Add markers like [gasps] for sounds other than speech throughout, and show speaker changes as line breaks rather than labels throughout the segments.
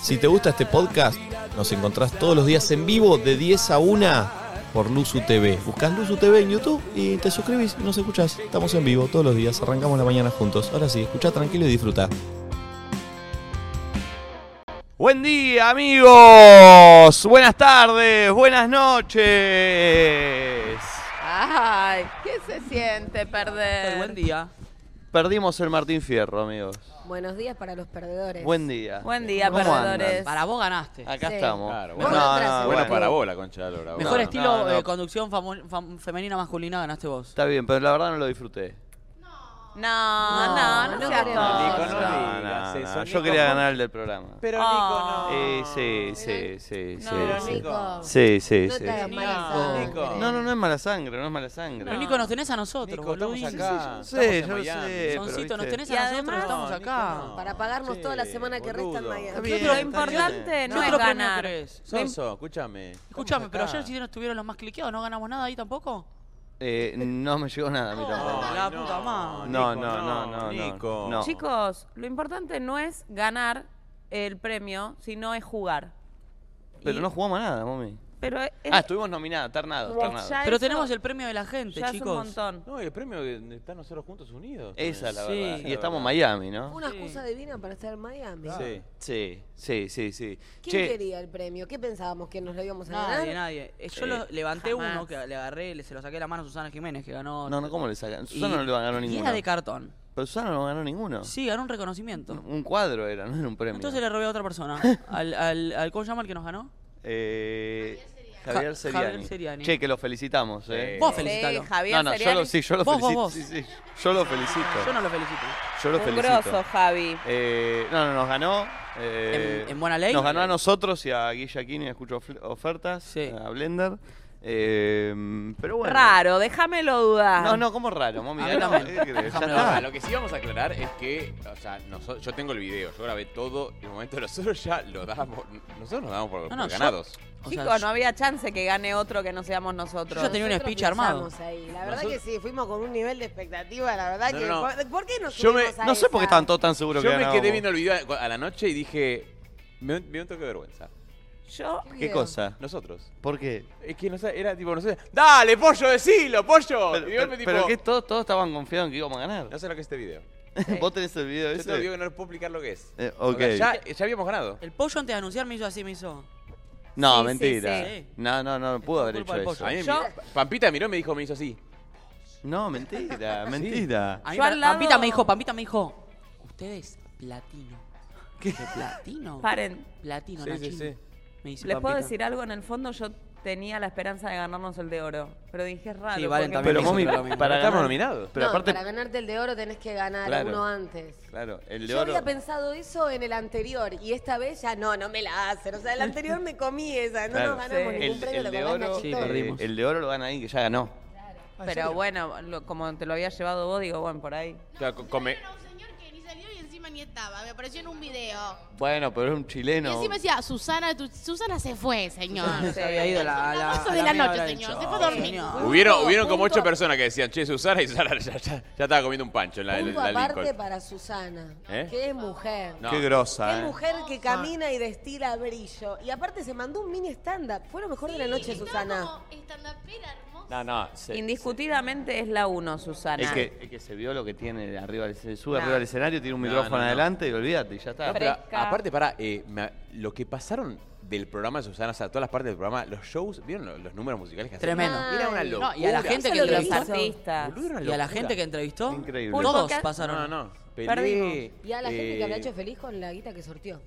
Si te gusta este podcast, nos encontrás todos los días en vivo de 10 a 1 por Luzu TV. Buscás Luzu TV en YouTube y te suscribís y nos escuchás. Estamos en vivo todos los días, arrancamos la mañana juntos. Ahora sí, escucha tranquilo y disfruta.
Buen día amigos, buenas tardes, buenas noches.
Ay, ¿qué se siente perder?
Buen día.
Perdimos el Martín Fierro amigos.
Buenos días para los perdedores.
Buen día.
Buen día,
¿Cómo andan?
perdedores.
Para vos ganaste.
Acá
Sí.
estamos.
Claro,
Vos
bueno,
no atrás,
bueno
igual.
para vos la concha de la lora.
Mejor
No,
estilo
no, no.
eh, conducción famo- fam- femenina masculina ganaste vos.
Está bien, pero la verdad no lo disfruté.
No, no, no,
No,
seas
queremos.
tonto.
Nico, no digas eso,
Yo
Nico,
quería
¿cómo?
ganar el del programa.
Pero
Ah.
Eh, sí, sí, sí, sí.
No,
Pero
sí.
Nico,
Sí, sí,
no
sí.
te hagas
sí.
mala
No,
sangre.
Nico.
No, no, no es mala sangre, no es mala sangre.
Pero Nico, nos tenés a nosotros,
Nico,
boludo.
estamos acá.
Sí, sí, yo
estamos en
sé,
Miami.
pero
Soncito, nos
viste.
tenés
Y
a nosotros,
además-
estamos
No,
acá.
Nico, no.
Para pagarnos
Sí,
toda la semana que resta en
boludo.
Miami.
Está
¿Qué
bien,
otro-
Lo
está
importante
bien.
no
¿Qué
es
otro premio
ganar.
querés? No im-
Soso, escúchame.
Escuchame, pero ayer
sí
si no estuvieron los más cliqueados, ¿no ganamos nada ahí tampoco?
Eh, no me llegó nada a mí tampoco.
la puta madre.
No, no, no, no, no,
Nico.
no.
Chicos, lo importante no es ganar el premio, sino es jugar.
Pero no jugamos a nada, mami.
Pero es,
Ah, estuvimos nominados, ternados, ternados.
Ya
Pero
eso-
tenemos el premio de la gente,
ya es un
chicos.
montón.
No, el premio que están nosotros juntos unidos.
Esa es la
Sí.
verdad. Y
La
estamos en
verdad.
Miami, ¿no?
Una excusa divina para estar en Miami.
Sí.
Sí, sí, sí, sí.
¿Quién
Che,
quería el premio? ¿Qué pensábamos que nos lo íbamos a ganar?
Nadie, nadie. Eh, Yo lo- levanté
Jamás.
uno que le agarré, le, se lo saqué de la mano a Susana Jiménez, que ganó.
No, no, ¿cómo le sacan?
Y-
Susana no le ganó
Y
ninguno.
era de cartón.
Pero Susana no ganó ninguno.
Sí, ganó un reconocimiento.
Un cuadro era, no era un premio.
Entonces le robé a otra persona. al, al, al ¿Cómo se llama el que nos ganó?
Eh,
Ja-
Javier Seriani.
Javier Seriani.
Che, que lo felicitamos, ¿eh?
Vos
Sí,
felicitalo.
Javier
No, no, yo
Seriani.
lo, sí, yo lo
Vos,
felicito.
vos,
sí, sí, Yo lo felicito.
Yo no lo felicito.
Yo lo
Un
felicito.
grosso, Javi.
Eh, no, no, nos ganó. eh,
¿En- en buena ley?
Nos ganó a nosotros y a Guillaquini, escucho ofl- ofertas,
Sí.
a Blender. eh, pero bueno.
Raro, déjamelo dudar.
No, no, ¿cómo raro, mami?
A mí
Ganó,
también.
¿qué crees? Ya
Déjame
está.
Ah.
lo Ah, que sí vamos a aclarar es que, o sea, noso- yo tengo el video, yo grabé todo, y en el momento nosotros ya lo damos, nosotros nos damos por,
No, no,
por
yo-
ganados.
O sea,
Chicos, no había chance que gane otro que no seamos nosotros.
Yo ya tenía un
Nosotros
speech armado.
pensamos ahí. La verdad
Nosotros-
que sí, fuimos con un nivel de expectativa, la verdad
No,
que...
no, no.
¿por- ¿Por qué nos
Yo me-
subimos a
No sé por qué
esa?
estaban todos tan seguros
Yo
que
me
ganábamos.
quedé viendo el video a a la noche y dije, me, me dio un toque de vergüenza.
Yo
¿Qué cosa?
Nosotros.
¿Por qué?
Es que no sé, era tipo, no sé, dale, pollo, decilo, pollo.
Pero,
y de golpe,
pero- pero
tipo,
que todos, todos estaban confiados en que íbamos a ganar.
No sé lo que es este video.
[laughs] Vos tenés el video
Yo te digo
ese.
que no les puedo explicar lo que es.
Eh,
O sea,
ok.
ya, ya habíamos ganado.
El pollo antes de anunciar me hizo así, me hizo.
No,
Sí, sí,
mentira.
sí.
No, no, no, pudo
por
haber
culpa
hecho
del
eso.
A mí me
Yo-
miró- Pampita miró y me dijo, me hizo así. [laughs]
No, mentira, mentira.
A mí
Yo
me-
al lado-
Pampita me dijo, Pampita me dijo, ustedes platino. ¿Qué? Platino.
Paren.
Platino,
Sí, sí,
Nachín.
sí.
Me dice
Les puedo
Pampita.
decir algo, en el fondo yo tenía la esperanza de ganarnos el de oro, pero dije es raro.
Sí, Valen
porque-
también
Pero,
me hizo
mami,
lo mismo.
para
Estamos
ganar-
nominados.
Pero
No,
aparte,
para ganarte el de oro tenés que ganar
Claro.
uno antes.
claro, el de
Yo
oro.
había pensado eso en el anterior y esta vez ya no, no me la hacen. O sea, el anterior me comí esa, no
Claro.
nos ganamos
Sí.
ningún
El,
premio.
el
¿lo
de
acordás,
oro,
Nachito?
Sí,
eh,
perdimos.
el de oro lo gana ahí, que ya ganó.
Pero bueno, lo- como te lo había llevado vos, digo, bueno, por ahí.
O sea, co- come-
Era un señor que ni salió y encima ni estaba. Me apareció en un video.
Bueno, pero era un
Y
chileno.
encima decía, Susana, tu- Susana se fue, señor.
[laughs]
Susana
Se había ido a la, a la,
Las
a
doce de la
media
noche,
hora del
señor.
show.
Se fue a dormir.
Señor.
Hubieron,
Punto,
hubieron como
punto.
ocho personas que decían, che, Susana, y Susana [laughs] ya, ya- ya estaba comiendo un pancho en la, en
Punto
la
aparte
Lincoln.
para Susana,
¿Eh?
que es mujer.
No.
Qué
Qué
grosa, eh.
mujer que camina y destila brillo. Y aparte se mandó un mini stand-up. Fue lo mejor de la noche,
Estaba
Susana.
como estandapera, hermosa.
No, no. se-
Indiscutidamente es la uno, Susana.
Es que, es que se vio lo que tiene arriba, del- se sube
No.
arriba del escenario, tiene un
No,
micrófono
no, no.
adelante y olvídate, y ya
No,
está.
pero
Fresca.
aparte, para, lo que pasaron del programa de Susana, o sea, todas las partes del programa, los shows, ¿vieron lo- los, números musicales que hacían?
Tremendo.
Era una locura.
No, y a la gente
Eso
que
lo que
los
entrevistó.
hizo.
artistas.
Boludo, era una
Y a la
locura.
gente que entrevistó.
Increíble.
Todos
Pulpo, ¿qué-
pasaron.
No, no, no. Peleé,
Perdimos.
Y a la gente que habrá
eh,
hecho feliz con la guita que sortió.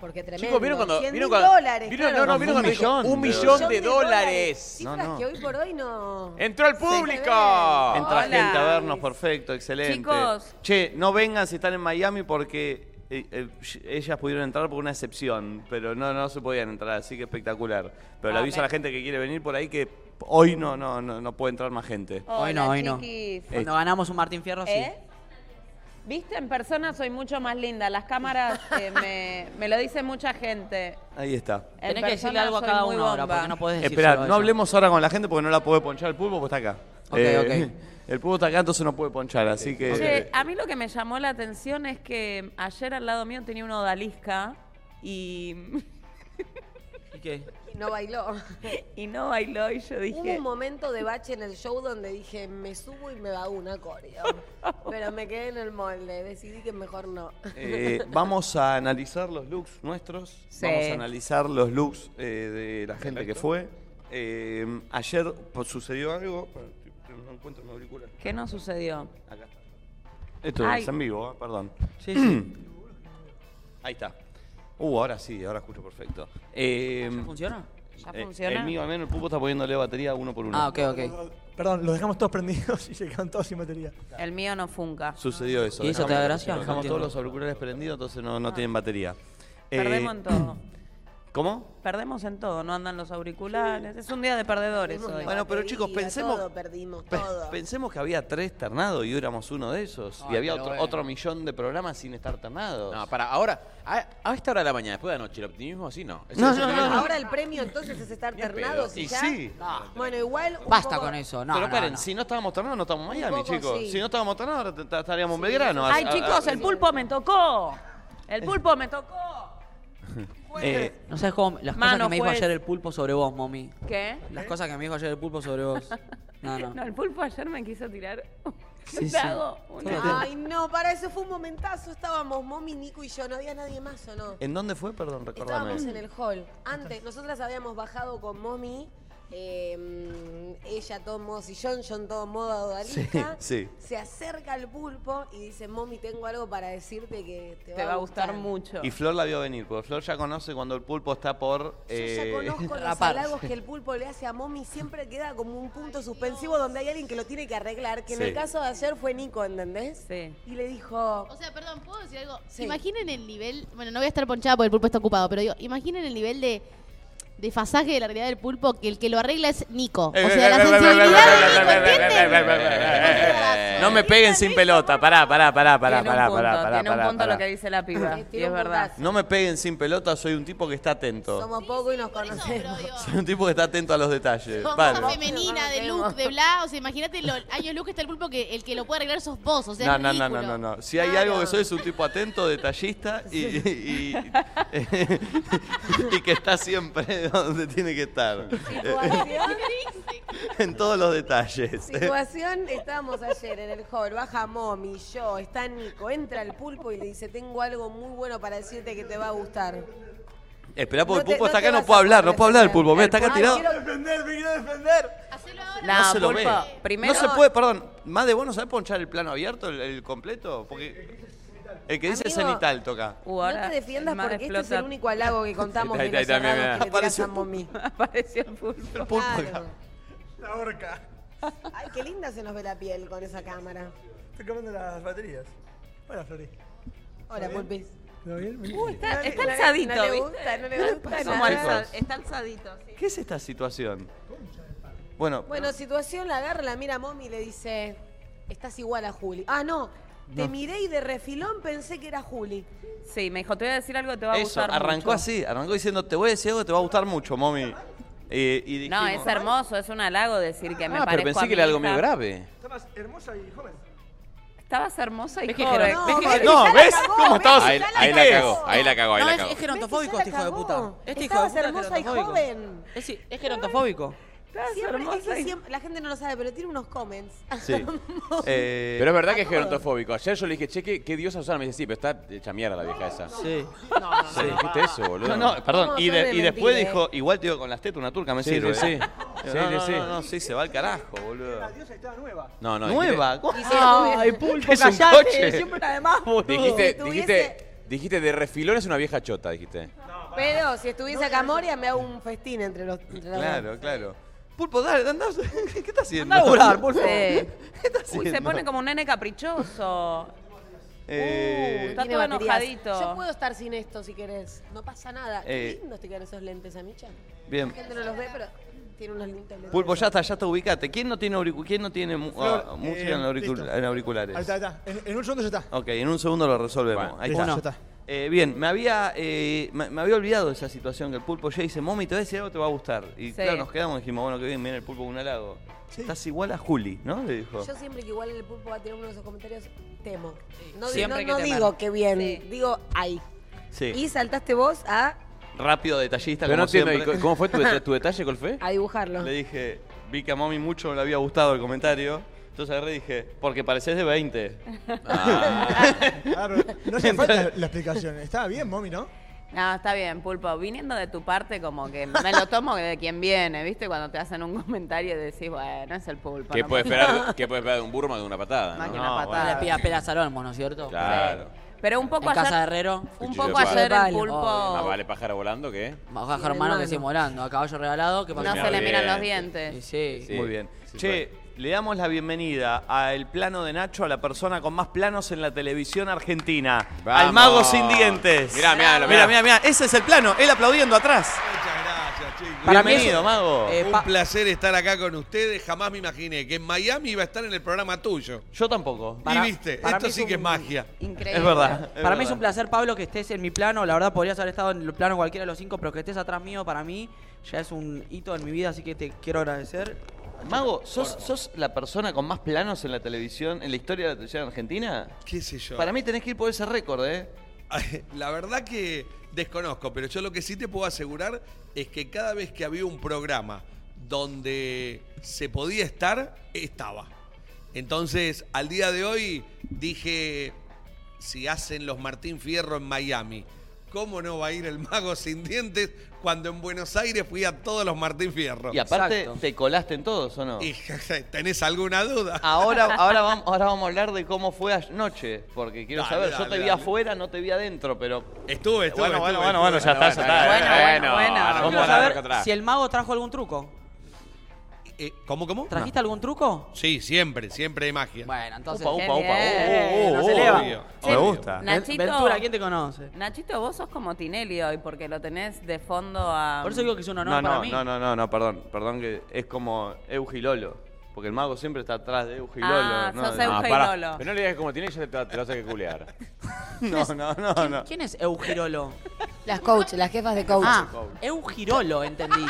Porque tremendo.
Chicos, ¿vieron cuando.?
100.000
¿Vieron cuando.?
dólares,
vieron-
claro.
no, no, ¿vieron
Un
cuando dijo,
millón
un
de
millón de
Millones
dólares.
Cifras
No, no.
que hoy por hoy no...
¡Entró el público!
Entra
Hola.
gente a vernos, perfecto, excelente.
Chicos.
Che, no vengan si están en Miami porque eh, eh, ellas pudieron entrar por una excepción, pero no, no se podían entrar, así que espectacular. Pero le aviso a la gente que quiere venir por ahí que hoy no, no, no, no puede entrar más gente.
Hoy no,
Hola,
hoy no.
chiquis.
Cuando ganamos un Martín Fierro, sí.
¿Eh? Viste, en persona soy mucho más linda. Las
[laughs]
cámaras eh, me, me lo dice mucha gente.
Ahí está.
En
Tenés que decirle
persona
algo a
soy
cada
muy
uno ahora,
bomba.
porque no podés decir
Espera,
solo
no
eso.
hablemos ahora con la gente porque no la puede ponchar el pulpo, porque está acá. Eh,
Ok,
El pulpo está acá, entonces no puede ponchar, así que...
Che, a mí lo que me llamó la atención es que ayer al lado mío tenía un odalisca y,
¿Y qué?
Y
[laughs]
no bailó.
y no bailó y yo dije...
Hubo un momento de bache en el show donde dije, me subo y me va una coreo. Pero me quedé en el molde, decidí que mejor no.
[laughs]
Eh, vamos a analizar los looks nuestros.
Sí.
Vamos a analizar los looks eh, de la gente que fue. Eh, ayer pues, sucedió algo. No encuentro mi auricular.
¿Qué nos sucedió?
Acá está. Esto
Ay.
es en vivo, ¿eh? perdón.
Sí, sí.
[clears throat] Ahí está. Uh, ahora sí, ahora escucho perfecto. Eh,
¿Ya ¿Funciona?
¿Ya
eh,
funciona?
El mío al menos, el pupo está poniéndole batería uno por uno.
Ah, ok, ok.
Perdón, los dejamos todos prendidos [laughs] y se quedan todos sin batería.
El mío no funca.
Sucedió eso.
¿Y eso
dejamos-
te da gracia? No
Dejamos
entiendo.
todos los auriculares prendidos, entonces no, no tienen batería. Eh,
Perdemos en
[clears throat]
todo.
¿Cómo?
Perdemos en todo. No andan los auriculares. Es un día de perdedores
Perdimos
hoy.
la
Bueno, pero chicos,
batería,
pensemos-
Todo, perdimos
Pe-
todo.
Pensemos que había tres ternados y éramos uno de esos. y
Ay,
había
pero
otro,
bueno.
otro millón de programas sin estar ternados.
No, para ahora, a, a esta hora de la mañana, después de la noche, el optimismo así no. Eso-
No,
eso
no,
te-
no, no.
Ahora el premio entonces es estar
Ni en
ternado,
pedo.
si
Y
ya.
sí.
Bueno, igual. un
Basta
poco-
con eso. No,
Pero
no,
Karen,
no.
si no estábamos ternados, no estamos en Miami,
poco
chicos.
sí.
Si no estábamos ternados, ahora t- estaríamos en Belgrano.
Ay,
Ah, ah,
chicos,
ah,
el pulpo me tocó. El pulpo me
[laughs]
tocó.
eh,
No sabes cómo. Las
Mano,
cosas que me dijo
juez.
ayer el pulpo sobre vos, mami.
¿Qué?
Las cosas que me dijo ayer el pulpo sobre
[laughs]
vos. No, no.
No, el pulpo ayer me quiso tirar un
Sí, sí.
ah. [laughs]
trago. una-
Ay, no, para eso fue un momentazo. Estábamos Momi, Nico y yo. No había nadie más, ¿o no?
¿En dónde fue? Perdón, recordame.
Estábamos en el hall. Antes, nosotras habíamos bajado con Momi. eh, ella, todo en modo sillón, yo en todo modo odalisca.
Sí, sí.
Se acerca al pulpo y dice, Momi, tengo algo para decirte que te va,
Te va a gustar mucho.
Y Flor la vio venir, porque Flor ya conoce cuando el pulpo está por.
Yo ya
eh, [laughs]
conozco los
raparse.
halagos que el pulpo le hace a Momi, siempre queda como un punto suspensivo donde hay alguien que lo tiene que arreglar, que en
Sí.
el caso de ayer fue Nico, ¿entendés?
Sí.
Y le dijo,
O sea, perdón, ¿puedo decir algo?
Sí.
Imaginen el nivel. Bueno, no voy a estar ponchada porque el pulpo está ocupado, pero digo, imaginen el nivel de desfasaje de la realidad del pulpo que el que lo arregla es Nico. O sea, la sensibilidad de Nico,
Eh,
¿entienden?
No me peguen sin pelota. Pará, pará, pará, pará,
tiene un
pará,
punto,
pará, pará,
tiene un
pará,
punto
pará.
lo que dice la piba.
Eh, tiene
y es
un
verdad.
puntazo.
No me peguen sin pelota, soy un tipo que está atento.
somos poco y nos
Por eso, pero
conocemos.
digo,
Soy un tipo que está atento a los
[laughs]
detalles.
cosa
Vale.
femenina, de look, de bla, o sea, imagínate los años luz que está el pulpo que el que lo puede arreglar sos vos, o sea,
No,
es
no, no, no, no,
ridículo.
no. Si hay algo que soy es un tipo atento, detallista y, y- y- [laughs] y que está siempre donde tiene que estar.
[laughs]
Eh,
Situación,
[laughs] En todos los detalles.
situación, estábamos ayer en el hall, baja Momi, yo, está Nico, entra el pulpo y le dice, tengo algo muy bueno para decirte que te va a gustar.
Espera, porque
No te-
el pulpo
no
está
te
acá, no
vas
puedo
a
hablar,
poder
no puedo hablar el
defender.
pulpo. Mira, está acá
Ay,
tirado.
quiero-
Hacelo ahora.
No,
No se lo ve.
pulpo. Primero,
No se puede, perdón. Más de vos no sabés ponchar el plano abierto, el, el completo. Porque el que dice
Amigo,
cenital toca.
Uh, ahora
no te defiendas
el mar
porque este es
explota.
el único halago que contamos
Ahí
de
está,
los
ahí está, mira,
mira.
cerrados que le tiras
Apareció
a
un
Momi.
apareció el pulpo.
El pulpo
Claro.
acá.
La horca.
Ay, qué linda se nos ve la piel con esa cámara.
Estoy cambiando las baterías. Hola, Flori.
Hola, Pulpis.
¿Todo bien?
Uh, Está, está
No le-
alzadito,
no le
¿viste?
gusta, no le gusta
Como
nada.
alza- está alzadito, sí.
¿Qué es esta situación? Bueno,
Bueno, situación, la agarra, la mira a Momi y le dice, estás igual a Juli. Ah, no, te miré y de refilón pensé que era Juli.
Sí, me dijo, te voy a decir algo que te va a
Eso,
gustar
arrancó
mucho.
así, arrancó diciendo, te voy a decir algo que te va a gustar mucho, mami. Eh, y
No, es
dijimos,
hermoso, es un halago decir que me
Ah, pero
parezco a
pensé que
mi
era algo
hija.
medio grave.
Está más hermosa y joven.
Estabas hermosa y
¿Ves que
joven.
Gerardo-
No,
que-
porque
No,
ya la
¿ves?
cagó,
¿Cómo
¿ves?
estabas?
Ya
Ahí,
la
ahí la
cagó.
cagó, ahí la cagó, ahí
No,
la
es,
cagó.
es gerontofóbico
¿Ves
este
que
hijo
ya la
de puta.
cagó?
Este hijo de
Estabas
puta es
hermosa y
gerontofóbico.
joven.
Es, es gerontofóbico.
Estabas
Siempre, es
hermosa
que
y-
siempre- la gente no lo sabe, pero tiene unos comments.
[laughs]
[laughs]
Sí. Eh,
Pero es verdad que es gerontofóbico. Ayer yo le dije, che, ¿qué, qué diosa usar? Me dice, sí, pero está hecha mierda la vieja esa. Sí,
sí.
¿Dijiste eso, boludo?
No, no, perdón.
¿Cómo
Y,
son
de-
de
y después
mentir, eh?
dijo, igual te digo con las tetas, una turca me
Sí,
sirve. ¿eh?".
sí, sí.
Digo,
Sí,
no,
sí,
no,
sí.
no, no, sí, se va al carajo, boludo.
Diosa estaba nueva.
No, no, dijiste-
Nueva, ¿cómo?
Y si estuviera-
¿Qué es un coche?
además, boludo.
Dijiste,
Si
dijiste, dijiste, de refilón es una vieja chota, dijiste.
Pero si estuviese acá Moria, me hago un festín entre los entre los dos.
Claro, claro. Pulpo, dale, andá. [laughs] ¿Qué estás haciendo?
Andá a volar, por favor.
Sí.
¿Qué estás
Uy, se
haciendo?
pone como un nene caprichoso. Uh,
Eh,
Está
Tiene
todo
baterías.
enojadito.
Yo puedo estar sin esto si querés. No pasa nada.
Eh.
Qué lindo te quedan esos lentes, Amicha.
bien.
La gente no los ve, pero tiene unos lindos lentes.
Pulpo, ya está, ya está, ubicate. ¿Quién no tiene, auricu- quién no tiene mu- ah, música
eh,
en, auricul- en auriculares?
Ahí está, ahí está. En, en un segundo ya está.
Ok, en un segundo lo resolvemos.
Bueno,
Ahí
listo,
está.
ya está.
Eh, bien, me había, eh, me, me había olvidado de esa situación que el pulpo ya dice, Mami, te voy a decir algo, te va a gustar. Y
Sí.
claro, nos quedamos y dijimos, bueno, que bien, viene el pulpo con un halago. Estás igual a Juli, ¿no? Le dijo.
Yo siempre que igual el pulpo va a tirar uno de esos comentarios, temo. No, di-
Siempre
no-
que
no
temer.
digo que bien,
Sí.
digo ahí.
Sí.
Y saltaste vos a,
Rápido, detallista,
Pero no
como
entiendo,
siempre.
¿y ¿cómo fue tu, deta-
[laughs]
tu detalle, Colfe?
a dibujarlo.
Le dije, vi que a Mami mucho le había gustado el comentario. Entonces agarré y dije, porque pareces de 20.
Ah.
[laughs] Ah.
[laughs]
Claro, no hace falta la explicación. Estaba bien, mommy, ¿no?
No, está bien, Pulpo. Viniendo de tu parte, como que me lo tomo de quien viene, ¿viste? Cuando te hacen un comentario y decís, bueno, es el Pulpo.
¿Qué
no
puede
pasa
esperar, ¿Qué puede esperar de un burro más de una patada? ¿no?
Máquina
No,
patada.
Le pida pelas al olmo, ¿no es cierto?
Claro.
Pero un poco
En casa de
ayer,
Herrero,
un
Cuchillo
poco
de palo.
ayer el
Vale.
Pulpo
Más vale pájaro volando que.
baja
Sí, de
hermano que
mano.
se morando, a caballo regalado, que
no
Muy
se le
bien.
miran los
Y
dientes.
sí.
Sí.
Muy bien.
Sí,
che, le damos la bienvenida al plano de Nacho, a la persona con más planos en la televisión argentina.
Vamos.
Al mago sin dientes.
Mirá, mirá, lo
mira,
mirá.
mira, mira. Ese es el plano. Él aplaudiendo atrás.
Muchas gracias, chicos.
Para mí
Bienvenido,
eso-
mago.
Eh,
un
pa-
placer estar acá con ustedes. Jamás me imaginé que en Miami iba a estar en el programa tuyo.
Yo tampoco.
Para-
y viste,
para
esto
mí
sí
es
que es
un-
magia.
Increíble.
Es verdad. es
Para mí es
verdad.
un placer, Pablo, que estés en mi plano. La verdad, podrías haber estado en el plano cualquiera de los cinco, pero que estés atrás mío, para mí, ya es un hito en mi vida, así que te quiero agradecer.
Mago, ¿sos, sos la persona con más planos en la televisión, en la historia de la televisión argentina?
¿Qué sé yo?
Para mí tenés que ir por ese récord, ¿eh?
[laughs] La verdad que desconozco, pero yo lo que sí te puedo asegurar es que cada vez que había un programa donde se podía estar, estaba. Entonces, al día de hoy dije, si hacen los Martín Fierro en Miami, ¿cómo no va a ir el mago sin dientes cuando en Buenos Aires fui a todos los Martín Fierro?
Y aparte,
Exacto.
¿te colaste en todos o no?
Y, [laughs] ¿Tenés alguna duda?
Ahora, ahora, vamos, ahora vamos a hablar de cómo fue anoche, porque quiero
Dale,
saber, yo
dale,
te vi
dale.
afuera, no te vi adentro, pero...
Estuve, estuve.
Bueno, bueno,
estuve,
bueno, bueno,
estuve.
ya está, ya está.
Bueno, bueno,
Yo
ahora
bueno.
Vamos
quiero
a
vamos
saber
acá atrás.
si el mago trajo algún truco.
Eh, ¿Cómo, cómo?
¿Trajiste algún truco?
Sí, siempre, siempre hay magia.
Bueno, entonces.
Upa, upa, upa.
Qué
Oh, oh,
bien.
oh,
Se eleva.
obvio.
Sí.
Me gusta.
Ven-
Nachito.
Ventura, ¿quién te conoce?
Nachito, vos sos como Tinelli hoy, porque lo tenés de fondo a...
Por eso digo que es un honor
No,
para
no,
mí.
no, no, no, no, perdón, perdón que es como Eugilolo, porque el mago siempre está atrás de Eugilolo.
Ah,
no,
sos
de-
Euge-
Ah,
Eugenio
pará.
Lolo.
Pero no le digas que como tiene, ya te, te lo hace que culear.
no, no, no, no.
¿Quién es Eugirolo?
Las coaches, las jefas de coach.
Ah, Eugirolo, entendí.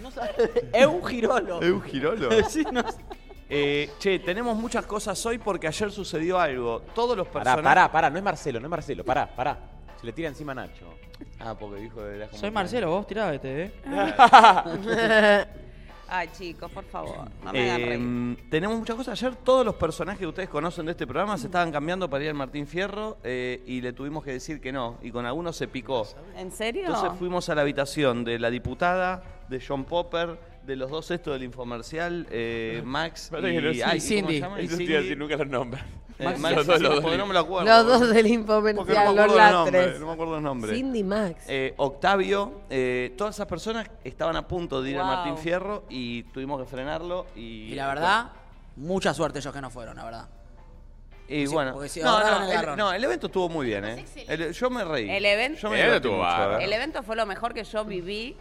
No sabes. Eugirolo.
[laughs] Eugilolo.
Sí, no sé.
Eh, che, tenemos muchas cosas hoy porque ayer sucedió algo. Todos los
Pará,
personajes...
pará, pará, no es Marcelo, no es Marcelo, pará, pará. Se le tira encima a Nacho.
Ah, porque dijo de la
Soy Marcelo, vos eh. tirábete, ¿eh?
[laughs] Ay, chicos, por favor, no me hagan reír.
Eh, tenemos muchas cosas. Ayer todos los personajes que ustedes conocen de este programa se estaban cambiando para ir al Martín Fierro eh, y le tuvimos que decir que no. Y con algunos se picó.
¿En serio?
Entonces fuimos a la habitación de la diputada, de John Popper, de los dos estos del infomercial,
[laughs]
eh, Max
Pará que lo-
y, ay, ¿cómo se
Cindy.
llama?
Y
Y
no te
Cindy.
iba a decir nunca los nombres.
Eh,
Max,
Max,
los dos,
sí,
los dos.
porque no me lo acuerdo.
Los dos
Porque
del
no me
infomercial,
acuerdo
los
el nombre,
lastres.
no me acuerdo el nombre.
Cindy Max.
Eh, Octavio, eh, todas esas personas estaban a punto de ir al
Wow.
Martín Fierro y tuvimos que frenarlo.
[laughs]
Y,
Y la verdad, mucha suerte ellos que no fueron, la verdad.
Y
Sí,
bueno,
porque si
no,
agarraron,
no, el,
agarraron.
no, el evento estuvo muy bien, ¿eh? El- yo me reí.
El evento-
Yo me
El evento
divertí
estuvo
mucho, ¿eh? la
bárbaro.
verdad.
El evento fue lo mejor que yo viví.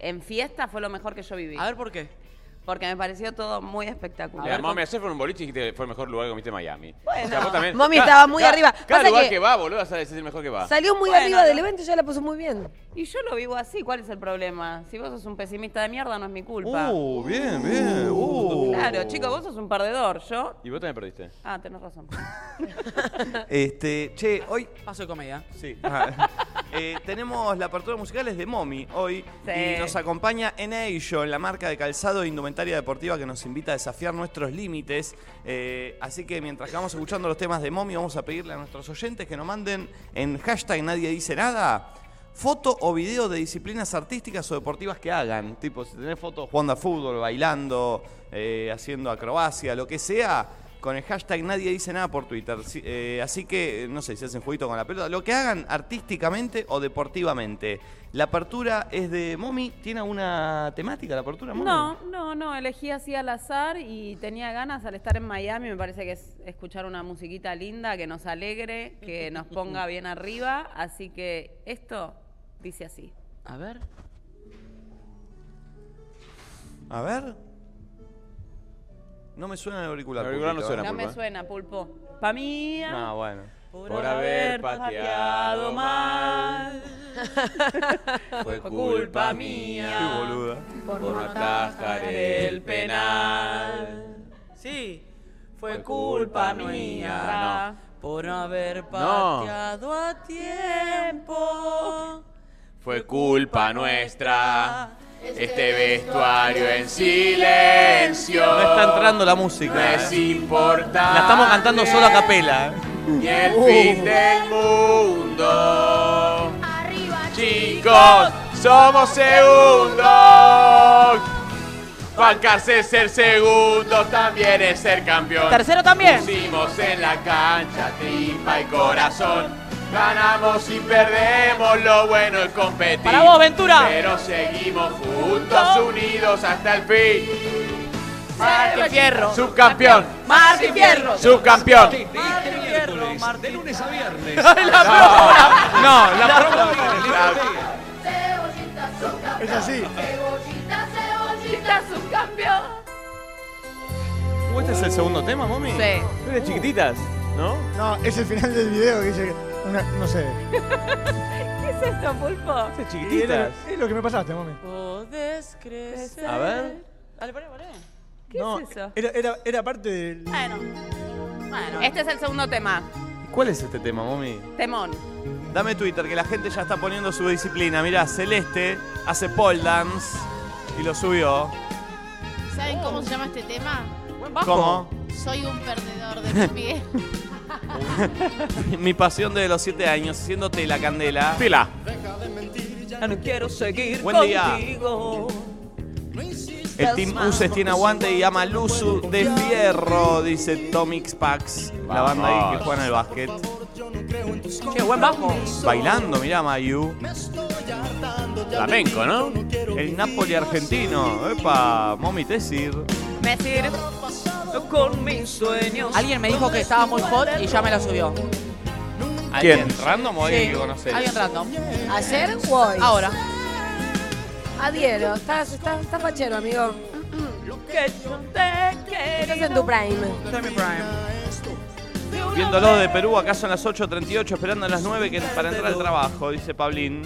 En fiesta fue lo mejor que yo viví.
A ver por qué.
Porque me pareció todo muy espectacular.
Mira, mami, ayer fue un boliche y dijiste que fue el mejor lugar que comiste en Miami.
Bueno.
vos también-
Mami
Cada-
estaba muy
cada-
arriba.
Cada
Pasa
lugar
que-
que va, boludo, vas a decir el mejor que va.
Salió muy
Bueno,
arriba del
no.
evento y ya la puso muy bien.
Y yo lo vivo así, ¿cuál es el problema? Si vos sos un pesimista de mierda, no es mi culpa.
Uh, bien, bien. Uh.
Claro, chicos, vos sos un perdedor, yo.
Y vos también perdiste.
Ah, tenés razón.
Este, che, hoy.
Ah, Paso de comedia.
Sí. Ah. [laughs] Eh, tenemos la apertura musical es de Momi hoy
Sí.
y nos acompaña Enation, la marca de calzado e indumentaria deportiva que nos invita a desafiar nuestros límites. Eh, así que mientras que vamos escuchando los temas de Momi, vamos a pedirle a nuestros oyentes que nos manden en hashtag nadie dice nada. Foto o video de disciplinas artísticas o deportivas que hagan. Tipo, si tenés fotos jugando a fútbol, bailando, eh, haciendo acrobacia, lo que sea, con el hashtag nadie dice nada por Twitter. Si- eh, así que, no sé, si hacen jueguito con la pelota, lo que hagan artísticamente o deportivamente. La apertura es de Momi. ¿Tiene alguna temática la apertura, Momi?
No, no, no, elegí así al azar y tenía ganas al estar en Miami, me parece que es escuchar una musiquita linda que nos alegre, que nos ponga bien arriba, así que esto dice así.
A ver.
A ver. No me suena el auricular.
El auricular no
Pulpito,
suena.
¿eh?
No me
pulpa.
suena, pulpo. Pa' mí.
No, bueno.
Por,
Por haber pateado mal.
[laughs]
Fue culpa mía.
Qué boluda.
Por no atajar el penal.
Sí, fue culpa mía.
Ah, no.
por no haber
No.
pateado a tiempo.
Fue culpa nuestra. Este vestuario en silencio.
No está entrando la música. eh.
No es importante.
La estamos cantando solo a capela. eh.
Y el
Uh.
fin del mundo. Chicos, somos segundos. Bancarse ser segundos también es ser campeón.
Tercero también.
Pusimos en la cancha tripa y corazón. Ganamos y perdemos, lo bueno es competir.
Para vos, Ventura.
Pero seguimos juntos, unidos hasta el fin.
Martín Fierro.
Subcampeón,
Martín Fierro.
subcampeón.
De lunes a viernes.
No, la
Es así.
¿Este es el segundo tema, mami?
Sí.
Eres chiquititas, ¿no?
No, es el final del video que dice. una- no sé.
¿Qué es esto, Pulpo?
Eres chiquititas.
Es lo que me este pasaste, mami.
Podés crecer.
A ver.
Dale, pará, pará.
¿Qué
No,
es eso?
Era, era, era parte del.
Bueno. Bueno, este es el segundo tema.
¿Cuál es este tema, mami?
Temón.
Dame Twitter, que la gente ya está poniendo su disciplina. Mirá, Celeste hace pole dance y lo subió.
¿Saben cómo se llama este tema?
Buen bajo.
¿Cómo?
Soy un perdedor de pie.
[laughs] Mi pasión desde los 7 años, haciéndote la candela.
Fila.
Ya no quiero seguir
Buen día.
contigo.
El Team Uses tiene aguante y ama al Usu de fierro, dice Tomix Pax, la banda ahí que juega en el básquet.
Che, buen bajo.
Bailando, mirá Mayu.
Flamenco, ¿no?
El Napoli argentino. Epa, Momi Tessir.
Me sirve.
Con mis sueños. Alguien me dijo que estaba muy hot y ya me la subió.
¿Quién? Random o alguien
Sí,
que conocés?
Alguien random.
¿Ayer o hoy?
Ahora.
Ah, Adhiero. Estás, estás, estás fachero, amigo.
Que yo te
Estás en tu prime.
Viéndolo de Perú, acá son las 8.38, esperando a las 9 que, para entrar al trabajo, dice Pablín.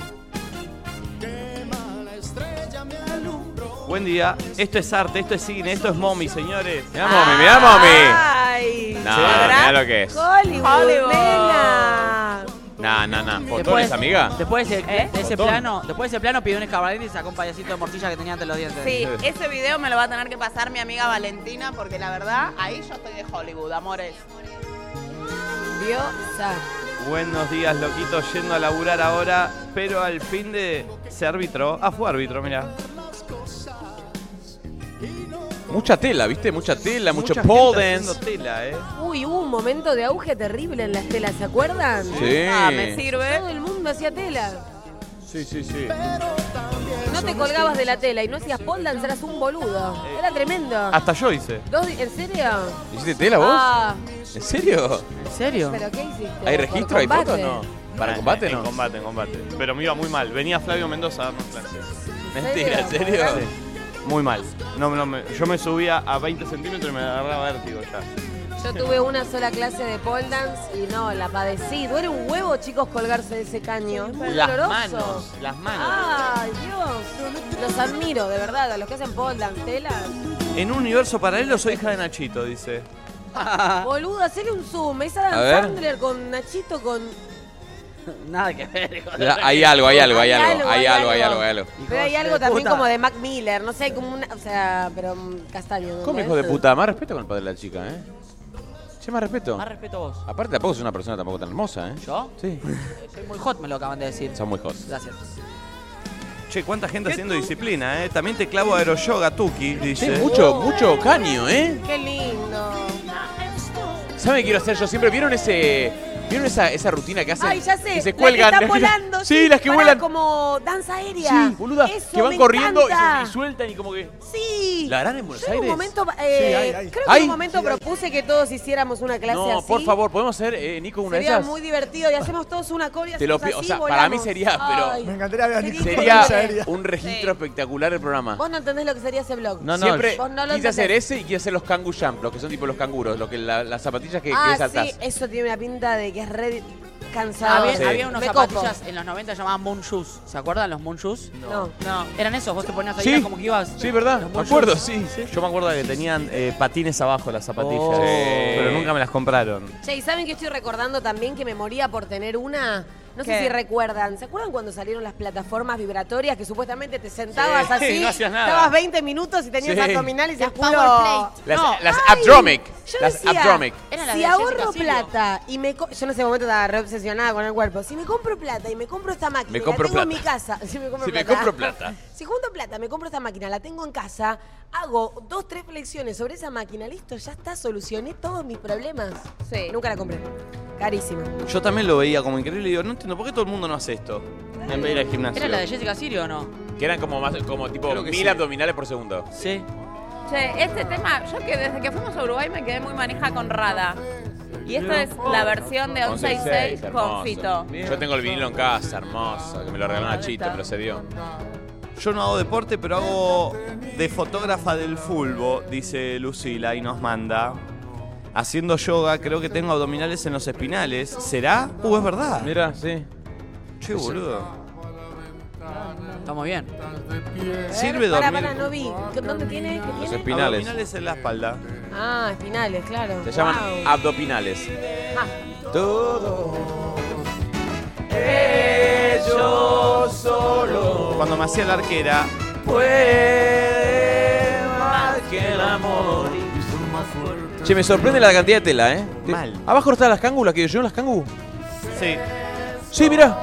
Buen día, esto es arte, esto es cine, esto es momi, señores. Ah.
Mirá, mami, mirá, mami.
Ay.
No,
¿Sabrá?
mirá lo que es.
Hollywood,
Hollywood.
nena.
No, no, no.
Después-
pues.
¿Fotones, amiga?
Después de ese, de ese
Botón.
plano, después de ese plano pidió un escabalín y sacó un payasito de morcilla que tenía ante los dientes.
Sí, ese video me lo va a tener que pasar mi amiga Valentina porque la verdad, ahí yo estoy de Hollywood, amores.
Diosa.
Buenos días, loquito, yendo a laburar ahora, pero al fin de se arbitró. Ah, fue árbitro, mirá.
Mucha tela, ¿viste? Mucha tela, mucho
Mucha
pole
gente
dance.
haciendo tela, eh.
Uy, hubo un momento de auge terrible en las telas, ¿se acuerdan?
Ah, me
Sí.
Todo
sirve.
el mundo hacía tela.
Sí, sí, sí.
No te colgabas de la tela y no hacías pole dance, eras un boludo. Era tremendo.
Hasta yo hice.
Dos, di- ¿En serio?
¿Hiciste Ah. tela vos?
Ah,
¿En serio?
¿En serio?
¿Pero qué hiciste?
¿Hay
¿Por
registro? ¿Hay fotos?
combate?
No. ¿Para combate
En- En
no?
combate, en combate. Pero me iba muy mal. Venía Flavio Mendoza a darnos clases.
Mentira, ¿en serio?
Muy mal. No, no, me- yo me subía a 20 centímetros y me agarraba vértigo ya.
Yo tuve una sola clase de pole dance y no, la padecí. Duele un huevo, chicos, colgarse de ese caño. Es muy doloroso.
las
Ay, Dios. Los admiro, de verdad, a los que hacen pole dance, telas.
En un universo paralelo soy hija de Nachito, dice.
[laughs]
Boludo, hacele un zoom. Es Adam
A ver.
Sandler con Nachito
[laughs]
con.
Nada que ver. hijo de-
La- hay algo, hay algo, hay algo, hay algo, hay algo, hay algo.
Pero hay
Hijos
algo
de
también
puta.
como de Mac Miller, no sé, hay como una. O sea, pero mm, castaño. ¿no?
¿Cómo hijo de puta? Más respeto con el padre de la chica, ¿eh? Che, más respeto.
Más respeto a vos.
Aparte tampoco es una persona tampoco tan hermosa, ¿eh?
¿Yo?
Sí.
Soy muy hot, me lo acaban de decir.
Son muy hot.
Gracias.
Che, cuánta gente haciendo disciplina, eh. También te clavo aeroyoga, Tuki,
Sí,
dice.
mucho, mucho caño, ¿eh?
Qué lindo.
¿Saben qué quiero hacer yo? Siempre vieron ese... ¿Vieron esa, esa rutina que hacen?
Ay, ya sé.
Que se
las
cuelgan.
que están volando.
sí, [laughs] las que
pará,
vuelan.
Como danza aérea.
Sí, boluda.
Eso
que van
me
corriendo y,
encanta.
se- y sueltan y como que...
Sí.
¿La harán en Buenos
Yo en un
Aires?
momento, eh,
Sí, hay, hay.
creo que en
¿Hay?
un momento propuse que todos hiciéramos una clase
No,
así.
por favor, ¿podemos hacer, eh, Nico, una
Sería
de esas? [laughs]
muy divertido y hacemos todos una coreo.
Te lo
hacemos
pido, o
así,
sea, para
volamos.
mí sería, pero-
Ay,
Me encantaría ver a Nico
Sería-
con esa
Sería
herida.
un registro espectacular el programa.
Vos no entendés lo que sería ese blog.
No, no,
Siempre
Vos no lo
quise
entendés.
hacer ese y quise hacer los kangu jump, los que son tipo los canguros, lo que la- las zapatillas que, que
ah,
saltás.
sí, eso tiene una pinta de que es re... Cansador.
Había,
Sí.
había unos
Me copo.
zapatillas en los 90 llamaban moon shoes. ¿Se acuerdan los moon shoes?
No.
No, eran esos. Vos te ponías ahí
Sí.
era Uh, como que ibas.
Sí, ¿verdad?
Los
Me
moon
acuerdo,
shoes.
sí, sí. Yo me acuerdo que tenían eh, patines abajo las zapatillas.
Oh.
Pero nunca me las compraron.
Che, ¿y saben que estoy recordando también que me moría por tener una? No sé
¿Qué?
si recuerdan. ¿Se acuerdan cuando salieron las plataformas vibratorias que supuestamente te sentabas
Sí, [laughs]
así?
no hacías nada.
Estabas 20 minutos y tenías
Sí.
abdominales y el culo...
Las,
No,
las
ay,
Abdromic.
Yo
Las
decía,
Abdromic.
Eran las
si
de
ahorro
Jessica Silvio.
plata y me... co- Yo en ese momento estaba re obsesionada con el cuerpo. Si me compro plata y me compro esta máquina,
Me compro
la tengo en
plata.
mi casa. [laughs] Si me compro
Si me
plata.
compro plata.
[laughs] Si junto plata, me compro esta máquina, la tengo en casa, hago dos, tres flexiones sobre esa máquina, listo, ya está, solucioné todos mis problemas.
Sí.
Nunca la compré. Carísima.
Yo también lo veía como increíble y digo, no entiendo, ¿por qué todo el mundo no hace esto? En vez de ir al gimnasio.
¿Era la de Jessica Sirio o no?
Que eran como más, como tipo
Creo que
mil
sí.
abdominales por segundo.
Sí.
Che, este tema, yo que desde que fuimos a Uruguay me quedé muy manija con Rada. Y esta es la versión de 1166 con
hermoso.
Fito.
Yo tengo el vinilo en casa, hermoso, que me lo regalaron a Chito, me lo cedió.
Yo no hago deporte, pero hago de fotógrafa del fulbo, dice Lucila y nos manda. Haciendo yoga, creo que tengo abdominales en los espinales. ¿Será? Uh, es verdad.
Mira, sí.
Che, boludo.
Estamos bien.
Sirve
Para,
dormir.
para, no vi. ¿Dónde tiene? ¿Qué
Los
tiene?
espinales.
Abdominales en la espalda.
Ah, espinales, claro.
Se llaman
Wow.
abdominales.
Ah.
Yo solo. Cuando me hacía la arquera.
Pues,
Puede más que el amor.
Che, me sorprende la cantidad de tela, ¿eh? Te-
Mal.
Abajo están las cángulas que yo las cangu.
Sí.
Sí, mirá.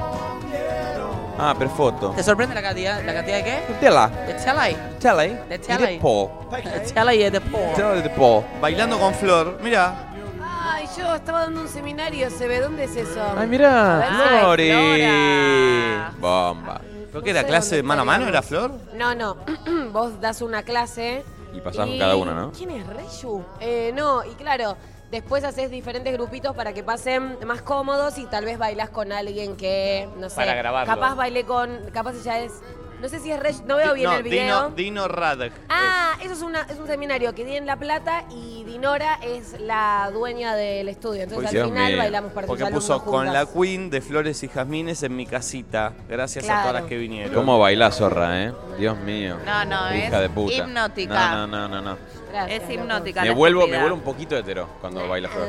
Ah, perfecto.
¿Te sorprende la cantidad, la cantidad de qué?
Tela.
De Telay.
Tela,
De
¿eh?
tela.
Y de po.
De Telay y de Paul.
Tela de po.
Bailando con Flor. Mirá.
Ay, yo estaba dando un seminario, se ve. ¿Dónde es eso?
Ay, mirá.
Ay,
Flori.
Flora.
Bomba.
¿Pero qué era? ¿Clase mano a mano era Flor?
No, no. [clears throat] Vos das una clase.
Y pasás con cada una, ¿no?
¿Quién es Reyu? Eh, no, y claro, después haces diferentes grupitos para que pasen más cómodos y tal vez bailás con alguien que, no sé.
Para grabarlo.
Capaz bailé con. Capaz ella es. No sé si es Reyu, no veo bien
no,
el video.
Dino, Dino Radek.
Ah, eso es, una, es un seminario que di en La Plata y Dinora es la dueña del estudio. Entonces
Uy, Dios
al final
mío.
bailamos para sus
Porque
alumnos
puso con
juntas.
la Queen de Flores y Jazmines en mi casita. Gracias a
Claro.
todas las que vinieron.
¿Cómo bailá, zorra, eh? Dios mío.
No, no, es
Hija de puta.
hipnótica.
No, no, no, no. no.
Gracias,
Es
loco.
hipnótica.
Me
la
vuelvo, me
estúpida.
vuelvo un poquito hetero cuando baila Flor.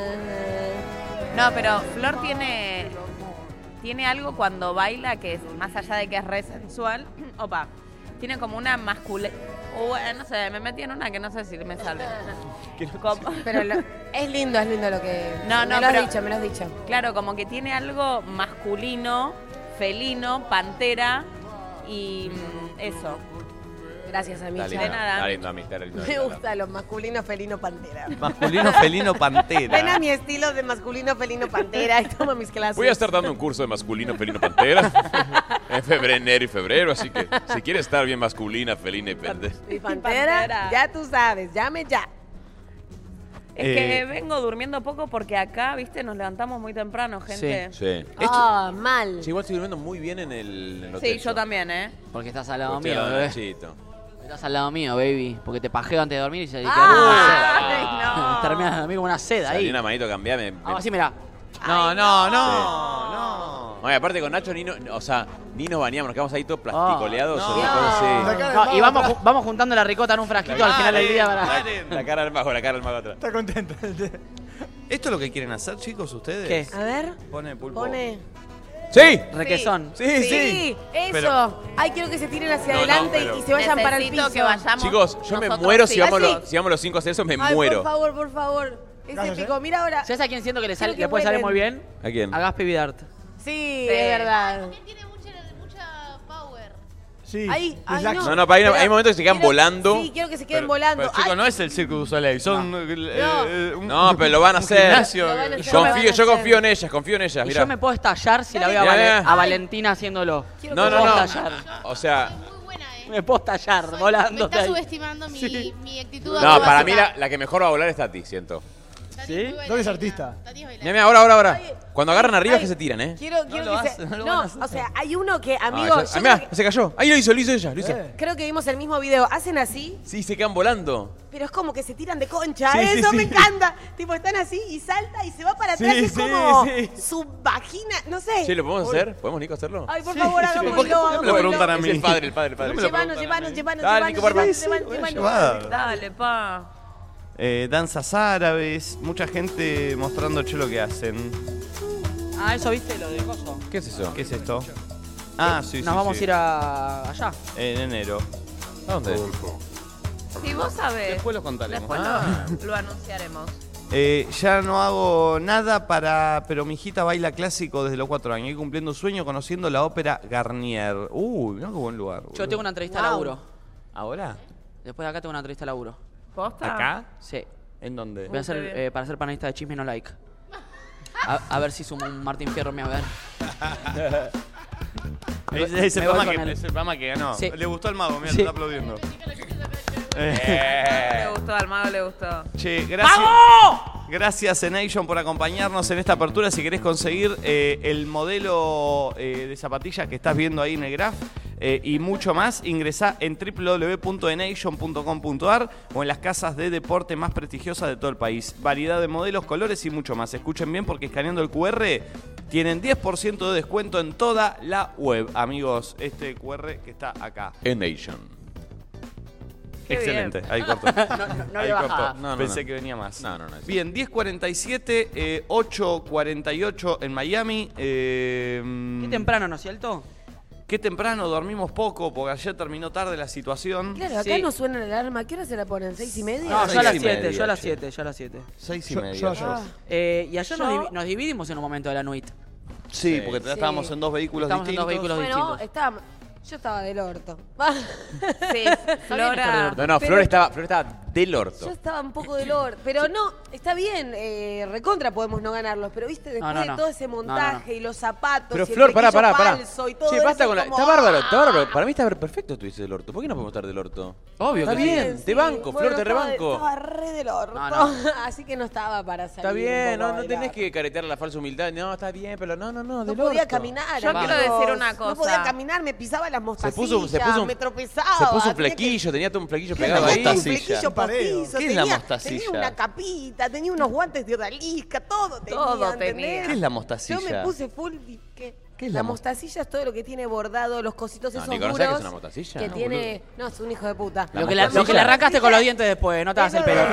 No, pero Flor tiene tiene algo cuando baila que es más allá de que es re sensual. [clears throat] Opa, tiene como una masculina. no sé, me metí en una que no sé si me sale. Como-
Pero lo- es lindo, es lindo lo que.
No,
me
no,
lo has
pero-
dicho, me lo has dicho.
Claro, como que tiene algo masculino, felino, pantera y mm, eso.
Gracias a
Está
Micha.
lindo,
De nada.
está lindo, amistad, está lindo,
Me
está lindo.
gusta los masculinos felino pantera.
Masculino, felino, pantera.
Ven a mi estilo de masculino felino pantera y toma mis clases.
Voy a estar dando un curso de masculino, felino, pantera en febrero, enero y febrero, así que si quieres estar bien masculina, felina y pantera.
Mi pantera,
Pantera.
ya tú sabes, llame ya.
Es
Eh.
que vengo durmiendo poco porque acá, viste, nos levantamos muy temprano, gente. Sí,
Sí.
Ah, mal.
igual estoy durmiendo muy bien en el, en el hotel.
yo también, ¿eh?
Porque estás al lado
Estoy
mío,
al lado
bebé.
de Nachito.
Estás al lado mío, baby. Porque te pajeo antes de dormir y se te
Ah.
[laughs]
Ay, no.
Terminas de dormir como una seda
Salí
ahí.
una manito, cambiame. me-
Ah, así, mirá.
No, no, no, no.
Ay, aparte con Nacho, ni no- o sea, ni nos bañamos, nos quedamos ahí todos plasticoleados.
Ah,
o una cosa así.
La cara
No,
del
y
mago
vamos,
atrás.
ju- vamos juntando la ricota en un frasquito al final del día para.
Karen,
La
Karen.
cara al mago, la cara al mago atrás.
Está contento.
¿Esto es lo que quieren hacer, chicos, ustedes?
¿Qué?
A ver,
Pone pulpo.
pone.
Sí.
Requesón.
Sí, sí.
eso.
Pero-
Ay, quiero que se tiren hacia
No, no,
adelante
pero-
y se vayan para el
Necesito
piso.
que vayamos.
Chicos, yo me
nosotros
muero si
sí.
vamos,
Ah,
los, si vamos los cinco a hacer eso, me
Ay,
muero.
por favor, por favor. Es
Gracias,
épico. Mira ahora.
¿eh? ¿Sabes a quién siento que le, sale,
Creo que
le puede salir muy
vuelen.
bien?
¿A quién?
A Gaspi Vidart.
Sí,
Sí.
es verdad.
tiene mucha, mucha power.
Sí.
Ahí, ahí
Exacto.
no.
No, no, para ahí no-
Pero
hay momentos que se quedan
quiero-
volando.
Sí, quiero que se queden volando.
Pero, chicos, no es el Cirque du Soleil, son... eh, eh, un-
No, pero lo van a
un
hacer.
gimnasio.
Lo van a
Y
hacer.
yo
Lo van a
confío, yo
hacer.
confío en ellas, confío en ellas,
Y
mirá.
yo me puedo estallar si la veo a,
Mirá,
Vale-
mirá.
a Valentina haciéndolo.
Quiero
No,
que
no,
vos-
no.
O sea,
Muy buena, ¿eh?
Me puedo estallar
Soy-
volando.
Me está subestimando mi, mi actitud.
no, para
acrobática.
mí la, la que mejor va a volar es Tati, siento.
¿Sí? ¿Dónde es artista?
Mira, mira, ahora, ahora, ahora. Cuando agarran arriba es que se tiran, ¿eh?
Quiero, quiero que se... No, o sea, hay uno que,
Ah,
amigo,
ya-
yo Eh.
ah, mirá,
creo que-
se cayó. Ahí lo hizo, lo hizo ella, lo hizo.
creo que vimos el mismo video. Hacen así,
Sí, se quedan volando.
pero es como que se tiran de concha.
Sí, sí,
Eso me
sí.
encanta. Tipo, están así y salta y se va para
Sí,
atrás. es
sí,
como
sí.
su vagina, no sé.
Che, ¿lo podemos hacer? ¿Podemos, Nico, hacerlo?
Ay, por favor, hagámoslo.
¿Por qué- por qué me lo
hagámoslo.
preguntan a mí?
Es el padre, el padre, el padre.
¿Por qué me lo
Llévanos, llévanos, llévanos,
Dale,
llévanos,
Nico, por favor.
llévanos, llévanos,
Sí, sí,
llévanos.
Llevada.
Dale, pa.
Eh, danzas árabes, mucha gente mostrando che lo que hacen. este-
Ah, eso viste, lo de coso.
¿Qué es eso? ¿Qué es esto? Ah, sí, sí.
Nos vamos
sí.
a ir a allá.
En enero. ¿A dónde?
Si vos sabés.
Después lo contaremos.
Después lo-
Ah.
lo, anunciaremos.
Eh, ya no hago nada para. Pero mi hijita baila clásico desde los cuatro años. Y cumpliendo un sueño conociendo la ópera Garnier. Uy, mirá qué buen lugar.
Yo
boludo.
tengo una entrevista a
Wow.
laburo.
¿Ahora?
Después de acá tengo una entrevista a laburo.
¿Posta?
Sí.
¿En dónde?
Voy a ser,
Muy bien.
eh, para ser panelista de Chisme No Like. A, a ver si sumo un Martín Fierro, me a
[laughs]
ver.
[laughs] Es,
Me
es el
voy
programa
con
que,
él.
es el programa que ganó.
Sí.
Le gustó al mago, mira,
Sí.
está
[laughs]
aplaudiendo. Eh.
Le gustó, al mago le gustó.
Che, gracias. Gracias, Enation, por acompañarnos en esta apertura. Si querés conseguir eh, el modelo eh, de zapatillas que estás viendo ahí en el graph eh, y mucho más, ingresá en www.enation.com.ar o en las casas de deporte más prestigiosas de todo el país. Variedad de modelos, colores y mucho más. Escuchen bien porque escaneando el QR tienen 10% de descuento en toda la web. Amigos, este QR que está acá.
Endation.
Qué
Excelente,
bien. [laughs]
ahí cortó.
No, no, no
Ahí
le
cortó.
bajaba.
No, no,
Pensé
no.
que venía más.
No, no, no. es-
Bien, 10.47, eh, 8.48 en Miami. eh,
Qué temprano, ¿no es cierto?
Qué temprano, dormimos poco porque ayer terminó tarde la situación.
Claro, acá no suena la alarma. ¿Qué hora se la ponen? ¿Seis y
Ah,
media?
No, yo a las
y
7,
media,
yo a las
che.
7, yo a las 7.
6 y
Yo-
media.
yo ayer. Ah.
Eh, y ayer nos,
Yo-
divi- nos dividimos en un momento de la nuit.
Sí, porque ya estábamos
Sí.
en dos vehículos
Estamos en
distintos.
dos vehículos
Bueno, eh,
distintos.
estaba, yo estaba del orto.
Sí, Flora.
No, no,
Pero-
Flor estaba, Flor estaba del orto.
Yo estaba un poco del orto. Pero no, está bien, eh, recontra podemos no ganarlos. Pero viste, después
no,
de
no.
todo ese
No, no, no.
montaje y los zapatos,
Pero
y el
Flor, pará,
flequillo
pará, pará.
falso y todo
Che, basta
eso,
con la.
como,
Está bárbaro,
¡ah!
está bárbaro. Para mí está perfecto tu dices del orto. ¿Por qué no podemos estar del orto?
Obvio
Está
que sí.
bien, te banco,
Bueno,
Flor, te
estaba-
rebanco.
Estaba re del orto.
No,
[laughs] Así que no estaba para salir.
Está bien,
un poco
no,
a
no tenés
bailar.
que caretear la falsa humildad. No, está bien, pero no, no, no.
No
del
podía
orto.
caminar.
Yo
amigos.
quiero decir una
No
cosa.
podía caminar, me pisaba las
Se
mostacillas,
puso, se puso un,
me tropezaba.
se puso un
tenía
flequillo, tenía todo un flequillo
que-
pegado ahí.
tenía un
mostacilla?
flequillo
Pareo.
postizo,
¿Qué es la
tenía,
mostacilla?
Tenía una capita, tenía unos guantes de odalisca, todo tenía.
Todo
¿entendés?
tenía.
¿Qué es la
Yo
mostacilla?
me puse full... di- ¿Qué?
¿Qué es
la
la
mostacilla es todo lo que tiene bordado, los cositos
No,
esos
Nico, ¿no
duros.
sabes qué es una mostacilla?
Que
No,
tiene... No, es un hijo de puta.
La
Lo que, la- lo que le
mostacilla.
arrancaste con los [laughs] dientes después, no te hagas el
Eso
pelo.
es-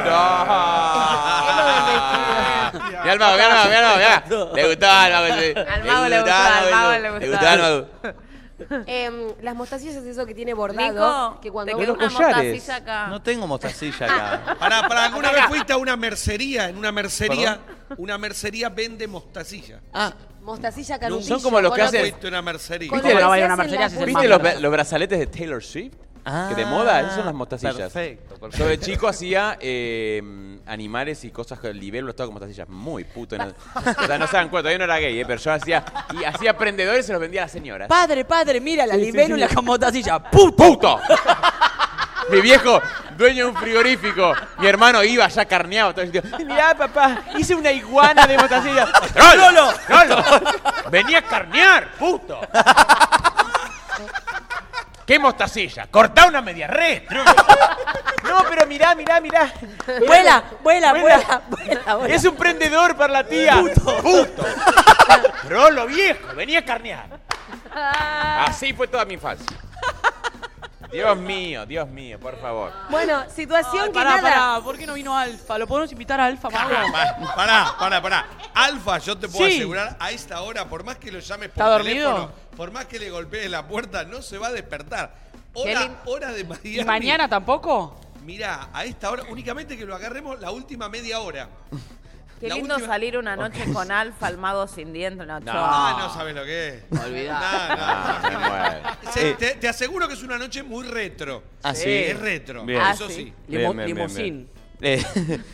[laughs] Mi alma, mi alma, mi alma, mi alma. Le gustaba al mago. sí.
Al mago le gustó,
gustaba,
al mago le
Le
gustó.
gustaba al mago.
Em, las mostacillas es eso que tiene bordado.
Nico,
que cuando
te
uno-
quedó una
collares.
mostacilla acá.
No tengo mostacilla
[laughs]
acá.
Ah, Pará, pará, ¿alguna vez fuiste a una mercería? En una mercería, una mercería vende mostacilla.
Ah,
Mostacilla canutillo.
Son como los
con
que
¿Nunca
hacen-
fuiste a una mercería?
con
¿Viste
lo
que
que
no va a ir
se
a una
hace en
mercería si
las
se
¿Viste los,
mata?
los brazaletes de Taylor Swift? que de moda, esas son las mostacillas.
Ah, Perfecto,
Yo
perfecto.
de chico hacía eh, animales y cosas, que libélulas, estaba como mostacillas. Muy puto. No, o sea, no se dan cuenta, yo no era gay, eh, pero yo hacía, y hacía prendedores y se los vendía a las señoras.
Padre, padre, mira la libélula con mostacilla. ¡Puto!
¡Puto! [laughs] Mi viejo, dueño de un frigorífico. Mi hermano iba ya carneado. Todo el sitio. Mirá, papá, hice una iguana de mostacilla. ¡Trolo! ¡Trolo! ¡Venía a carnear, puto! ¿Qué mostacilla? ¡Cortá una media red, trolo! [laughs] No, pero mirá, mirá, mirá.
Vuela, vuela,
Vuela.
vuela, vuela, vuela.
Es un prendedor para la tía. ¡Puto! ¡Puto! ¡Trolo viejo! ¡Venía a carnear!
Ah.
Así fue toda mi infancia. Dios mío, Dios mío, por favor.
Bueno, situación
Ay,
que
pará,
nada.
pará, ¿por qué no vino Alfa? ¿Lo podemos invitar a Alfa, Mago?
Pará, pará, pará. Alfa, yo te puedo
Sí.
asegurar, a esta hora, por más que lo llames por
¿Está
teléfono,
dormido?
por más que le golpees la puerta, no se va a despertar.
Qué
Hora,
lin-
hora de Miami.
¿Y mañana tampoco?
Mirá, a esta hora, únicamente que lo agarremos la última media hora.
Qué
La
lindo
última-
salir una noche con Alfa, el mago sin dientes, no,
Ah, no sabes lo que es.
Olvidá.
No, no.
Ah, me muero.
Se- te, te aseguro que es una noche muy retro.
Ah, sí.
Es retro.
Bien.
Ah,
Eso
sí.
sí.
Limo-
Bien, bien, bien, bien.
Limosín.
[laughs]
Eh,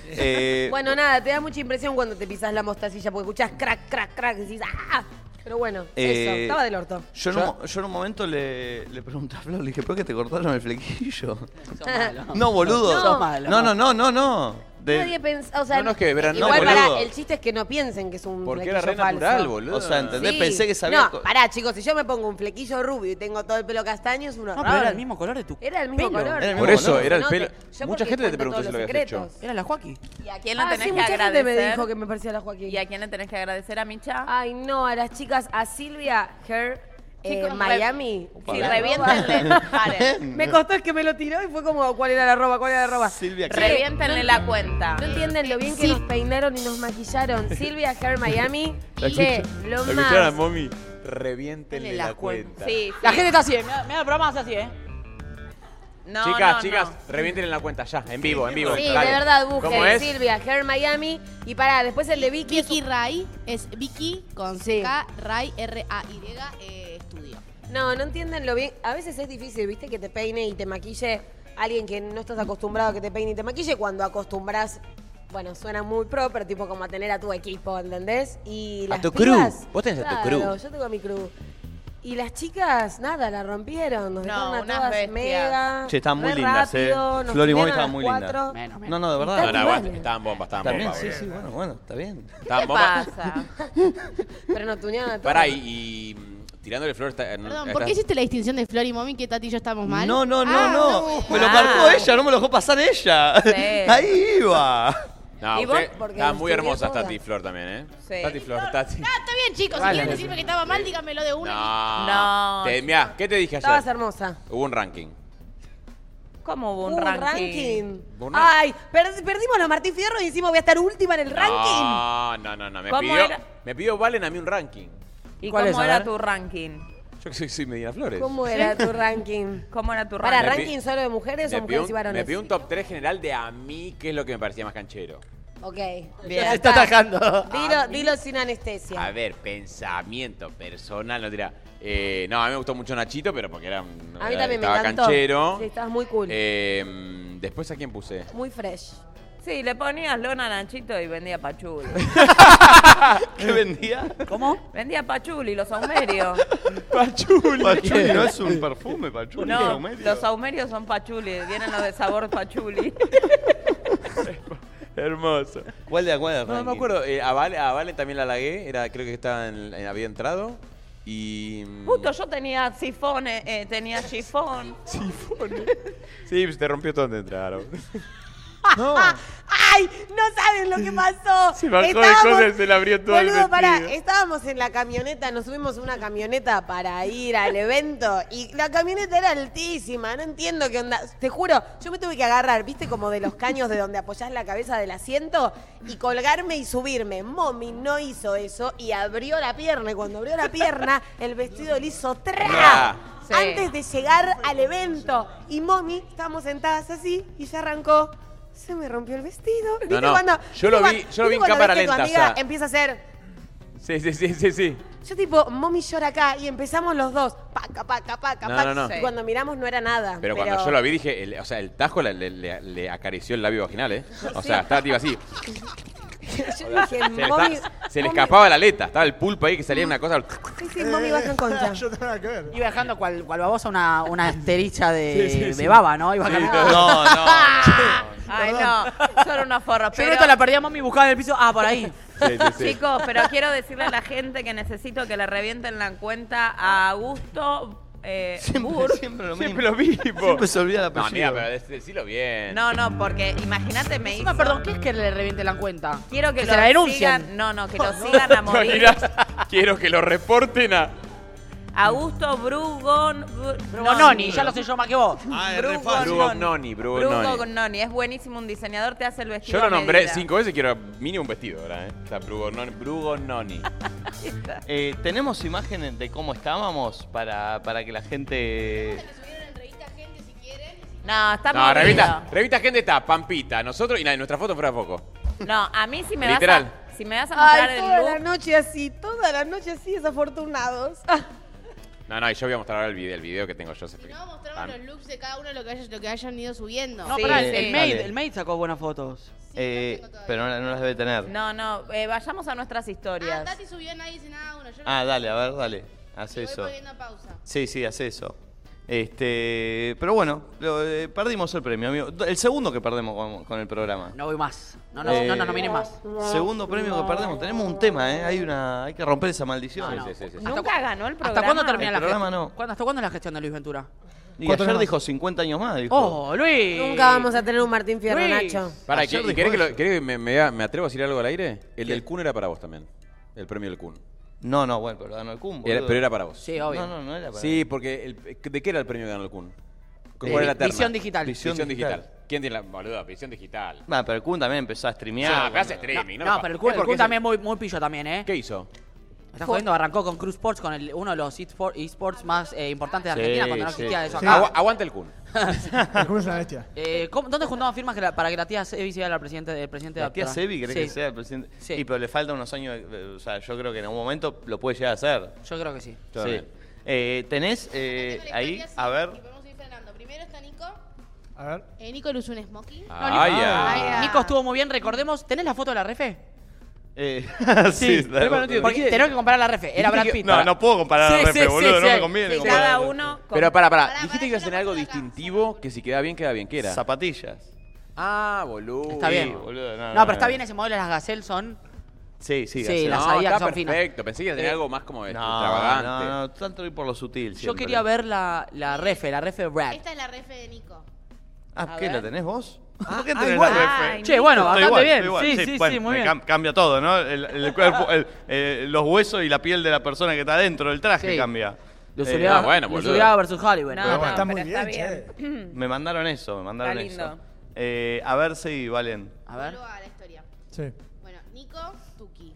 eh,
Bueno, nada, te da mucha impresión cuando te pisas la mostacilla, porque escuchás crack, crack, crack, y decís, ¡ah! Pero bueno, eso,
Eh,
estaba del orto.
Yo en, un, mo- yo en un momento le, le pregunté a Flor, le dije, ¿pero qué te cortaron el flequillo?
[laughs]
Sos malo.
[laughs] No, boludo.
Sos malo.
No, no, no, no, no. de-
Nadie pensaba, o sea,
No nos quebran, no,
igual pará,
boludo.
el chiste es que no piensen que es un
Porque era
flequillo
re
falso.
natural, boludo. O sea, ¿entendés?
Sí.
Pensé que sabía
No,
co-
pará, chicos, si yo me pongo un flequillo rubio y tengo todo el pelo castaño, es un
Ah,
horror.
Ah, pero era el mismo color de tu
Era el mismo
pelo.
color.
Era el
Por
mismo
eso,
color.
era el
No,
pelo.
te-
Mucha
yo porque
gente te
cuento
preguntó
todos
si lo
los
habías hecho.
secretos.
Era la Joaquín.
¿Y a quién le
Ah,
tenés
sí,
que
mucha
agradecer?
gente me dijo que me parecía la Joaquín.
¿Y a quién le tenés que agradecer a Micha?
Ay, no, a las chicas, a Silvia, Her, eh,
Chicos, re-
Miami.
Opa,
Sí, [laughs]
ven.
reviéntenle.
Paren.
Me costó es que me lo tiró y fue como, ¿cuál era la roba? ¿Cuál era la roba?
Silvia,
Sí.
Reviéntenle la cuenta.
No entienden lo bien que nos peinaron y
[laughs]
nos maquillaron. Silvia, Her, Miami.
La
Che,
escucha-
lo
la
más.
escucharon a Mommy. Reviéntenle la cuenta.
Sí,
La gente está así, eh. mira mira, el programa hace así, ¿eh?
No,
chicas,
no,
chicas,
no.
reviéntenle la cuenta ya, en vivo, en vivo.
Sí,
Dale.
de verdad,
¿Cómo
busquen
es?
Silvia, Her, Miami. Y pará, después el de Vicky.
Vicky Ray es Vicky con
Sí.
K, Ray, R-A-Y, eh, estudio.
No, no entienden lo bien. A veces es difícil, viste, que te peine y te maquille alguien que no estás acostumbrado a que te peine y te maquille. Cuando acostumbras, bueno, suena muy pro, pero tipo como a tener a tu equipo, ¿entendés? Y
A
las
tu
pibas-
crew. Vos tenés a tu
Claro,
crew.
yo tengo a mi crew. Y las chicas, nada, la rompieron. Nos dejaron a
unas
todas
bestias.
mega.
Che, estaban muy
re
lindas, eh.
rápido, nos
Flor y Moni
tiraron a
estaban
las
muy
cuatro.
lindas. No, no, de verdad.
No, no, aguante, estaban bombas, estaban
También,
bombas.
sí,
boludo.
sí, bueno, bueno, está bien.
Estaban
¿Qué
bombas.
pasa?
Pero nos tunearon a todas.
Pará, y, y, mm, tirándole flores.
Perdón, ¿por qué hiciste la distinción de Flor y Momi que Tati y yo estamos mal?
No, no, no,
Ah,
no. Me lo
Ah.
marcó ella, no me lo dejó pasar ella.
Sí.
[laughs] Ahí iba.
No,
¿Y vos?
usted-
Porque
estaban
nos
muy hermosas
tuvieron
Tati y
todas.
Flor también, ¿eh?
Sí.
Tati y Flor, Tati.
Ah, está bien, chicos. Si
Vale.
quieren decirme que estaba mal, dígamelo de una.
No.
No.
Te, mirá, ¿qué te dije
Estabas
ayer?
hermosa.
Hubo un ranking.
¿Cómo hubo un,
Hubo
ranking?
Hubo un
Uh, Ay, per- perdimos los Martín Fierro y encima voy a estar última en el ranking.
No, no, no, no. Me
¿Cómo
pidió,
era?
me pidió Valen a mí un ranking.
¿Y
¿Cuál es?
cómo
A
era
ver.
tu ranking?
Yo que soy, soy Medina Flores.
¿Cómo era tu ranking?
¿Cómo era tu
¿Para
ranking?
Me pi-
ranking solo de mujeres o
Me pidió,
mujeres y
un,
varones?
me pidió un top 3 general de a mí, que es lo que me parecía más canchero.
Ok.
Bien.
Ya
Está
atajando.
Ah,
Dilo, dilo sin anestesia.
A ver, pensamiento personal, no dirá. Eh, no, a mí me gustó mucho Nachito, pero porque era un.
A mí
era-
también me
estaba
encantó.
canchero.
Sí, estabas muy cool.
Eh, después a quién puse.
Muy fresh.
Sí, le ponías lona a Nachito y vendía pachuli.
[laughs] ¿Qué vendía?
¿Cómo?
vendía pachuli, los saumerios.
Pachuli.
Pachuli no es un perfume, Pachuli. es
No,
saumerio.
los saumerios son pachuli, vienen los de sabor pachuli.
[laughs] Hermoso.
¿Cuál de cuál era el
No, no me
ranking?
acuerdo. Eh, a, Vale, a Vale también la lagué. Era, creo que estaba en, en- había entrado. Y. mm,
Justo yo tenía sifones, eh, tenía chifón.
Sí, pues, te rompió todo donde entraron.
[laughs] ¡Ay! No saben lo que pasó.
Se bajó de cosas y se le abrió todo el
Boludo, pará,
vestido.
estábamos en la camioneta, nos subimos a una camioneta para ir al evento y la camioneta era altísima, no entiendo qué onda. Te juro, yo me tuve que agarrar, viste, como de los caños de donde apoyás la cabeza del asiento y colgarme y subirme. Mommy no hizo eso y abrió la pierna y cuando abrió la pierna, el vestido le hizo
Nah.
tra.
Sí.
Antes de llegar al evento. Y mommy, estábamos sentadas así y ya arrancó. Se me rompió el vestido. ¿Viste
no,
cuando-
yo
viste
lo vi- yo lo vi
cuando- viste
en
cuando
cámara
ves que
lenta,
Tu amiga
o sea.
empieza a hacer.
[laughs] Sí, sí, sí, sí, sí.
Yo tipo, mommy llora acá y empezamos los dos. Paca, paca, paca,
No,
paca.
no, no.
Y cuando miramos no era
Ah,
nada.
Pero cuando yo lo vi dije, el- o sea, el tajo le, le- le- le acarició el labio vaginal,
[laughs]
¿eh? O sea, estaba tipo así.
[laughs] Yo dije,
Se le,
mommy.
está- se le
mommy-
escapaba la aleta. Estaba el pulpo ahí que salía una cosa. [laughs]
Sí, sí, mommy baja en
[laughs]
concha.
Yo tengo nada que ver.
Iba dejando cual, cual babosa una, una estericha de, de baba, ¿no? Iba caminando.
No,
[laughs]
no.
Ah.
Ah,
Ay, no, son unos forros.
Yo
Pero,
no esta la perdía mami buscaba en el piso. Ah, por
[laughs]
ahí.
Chicos, pero quiero decirle a la gente que necesito que le revienten la cuenta a Augusto eh, Burr.
siempre lo [laughs]
Siempre lo mismo.
Siempre se olvida la
No, mira,
apellido.
pero dec- decilo bien. [laughs]
No, no, porque imagínate, me hizo...
Encima, perdón, ¿qué es que le reviente la cuenta?
Quiero que,
Que
lo
se la denuncien.
sigan... No, no,
[laughs]
que lo sigan a
¿Te
morir.
imaginas? Quiero que lo reporten a.
Augusto Brugon... Bru-
No, Noni, ya lo sé yo más que vos.
Ah, es re
Brugo
fácil.
Brugo Noni, Brugo
Brugo
Noni.
Noni, es buenísimo un diseñador, te hace el vestido
Yo lo
a
nombré
medida.
cinco veces, quiero mínimo un vestido ahora, ¿eh? Está Brugo Noni. Brugo Noni.
[laughs] Eh, ¿Tenemos imágenes de cómo estábamos para, para que la gente...
[laughs] No, está
No,
muy
revista,
lindo.
revista gente está, Pampita, nosotros y la de nuestra foto fuera de foco.
No, a mí si me
Literal.
vas a... Si me vas a mostrar
Ay, toda la
el look...
noche así, toda la noche así, desafortunados.
Ah.
No, no, y yo voy a mostrar ahora el video, el video que tengo yo. ese
No,
Ah.
mostramos los looks de cada uno lo que, hayan, lo que hayan ido subiendo.
No,
Sí,
pará, el,
sí.
el maid,
Dale.
el maid sacó buenas fotos.
Eh, pero no, no las debe tener.
No, no, eh, vayamos a nuestras
Ah,
historias.
Tati subió, nadie dice nada uno. Yo no-
Ah, dale, a ver, dale. Haz
Voy
eso.
poniendo pausa.
Sí, sí, haz eso. Este, pero bueno, lo, eh, perdimos el premio, amigo. El segundo que perdemos con, con el programa.
No voy más. No, no, no, no, no miren más.
Segundo premio que perdemos. Tenemos un tema, ¿eh? Hay, una, hay que romper esa
Ah,
maldición.
No, no.
Sí, sí, sí, sí.
Nunca ganó el programa.
¿Hasta cuándo termina
El
la
programa
gestión?
no.
¿Cuándo- ¿Hasta cuándo la gestión de Luis Ventura?
Y
Cuatro
ayer
más.
dijo 50 años más. Dijo.
¡Oh, Luis!
Nunca vamos a tener un Martín Fierro,
Luis.
Nacho.
Para,
Ayer
¿qué-
dijo
¿querés que, lo-
eso.
querés que me, me da- me atrevo a decir algo al aire? El del Kun era para vos también. El premio del Kun.
No, no, bueno, pero ganó el Kun.
Era-
boludo.
pero era para vos.
Sí, obvio.
No, no, no era para
Sí, porque el- eh, ¿de qué era el premio que ganó el Kun? ¿Cuál
Eh,
era la terna?
visión digital.
Visión,
Visión
digital.
digital.
¿Quién tiene la boluda? Visión digital.
Ah, pero el Kun también empezó a streamear.
Ya, acá
cuando-
hace streaming.
No,
No,
pero el Kun, el Kun también muy, muy pillo también, ¿eh?
¿Qué hizo?
Me Estás jodiendo, arrancó con Cruz Sports, con el- uno de los eSpor- esports más eh, importantes de
Sí,
Argentina, cuando no
sí,
existía
sí,
eso
sí.
acá.
Agua- aguanta el
[laughs]
Kun.
Uno es una bestia.
Eh, ¿cómo- ¿Dónde juntaban firmas que la- para que la tía Sebi sea la presidenta del presidente de
La tía
Aptra?
Sebi cree
Sí,
que sea el presidente.
Sí.
Y pero le falta unos años. eh, O sea, yo creo que en algún momento lo puede llegar a hacer.
Yo creo que sí.
Sí.
Claramente.
Eh, tenés eh, ahí, a ver.
Podemos ir frenando. Primero está Nico.
A ver.
Eh, Nico luce un smoking.
Ah,
Ay, ay.
Nico estuvo muy bien, recordemos. ¿Tenés la foto de la refe? [laughs]
eh, [laughs]
Sí,
la-
pero no entiendo.
Porque
Dijiste-
tenemos que comparar la refe. Era
dijiste
Brad
que-
Pitt.
No, no puedo comparar
Sí,
a Refe,
sí,
boludo.
sí,
no
sí.
me conviene.
Sí,
comparar a
cada
Refe.
uno. con-
Pero pará, pará.
Pará, pará,
Dijiste que
yo
ibas a hacer
la
algo
pongo acá.
distintivo, que si queda bien, queda bien. ¿Qué era?
Zapatillas.
Ah, boludo.
Está bien.
boludo, no,
no,
no,
pero está
no.
bien ese modelo, las Gazelle son...
Sí, sí,
Sí,
Gacela.
las
no,
sabía que
está
son finas.
perfecto. Pensé que iba a tener algo más como
No,
extravagante.
no, no, tanto ir por lo sutil.
Yo
siempre.
quería ver la, la refe, la refe de Brad.
Esta es la refe de Nico.
Ah,
A
¿qué?
ver.
¿La tenés vos? ¿Por qué
ah,
tenés
igual.
la Refe?
Ay,
Che, bueno,
Estoy
bastante
igual,
bien.
estoy igual.
Sí, sí, sí,
bueno,
muy
me
bien.
cam- cambia todo, ¿no? El, el cuerpo, el- eh, los huesos y la piel de la persona que está adentro, el traje
Sí.
cambia. Eh,
Luzuliaga-
ah, bueno, boludo.
Luzuliaga versus Hollywood.
No,
Pero
no,
está muy
pero
bien,
está
che.
me mandaron eso, me mandaron
Está lindo.
eso. Eh, a ver si Valen.
A ver.
Vuelvo a la historia.
Sí.
Bueno, Nico, Tuki.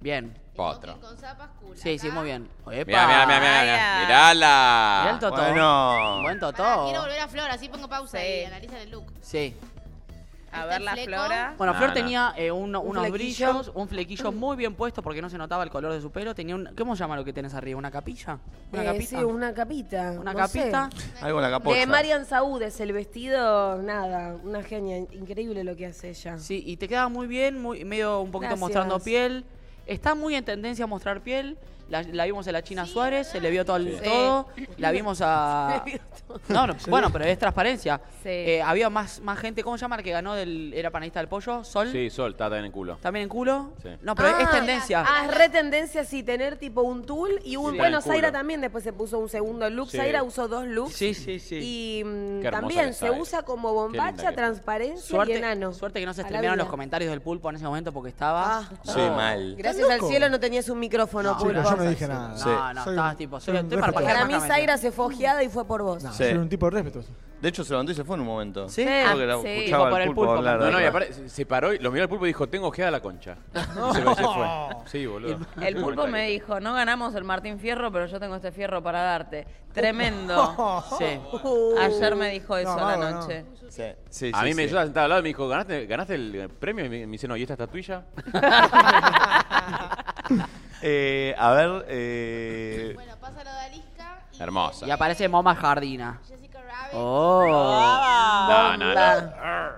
Bien.
Otro.
Smoking Con zapas cool.
Sí, sí,
Acá.
muy bien. Epa.
Mirá, mirá, mirá, mirá, mirá.
Ay,
Mirala.
Mirá el totó.
Bueno.
Buen totó.
Pará, quiero volver a Flor, así pongo pausa
Sí.
y analizan el look.
Sí.
A
Está
ver
el
la
fleco.
flora.
Bueno,
No,
Flor
no.
tenía eh, un- unos
flequillo.
brillos, un flequillo muy bien puesto porque no se notaba el color de su pelo. Tenía un. ¿Cómo se llama lo que tenés arriba? ¿Una capilla? ¿Una
Eh,
capita?
sí, una capita.
Una
no sé.
capita.
Algo en la capocha.
De Marian Saúd es el vestido, nada, una genia, increíble lo que hace ella.
Sí, y te queda muy bien, muy, medio un poquito
Gracias.
mostrando piel. Está muy en tendencia a mostrar piel. La, la vimos en la China Suárez, se le vio todo. el-
Sí.
todo. La vimos
[laughs]
a. No, no, bueno, pero es transparencia.
Sí.
Eh, había más, más gente, ¿cómo se llama? El que ganó del. Era panadista del pollo, Sol.
Sí, Sol, está también en el culo.
También en culo.
Sí.
No, pero es tendencia.
Ah, es re tendencia, sí, tener tipo un tul y un...
Sí.
bueno,
Con el
Zaira
culo.
también después se puso un segundo look.
Sí.
Zaira usó dos looks.
Sí, sí, sí.
Y mm,
Qué hermosa que
también se
está, eh.
usa como
linda
bombacha,
que-
transparencia y
Suerte,
enano.
suerte que no se
A la
estremearon
vida.
los comentarios del pulpo en ese momento porque estaba.
Ah.
Sí, mal.
Gracias al
loco?
cielo no tenías un micrófono,
No,
Chicos,
Pulpo.
yo no dije nada.
No, no,
Soy
estabas
un-
tipo.
soy
Soy,
un
estoy para
respeto.
pajear
Para mí
más que
Zaira se fue ojeada y fue por vos.
No,
Sí.
soy un tipo respetuoso.
De hecho, se levantó y se fue en un momento.
Sí.
Creo que
Ah,
la
sí.
escuchaba
Dijo por
al
el
pulpo,
pulpo,
hablar.
No, no, y
¿verdad?
aparte se- se paró, y lo miró al pulpo y dijo, tengo ojeada la
[laughs]
concha. Y se, se fue. Sí, boludo.
El pulpo me dijo, no ganamos el Martín Fierro, pero yo tengo este fierro para darte. [laughs]
[laughs]
Tremendo.
[laughs] Sí.
Ayer me dijo eso
No,
a la
no, no.
noche.
Uh. Sí, sí,
A
sí,
mí me
sí.
yo estaba sentado al lado y me dijo, ¿ganaste, ganaste el premio? Y me, me dice, no, ¿y esta estatuilla?
[laughs] Eh, a ver, eh,
Bueno, pasa lo de Aliska. y-
Hermosa.
Y aparece Moma Jardina.
Jessica Rabbit.
Oh.
No, no, no.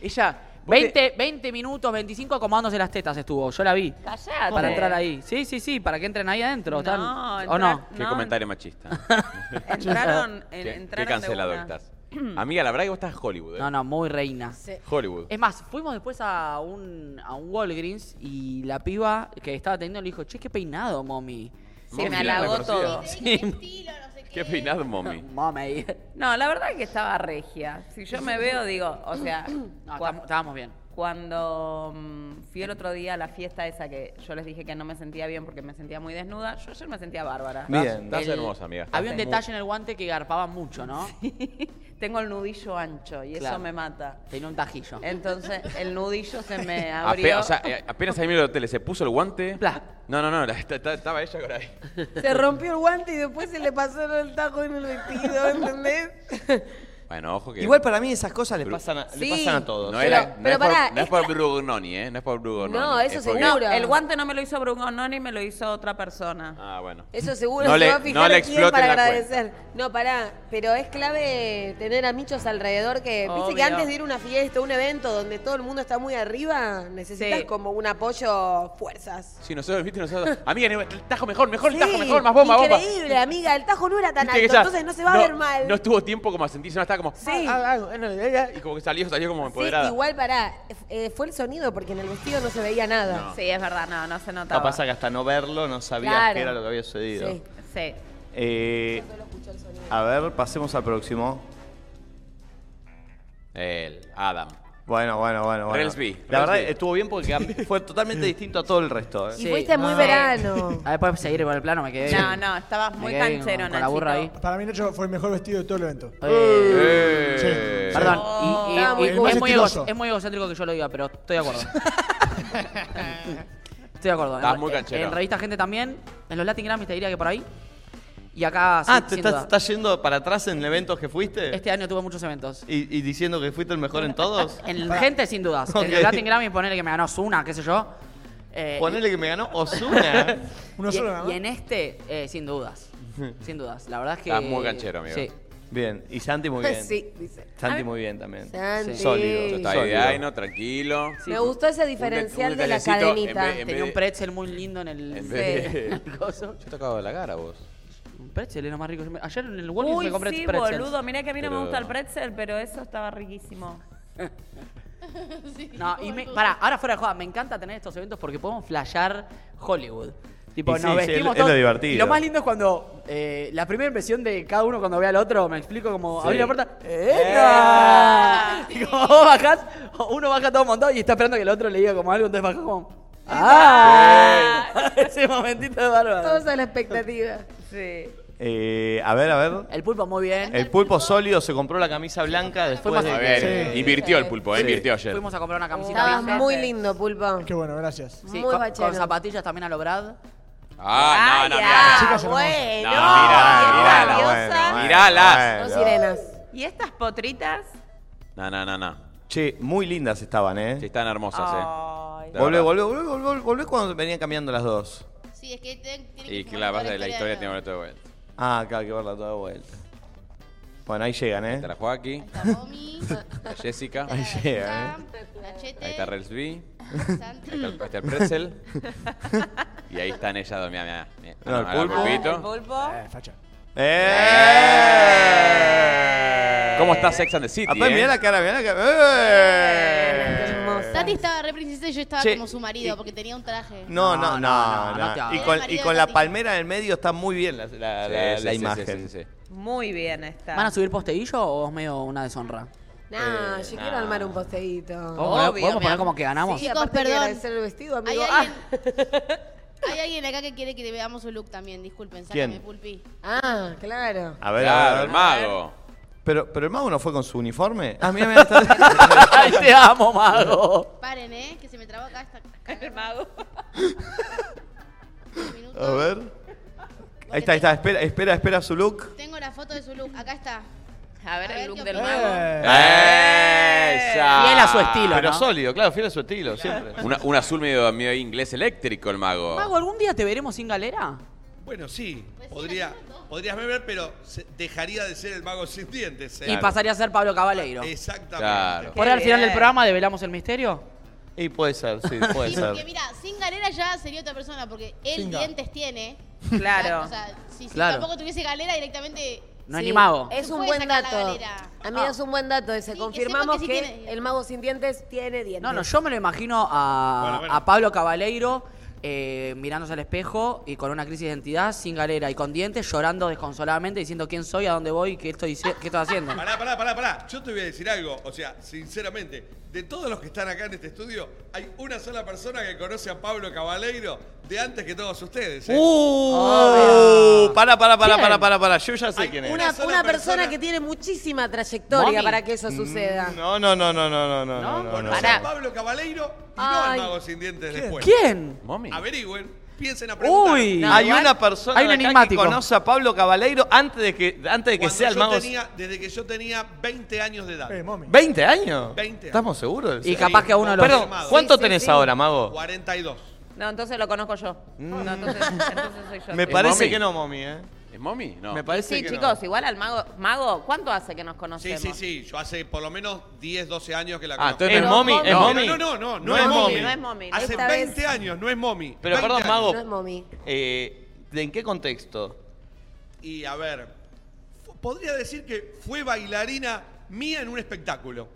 Ella, 20, 20 minutos, 25 acomodándose las tetas estuvo. Yo la vi.
Callate.
Para entrar ahí. Sí, sí, sí, para que entren ahí adentro.
Ah, No,
están- ¿O
entrar-
no?
Qué
No.
comentario
[laughs]
machista.
Entraron, en-
qué,
entraron
qué cancelado
de una. [clears throat]
estás. Amiga, la verdad que vos estás Hollywood, ¿eh?
No, no, muy reina.
Hollywood.
Es más, fuimos después a un, a un Walgreens y la piba que estaba teniendo le dijo, che, qué peinado, mommy.
Se me
Mami, la
halagó
conocía.
todo.
Sí, qué estilo, no sé qué.
Qué [laughs] peinado, mommy.
Mommy.
No, la verdad es que estaba regia. Si yo me veo, digo, o sea,
No,
cua-
estábamos- estábamos bien.
cuando mm, fui el otro día a la fiesta esa que yo les dije que no me sentía bien porque me sentía muy desnuda, yo ayer me sentía bárbara.
Bien.
Estás- Estás
El-
hermosa, amiga. Estás
Había un
muy-
detalle en el guante que garpaba mucho,
[laughs]
¿no?
Tengo el nudillo ancho y
Claro.
eso me mata.
Tenía un tajillo.
Entonces el nudillo se
[laughs]
me
Ape-
abrió.
o sea, eh, apenas salí del hotel, se puso el guante.
Pla.
No, no, no, la- esta- esta- estaba ella con ahí.
Se rompió el guante y después se le pasó el tajo en el vestido, ¿entendés?
Bueno, ojo que.
Igual para mí esas cosas le pasan a,
Sí.
le pasan a todos.
No,
¿eh?
Pero-
era- no
pero
es por,
pará,
no es por Brugnoni, ¿eh? No es por Brugnoni.
No,
es porque-
el guante no me lo hizo Brugononi, me lo hizo otra persona.
Ah, bueno.
Eso seguro
No
se
le-
va a fijar
no le
a quién
exploten
para
la
agradecer. No, pará, pero es clave tener a michos alrededor que, viste que
Obvio.
antes de ir a una fiesta, un evento donde todo el mundo está muy arriba, necesitas
Sí.
como un apoyo fuerzas.
Sí, nosotros, viste, nosotros. Amiga, el tajo mejor, mejor el tajo,
Sí,
mejor, más bomba, bomba.
Increíble, amiga, el tajo no era tan
Viste
alto,
que ella
entonces no se va a ver mal.
No Ah, estuvo tiempo como a sentirse, no estaba como.
Sí.
Y como que salió, salió como
Sí,
empoderada.
igual pará, eh, fue el sonido porque en el vestido no se veía nada.
No.
Sí, es verdad, no, no se notaba.
Capaz que hasta no verlo no sabías
Claro.
qué era lo que había sucedido.
Sí. Sí.
Eh, a ver, pasemos al próximo.
El Adam.
Bueno, bueno, bueno. bueno.
Relsby,
La verdad
Relsby.
estuvo bien porque cambi- fue totalmente distinto a todo el resto. ¿eh?
Y fuiste muy
[laughs]
verano.
A ver, ¿puedes Ah, seguir con el plano? Me quedé.
No, no, estabas
Me
muy
quedé con-
canchero,
con la burra ahí.
Nachito.
Para mí Nacho fue el mejor vestido de todo el evento.
Eh.
Sí.
Perdón,
Oh.
Sí.
y- y-
Estaba
y-
muy cool.
es, muy
estiloso.
ego- es muy egocéntrico que yo lo diga, pero estoy
[laughs]
de acuerdo. estoy de acuerdo.
Estás
En-
muy canchero.
En, revista Gente también, en los Latin Grammys te diría que por ahí. Y acá,
Ah,
sin-
¿te
sin
estás,
duda.
estás yendo para atrás en eventos que fuiste?
Este año tuve muchos eventos.
¿Y, y diciendo que fuiste el mejor en todos?
[laughs] En Gente, sin dudas.
Ok.
En los Latin Grammys, ponele que me ganó Zuna, qué sé yo. Eh,
Ponele que me ganó
[laughs]
Osuna.
y,
solo nada más.
y en este, eh,
[laughs]
sin dudas. Sin dudas. La verdad es que.
Estás muy canchero,
amigo.
Sí.
Bien, y Santi muy bien.
[laughs] Sí, dice.
Santi muy bien también.
Santi.
Sólido.
Yo estaba
sólido.
ahí, ¿no? Tranquilo.
Me gustó ese diferencial de la cadenita.
Tenía un pretzel muy lindo en el. [laughs]
en vez de-
en el coso.
Yo te acabo de la cara, vos.
Un pretzel era más rico. Yo me- Ayer en el Walgreens
Uy,
me compré
sí,
pretzels.
boludo, mirá que a mí no me
Pero-
gusta el pretzel, pero eso estaba riquísimo.
No, y me, pará, ahora fuera de joda, me encanta tener estos eventos porque podemos flashear Hollywood. Tipo,
Y sí,
nos
sí,
vestimos
es- es lo
todos-
divertido.
Y lo más lindo es cuando eh, la primera impresión de cada uno cuando ve al otro, me explico como
Sí. Eh.
abrí la puerta. ¡Eta! Y como vos bajás, uno baja todo montado y está esperando que el otro le diga como algo, entonces bajás como. ¡Ah! [laughs] Ese momentito de bárbaro.
Todos a la expectativa.
Sí.
Eh, a ver, a ver.
El pulpo muy bien.
El pulpo sólido se compró la camisa blanca después de
a
que-
ver, invirtió el pulpo, ¿eh? invirtió ayer.
Fuimos a comprar una camiseta.
Estabas
vintage.
muy lindo, Pulpo.
Qué bueno, gracias.
Sí,
muy
con- con,
bachero.
zapatillas también a lo Brad.
Ah, no, no,
Ay,
mirá.
ah,
Chicas
bueno.
No, mirá, mirá,
Diosa.
bueno, Miralas.
Dos sirenas.
¿Y estas potritas?
No, no, no, no.
Che, muy lindas estaban, ¿eh? Sí,
están hermosas,
Oh.
¿eh?
De
Volvé,
verdad.
volvé, volvé, volvé, volvé cuando venían cambiando las dos.
Sí, es que te- tiene
Y
que
que la base de la historia
de
tiene que ver todo de vuelta.
Ah, claro, hay que verla toda de vuelta. Bueno, ahí llegan, ¿eh?
Está la Joaquín,
Tommy,
[laughs] la Jessica,
Ahí llega, ¿eh?
Nachete.
ahí está Relsby, ahí está el- ahí está el [laughs] Pretzel. Y ahí están ellas dos, mira, mira.
No, el pulpo.
El pulpo.
¡Eh!
Eh. ¿Cómo está Sex and the City?
Apá,
eh?
mirá la cara, mirá la cara. ¡Eh!
Tati estaba re princesa y yo estaba
Che,
como su marido porque tenía un traje.
No, no, no, no.
no, no te
y
hagas.
con, y con la palmera en el medio está muy bien la, la-
Sí,
la-
sí,
la
sí,
imagen.
sí, sí, sí.
Muy bien está.
¿Van a subir posteguillo o es medio una deshonra?
Nah, yo quiero
nah.
armar un posteíto.
Vamos a poner- podemos poner como que ganamos.
Sí,
Chicos,
aparte hay que
perdón.
agradecer el vestido, amigo.
Hay
Ah.
Hay alguien acá que quiere que le veamos su look también, disculpen,
¿Quién?
sácame pulpi.
Ah, claro.
A ver,
Claro,
a ver.
el mago.
Pero, pero el mago no fue con su uniforme. Ah, mira, mira. está-
[laughs] ¡Ay, te amo, mago!
Paren, eh, que se me trabó acá esta
[laughs] El mago.
A ver. Ahí está, ahí está. Espera, espera, espera su look.
Tengo la foto de su look, acá está.
A ver, el look del
Eh.
mago.
¡Esa!
Fiel a su estilo,
Pero
¿no?
sólido, claro, fiel a su estilo, siempre.
Una- un azul medio, medio inglés eléctrico el mago.
Mago, ¿algún día te veremos sin galera?
Bueno, sí, podría, podrías beber, pero se- dejaría de ser el mago sin dientes. ¿eh?
Y pasaría a ser Pablo Cabaleiro.
Exactamente.
Claro.
¿Por al final del
bien.
programa develamos el misterio?
Y puede ser,
[laughs]
sí, puede
Sí,
ser.
porque mira, sin galera ya sería otra persona porque él
Sin ga-
dientes tiene.
Claro.
O sea, si, si
Claro.
tampoco tuviese galera directamente.
No es
Sí,
ni mago.
Es
Se
un
puede
buen
sacar la
dato.
galera.
Amigo, es un buen dato ese.
Sí, que
Confirmamos
sepa
que,
que sí tiene-
el mago sin dientes tiene dientes.
No, no, yo me lo imagino a,
Bueno, bueno.
a Pablo Cabaleiro eh, mirándose al espejo y con una crisis de identidad, sin galera y con dientes, llorando desconsoladamente, diciendo quién soy, a dónde voy, qué estoy, hici- qué estoy haciendo.
Pará, pará, pará, pará. Yo te voy a decir algo. O sea, sinceramente, de todos los que están acá en este estudio, hay una sola persona que conoce a Pablo Cabaleiro de antes que todos ustedes. ¿eh? Oh,
¡Uh! Para, para, para,
¿Quién?
para, para, para. Yo ya sé quién es.
Una
Una, una,
sola
persona,
persona.
que tiene muchísima trayectoria
Mami.
para que
Mm.
eso suceda.
No, no, no, no, no, no, no, no, no, no.
Conoce a Pablo Cabaleiro y no al
Ay.
mago sin dientes después.
¿Quién?
Mami.
Averigüen. Piensen a preguntar.
Uy, hay una persona
hay un
de acá
enigmático.
que conoce a Pablo Cabaleiro antes de que, antes de que
Cuando
sea el
yo
mago.
tenía- desde que yo tenía 20 años de edad.
¿20 años?
20 años.
¿Estamos seguros? de
Y
eso?
capaz que a uno lo-
Perdón, ¿cuánto
Sí, sí,
tenés
sí.
ahora, mago?
42.
No, entonces lo conozco yo. No, entonces, entonces soy yo.
Me
¿Es
parece
mommy?
que no, mommy, ¿eh?
¿Es mommy? No.
Me parece
Sí,
que no.
chicos, igual al mago. Mago, ¿cuánto hace que nos
Sí,
conocemos?
sí, sí. Yo hace por lo menos 10, 12 años que la
Ah,
conozco.
entonces no es mommy, es
No,
mommy.
No, no, no. No,
No
es
es
mommy.
mommy, no es
mommy.
Hace
Esta
20 años, no es mommy.
Pero
20
perdón,
años.
mago. eh, ¿De en qué contexto?
Y a ver, fu- podría decir que fue bailarina mía en un espectáculo.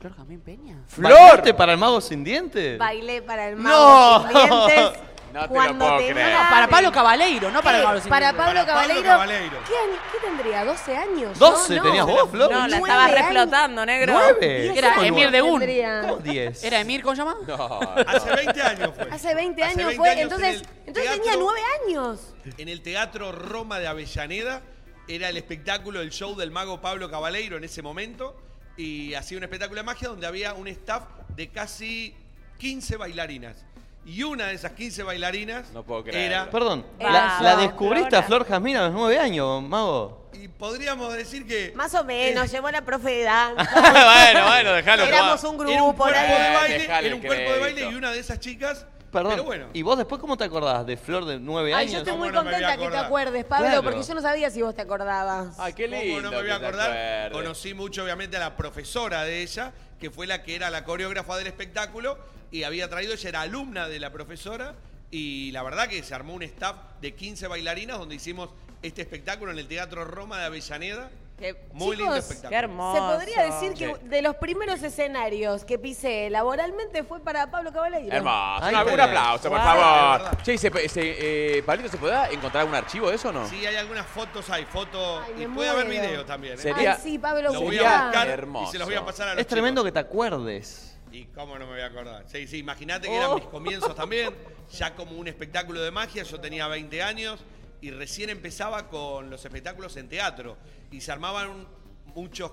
¿Flor Jamín Peña?
¿Bailaste para el mago sin dientes?
Bailé para el
¡No!
mago sin
[laughs]
dientes.
No te lo
cuando
puedo
tenía-
creer.
No, para Pablo Cabaleiro, no para
Sí,
Pablo Sin
para
Dientes.
Pablo
Para Pablo
Cabaleiro.
Cabaleiro.
¿Qué, año- qué tendría? ¿12 años?
12
no,
tenías vos, Flor.
No, la
Nueve
estaba
años.
reflotando, negro.
¿Nueve?
Era
¿Cómo
Emir
nueve?
de Gun.
Tendría-
¿Cómo diez?
¿Era Emir, cómo se llama?
No.
Hace 20 años fue.
Hace 20
Hace
años
20
fue.
años
entonces
en el
entonces tenía
teatro.
9 años.
En el Teatro Roma de Avellaneda era el espectáculo, el show del mago Pablo Cabaleiro en ese momento. Y hacía un espectáculo de magia donde había un staff de casi 15 bailarinas. Y una de esas 15 bailarinas
No puedo creerlo.
era...
Eh, Perdón,
Era
la,
Flor,
la descubriste a
Flora.
Flor Jazmín a los nueve años, mago.
Y podríamos decir que...
Más o menos, llevó la profe de
[laughs]
danza.
bueno, bueno, déjalo.
Éramos un
Era un
grupo,
cuerpo
era-
de baile,
Dejale
era un cuerpo de
crédito.
baile y una de esas chicas...
Perdón,
Pero bueno.
¿y vos después cómo te acordás de Flor de nueve
Ay,
años?
yo estoy muy
¿Cómo no me voy a
contenta que te
acordar?
acuerdes, Pablo,
Claro.
porque yo no sabía si vos te acordabas.
Ay, qué lindo.
¿Cómo no me voy a
que te
acordar?
acuerdes.
Conocí mucho, obviamente, a la profesora de ella, que fue la que era la coreógrafa del espectáculo y había traído, ella era alumna de la profesora y la verdad que se armó un staff de 15 bailarinas donde hicimos este espectáculo en el Teatro Roma de Avellaneda.
Qué-
Muy lindo
Chicos,
espectáculo.
Qué hermoso.
Se podría decir que de los primeros escenarios que pisé laboralmente fue para Pablo Caballero.
Hermoso.
Ahí
Un- un
tenés.
aplauso, por
Wow. Es
favor.
verdad.
Che, ¿se, se, eh, Pablito, ¿se podrá encontrar un archivo de eso o no?
Sí, hay algunas fotos, hay fotos
Ay, me
y puede haber
muero.
video también. ¿eh?
Sería-
Ay, sí, Pablo,
Lo voy
mirá.
a buscar y
Hermoso.
se los voy a pasar a los
Es tremendo
chicos.
que te acuerdes.
Y cómo no me voy a acordar. Sí, sí, imagínate que eran mis comienzos también, ya como un espectáculo de magia, yo tenía 20 años y recién empezaba con los espectáculos en teatro y se armaban un- muchos,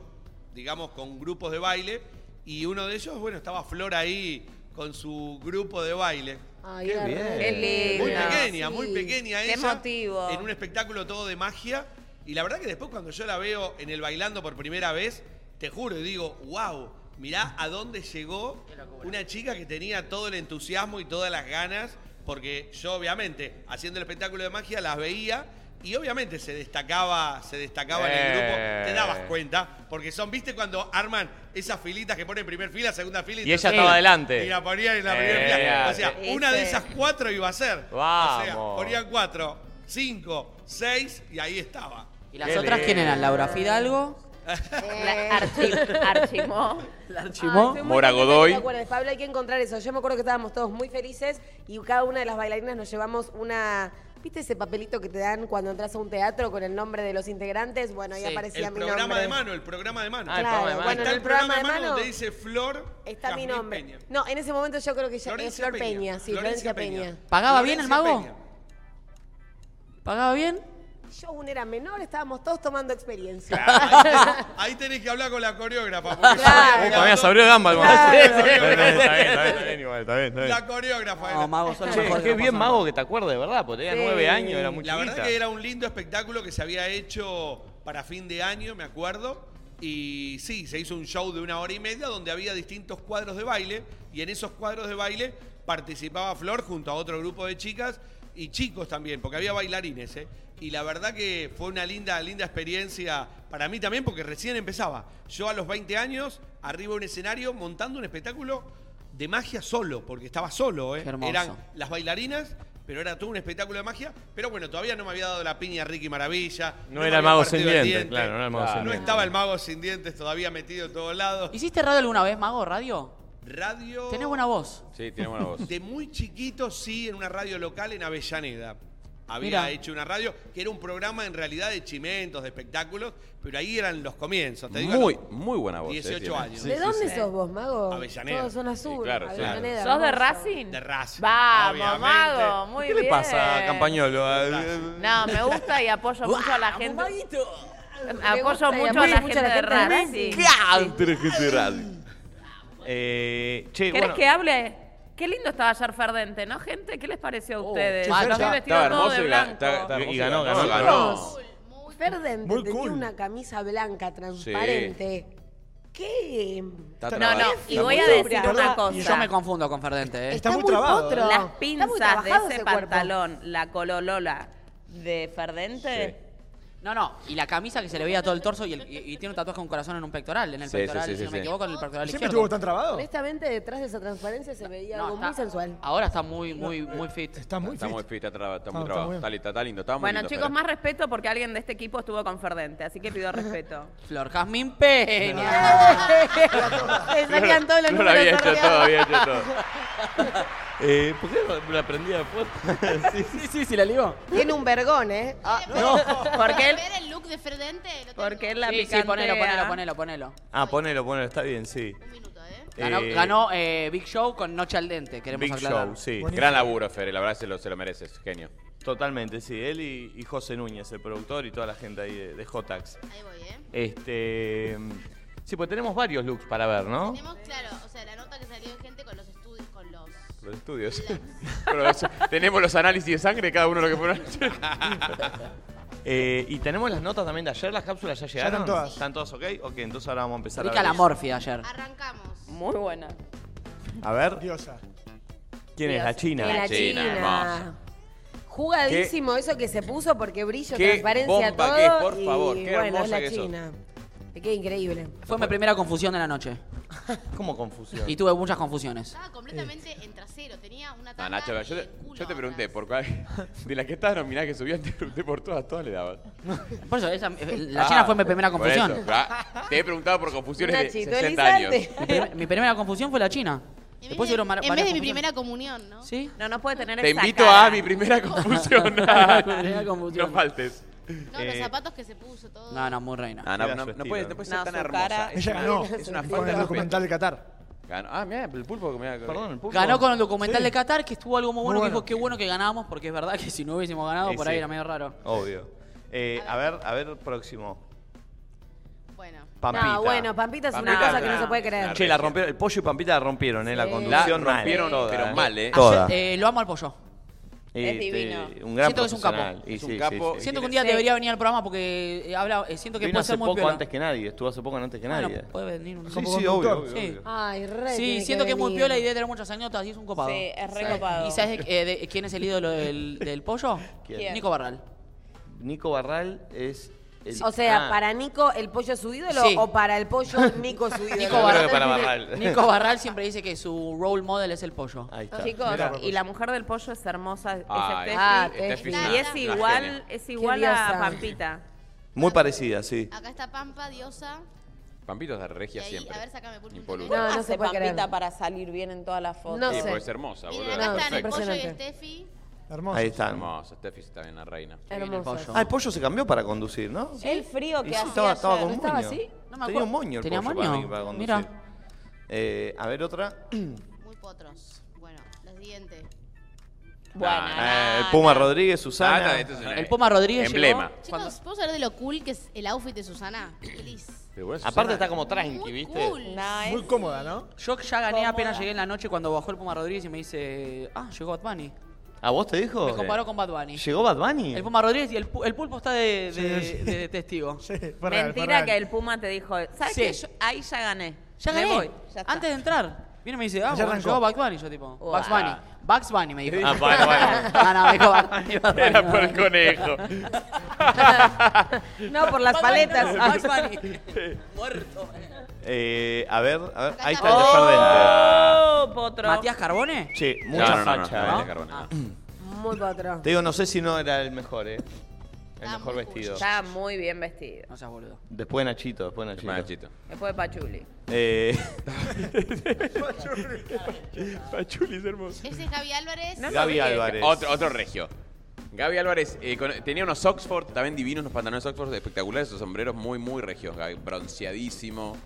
digamos, con grupos de baile y uno de ellos, bueno, estaba Flor ahí con su grupo de baile.
Ay,
Qué
era
bien.
re-
Qué
lindo.
Muy
Mira,
pequeña,
sí.
muy pequeña
Qué
ella.
emotivo.
En un espectáculo todo de magia. Y la verdad que después cuando yo la veo en el bailando por primera vez, te juro, y digo, wow, mirá a dónde llegó una chica que tenía todo el entusiasmo y todas las ganas, porque yo obviamente, haciendo el espectáculo de magia, las veía y obviamente se destacaba, se destacaba en el
Eh.
grupo, te dabas cuenta, porque son, viste, cuando arman esas filitas que ponen primer fila, segunda fila
Y ella
tercera
estaba
fila,
adelante.
Y la ponían en la
Eh,
primera fila. O sea,
eh.
este.
una de
Ese.
esas cuatro iba a ser. O sea,
Vamos.
ponían cuatro, cinco, seis y ahí estaba.
¿Y las otras quién eran? ¿Laura
[laughs]
Fidalgo?
La- archi- archimó.
¿La
Ay,
archivó?
estoy muy
Mora
contenta
Godoy.
que te acuerdes, Pablo, hay que encontrar eso. Yo me acuerdo que estábamos todos muy felices y cada una de las bailarinas nos llevamos una. ¿Viste ese papelito que te dan cuando entras a un teatro con el nombre de los integrantes? Bueno, ahí
Sí,
aparecía
El
mi
programa
nombre.
de mano, el programa de mano.
Ah, el
Claro,
programa de mano.
bueno,
Está
en el programa de mano
donde dice Flor.
está mi
Jazmín
nombre.
Peña.
No, en ese momento yo creo que ya es
Florencia
Flor Peña. sí, Florencia Peña.
¿Pagaba bien el
Florencia
mago? ¿Pagaba bien?
Yo aún era menor, estábamos todos tomando experiencia.
Peña. Ahí tenés que hablar con la coreógrafa. porque
Claro.
yo-
Upa, mira, se abrió gamba. como-
Claro.
Sí, sí. Está bien, está bien, está bien, igual, está bien, está bien.
La coreógrafa. era.
No, mago, son los
Che,
mejores
qué
que
bien,
pasan.
mago, que te acuerdes, de verdad, porque tenía
Sí.
nueve años, era muy
La verdad
chiquita.
que era un lindo espectáculo que se había hecho para fin de año, me acuerdo. Y sí, se hizo un show de una hora y media donde había distintos cuadros de baile. Y en esos cuadros de baile participaba Flor junto a otro grupo de chicas y chicos también, porque había bailarines. ¿eh? Y la verdad que fue una linda, linda experiencia para mí también, porque recién empezaba. Yo a los 20 años, arriba de un escenario, montando un espectáculo de magia solo, porque estaba solo. ¿eh?
Qué hermoso.
Eran las bailarinas, pero era todo un espectáculo de magia. Pero bueno, todavía no me había dado la piña Ricky Maravilla.
No era
me
el
había
mago
partido
sin
el
dientes, claro, no era el mago sin
No
dientes.
estaba el mago sin dientes todavía metido en todos lados.
¿Hiciste radio alguna vez, mago? ¿Radio?
Radio.
Tenés buena voz.
Sí, tiene buena voz.
De muy chiquito, sí, en una radio local en Avellaneda. Había
Mirá.
hecho una radio que era un programa en realidad de chimentos, de espectáculos, pero ahí eran los comienzos. [laughs] Te digo, a
Muy,
los
muy buena voz. eh,
18
tiene.
años.
¿De dónde sos vos, mago?
Avellaneda.
Todos zona
Sí,
sur.
claro, sí.
Avellaneda,
¿Sos de
hermoso.
Racing?
De Racing,
Vamos,
obviamente.
mago. Muy
¿Qué
bien.
le pasa a Campañolo?
No, me gusta y apoyo mucho a la gente.
Me gusta
Apoyo
y
mucho a la
apoyo mucho
gente de Racing.
Eh, che,
¿Querés
Eh, bueno,
que hable? Qué lindo estaba ayer Ferdente, ¿no, gente? ¿Qué les pareció a ustedes?
Oh, che, Fer,
Yo
está-
estoy vestido
estaba
todo
hermoso
de
y gan-
blanco.
está- está hermoso y ganó, ganó,
Chicos,
ganó.
Ferdente
Muy
tenía
cool.
una camisa blanca transparente. ¿Qué?
Está
No,
trabado.
no,
Está
y
muy
voy a
duro.
decir una
Y
cosa.
yo me confundo con Ferdente. ¿eh?
Está muy trabado. potro.
Las
Está muy
pinzas de
trabajado
ese
ese cuerpo.
pantalón, la cololola de Ferdente.
No, no, y la camisa que se le veía todo el torso y, el- y- y tiene un tatuaje con un corazón en un pectoral, en el
Sí,
pectoral,
sí, sí,
si
sí,
no me
sí.
equivoco, en el pectoral izquierdo.
Honestamente, detrás de esa transparencia se veía algo
[laughs]
muy sensual.
Ahora está muy, muy, muy fit. Está
Está, muy fit, está, traba- está
Está-
muy
está
trabado.
muy
Está, li- está- está lindo, está muy
Bueno,
lindo,
chicos,
Fer.
más respeto porque alguien de este equipo estuvo con Ferdente, así que pido respeto.
Flor [laughs] Jazmín Peña. [laughs]
Se
sacan todos los Flor números había hecho sorteados. todo, había hecho todo.
Eh, ¿Por qué no la prendí a fuego? sí, sí,
sí, sí, la ligo.
Tiene un vergón, ¿eh?
Ah,
Porque él-
ver el look de Ferdente? Lo tengo.
Porque él la
Sí, sí,
picantea.
ponelo, ponelo, ponelo, ponelo.
Ah, ponelo, ponelo, está bien, sí. Un minuto, ¿eh?
Ganó, ganó, eh, Big Show con Noche al Dente, queremos
Big
aclarar.
Show, sí.
Gran laburo, Fer, la verdad se lo, se lo mereces, genio.
Totalmente, sí. Él y, y José Núñez, el productor, y toda la gente ahí de, de Jotax. Ahí voy, ¿eh? Este. Sí, pues tenemos varios looks para ver, ¿no?
Tenemos, claro, o sea, la nota que salió de gente con los estudios, con los...
Los estudios.
[laughs]
Bueno, eso- tenemos los análisis de sangre, cada uno lo que pone.
Eh, y tenemos las notas también de ayer, las cápsulas ya llegaron.
están todas.
¿Están todas ok? Ok, entonces ahora vamos a empezar
Rica
a ver.
la morfi de ayer.
Muy buena.
A ver. ¿Quién es? La China.
La China, hermosa. Jugadísimo eso que se puso porque brillo,
qué
transparencia,
bomba
todo.
que es, por
y
favor, qué
bueno, es
hermosa
la
que sos.
China. Me queda increíble.
Fue mi primera confusión de
[laughs]
la noche.
¿Cómo confusión?
Y tuve muchas confusiones.
Estaba completamente en trasero, tenía una
No,
tanda...
Nacho, yo te, yo te pregunté por cuál. [laughs] De las que estabas nominadas que subían, te pregunté por todas, todas le daban.
Por eso, esa- [laughs] eh, la China fue mi primera
Ah, por
confusión.
eso, ah, te he preguntado por confusiones
Nachito,
de 60 años.
Mi, prim- mi primera confusión fue la China. Después hubieron mar-
En vez
varias
de mi
confusiones.
primera comunión, ¿no?
Sí.
No, no puede tener
Te
esa
invito
cara.
a mi
[laughs]
primera
[laughs]
confusión.
Primera
no faltes. Eh,
No, los zapatos que se puso, todo.
No, no, muy reina.
Ah, no, no, no puede, no puede ser
No,
tan
su
hermosa.
cara-
Es
Ella
una-
ganó.
Es una
Con
falta
el
de
documental
respeto.
de Qatar.
Ganó. Ah, mira, el pulpo que me Perdón, el
Ganó con el documental de Qatar, que estuvo algo muy bueno,
Muy
que
bueno.
dijo, qué bueno que ganamos, porque es verdad que si no hubiésemos ganado,
Eh,
por ahí
sí.
era medio raro.
Obvio. Eh, a ver, a ver, próximo. Bueno. Pampita.
No, bueno, Pampita es una
Pampita,
cosa que no
claro.
se puede creer.
Che, la rompieron, el pollo y Pampita la rompieron, ¿eh? La
Sí.
conducción
La rompieron,
mal,
pero
toda,
mal, ¿eh?
Toda.
Ayer, eh, lo amo al pollo.
Este,
divino.
Un gran
Siento que es un capo.
profesional. Y
Es un
sí, sí,
capo.
sí.
Siento que un día
Sí.
debería venir al programa porque eh, habla, eh, siento que
Vino
puede
hace
ser muy
poco
piola.
antes que nadie, estuvo hace poco antes que
Bueno,
nadie.
puede venir un
Sí,
capo
sí,
conductor.
obvio, obvio,
Sí.
obvio.
Ay, re. tiene
Sí, siento que, es muy
venir.
piola y debe tener muchas anécdotas y es un copado.
Sí, es re
Sí.
copado.
¿Y sabes de- eh, de- quién es el ídolo del, del pollo?
¿Quién?
Nico Barral.
Nico Barral es. el-
O sea,
Ah,
¿para Nico el pollo es su ídolo
Sí.
o para el pollo Nico es su ídolo?
Nico
creo
Barral,
que para Barral.
Nico Barral siempre dice que su role model es el pollo.
Ahí
Chicos, y la mujer del pollo es hermosa, es
Ay,
Steffi.
Ah, Steffi. Steffi.
Y es
Una
igual,
genia.
es
Qué
igual a
diosa.
Pampita.
Muy parecida, sí.
Acá está Pampa, diosa.
Pampitos de regia
Y ahí,
siempre.
a ver, sacame pulpo.
Impoluto.
no se puede
Pampita
creer.
para salir bien en todas las fotos?
No
sí,
sé.
pues es hermosa, boludo.
Acá
No,
están el pollo y
impresionante.
Steffi.
Hermoso.
Ahí está.
Hermosa, Steffi está bien, la reina.
Hermoso.
Ah, el pollo se cambió para conducir, ¿no?
El frío que
Y sí,
hacía
estaba, estaba
ayer.
con
¿No
moño.
estaba así? No me
Tenía un
acuerdo.
moño el
Tenía
pollo
moño.
Para, mí, para conducir.
Mira.
Eh, a ver otra.
Muy potros. Bueno, los dientes.
Ah, el Puma Rodríguez, Susana.
Ah, no, esto es una-
El Poma Rodríguez
Emblema.
llegó cuando-
Chicos, ¿podemos hablar de lo cool que es el outfit de Susana? Feliz.
Pero bueno,
Aparte
Susana-
está como tranqui, ¿viste?
Cool.
Muy cómoda, ¿no?
Yo ya gané apenas llegué en la noche cuando bajó el Puma Rodríguez y me dice, ah, llegó Bad Bunny.
¿A vos te dijo?
Me comparó con Bad Bunny.
¿Llegó Bad Bunny?
El Puma Rodríguez y el, pu- el pulpo está de, de-
[laughs]
de testigo.
Mentira que el Puma te dijo, ¿sabes
Sí.
qué? Yo- ahí ya gané.
Ya
Me
gané.
voy. Ya está.
Antes de entrar. Viene y me dice,
Ya
ah, bueno,
arrancó.
llegó Bugs Bunny. Yo tipo,
Wow.
Bugs Bunny. Bugs Bunny me dijo.
Ah, Bugs Bunny.
[laughs] no, no, me dijo Bugs [laughs] Bunny. Bugs Bunny,
Era
Bugs
por el
Bunny.
conejo.
No, por las
Bugs Bunny, [laughs] no, Bugs
paletas.
Bunny. Muerto.
Eh, a ver, a ver. Ahí está el desferdente.
¡Oh, potro!
¿Matías Carbone?
Che,
No,
mucha
no, no, no,
facha,
no,
¿eh?
no, Carbone, no.
Muy patrón.
Te digo, no sé si no era el mejor, ¿eh? El mejor vestido.
Está muy bien vestido.
No seas boludo.
Después Nachito, después Nachito.
Más chito.
Después de Pachuli.
Eh,
[laughs]
[laughs]
Ese es Javi Álvarez.
No,
Gaby Álvarez.
Otro, otro regio. Gaby Álvarez eh, con- tenía unos Oxford también divinos, unos pantalones Oxford espectaculares, esos sombreros muy, muy regios. Gaby, bronceadísimo.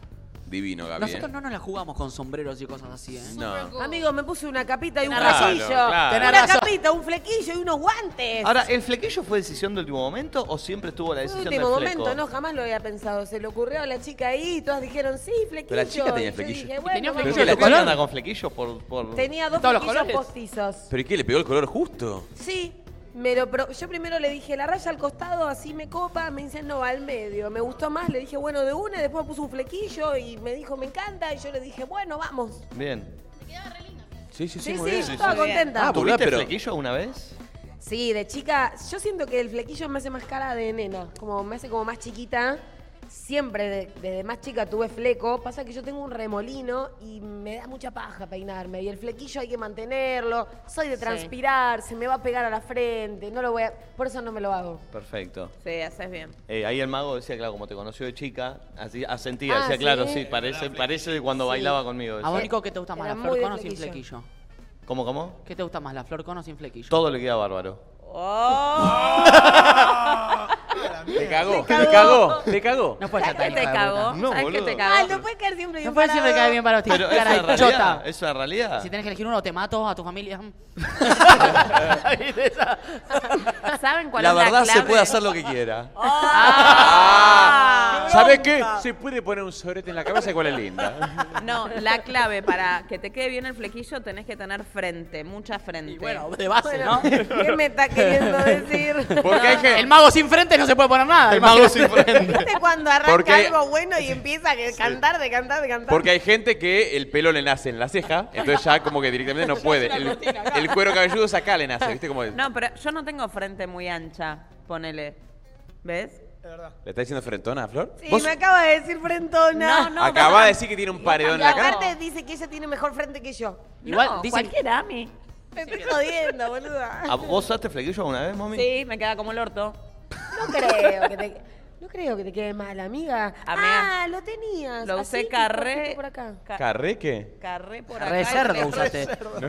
Divino, Gaby. ¿eh?
Nosotros no nos la jugamos con sombreros y cosas así, ¿eh?
No.
Amigo, me puse una capita y un
Tenés razón.
flequillo.
Claro. Tenés
Una
razón.
capita, un flequillo y unos guantes.
Ahora, ¿el flequillo fue decisión de último momento o siempre estuvo la
Fue
decisión
último
del fleco?
momento, no, jamás lo había pensado. Se le ocurrió a la chica ahí y todas dijeron, sí, flequillo.
Pero la chica tenía
Y yo
flequillo.
dije, bueno,
¿Pero
vamos.
qué, la chica
color?
anda con flequillos por, por-
Tenía dos
¿De todos los
flequillos
colores?
postizos.
¿Pero y qué? ¿Le pegó el color justo?
Sí, me lo pro- yo primero le dije, la raya al costado, así me copa, me dicen, no, va al medio. Me gustó más, le dije, bueno, de una, y después puso un flequillo y me dijo, me encanta, y yo le dije, bueno, vamos.
Bien.
Sí, sí,
Sí, muy sí, bien. yo estaba contenta.
Ah, ¿Tuviste
Boluda, pero-
flequillo una vez?
Sí, de chica, yo siento que el flequillo me hace más cara de nena, como me hace como más chiquita. Siempre, de- desde más chica, tuve fleco. Pasa que yo tengo un remolino y me da mucha paja peinarme. Y el flequillo hay que mantenerlo. Soy de
Sí.
transpirar, se me va a pegar a la frente. No lo voy a... Por eso no me lo hago.
Perfecto.
Sí, haces bien.
Eh, ahí el mago decía, claro, como te conoció de chica, así asentía,
Ah,
decía, claro,
¿sí?
sí, parece, parece de cuando
Sí.
bailaba
Ah,
conmigo.
¿A vos,
decía.
Nico, qué te gusta más,
Era
la flor
muy de
con o sin flequillo?
flequillo.
¿Cómo, cómo?
¿Qué te gusta más, la flor con o sin flequillo?
Todo le queda bárbaro. Oh. [laughs]
Te cagó,
Te
te cagó, te cagó.
No puede ser tan
¿Sabes que te
hija de
cagó?
puta.
No,
¿Sabes que
boludo.
te
Ay,
cagó?
no puede caer siempre bien
No puede
parado.
siempre caer bien para ti.
Pero es
Cara
una
de
realidad.
chota.
¿Es una realidad?
Ah, Si tenés que elegir uno, te mato a tu
[laughs]
familia. [laughs]
¿Saben cuál
La
es la
verdad se
clave?
puede hacer lo que quiera.
Ah, ¿Sabes qué? Se puede poner un sobrete en la cabeza igual es linda.
[laughs] No, la clave para que te quede bien el flequillo tenés que tener frente, mucha frente.
Y bueno, de base,
Bueno,
¿no?
¿qué me está queriendo decir?
Porque hay
El
gente.
mago sin frente no se puede poner nada.
El
imagínate.
mago sin frente.
¿Viste cuando arranca
Porque-
algo bueno y empieza a cantar, de cantar, de cantar?
Porque hay gente que el pelo le nace en la ceja, entonces ya como que directamente no puede. El, el cuero cabelludo es acá le nace, ¿viste cómo es?
No, pero yo no tengo frente muy ancha, ponele. ¿Ves?
¿Le está diciendo frentona a Flor?
Sí,
¿Vos
me acaba de decir frentona.
No, no.
acabás de decir que tiene un paredón en
Ah, Y
la cara.
aparte dice que ella tiene mejor frente que yo.
Igual
no,
dicen-
cualquiera a mí.
Me estoy jodiendo, boluda.
¿A- Ah, ¿Vos usaste flequillo alguna vez,
[laughs]
mami?
Sí, me queda como el orto.
No creo que te, no creo que te quede mal, amiga.
Amiga.
Ah, lo tenías.
Lo
así,
usé
tipo,
carré.
tipo por acá.
ca-
¿Carré qué?
carré por
Carré de
acá.
cerdo
[laughs]
usaste.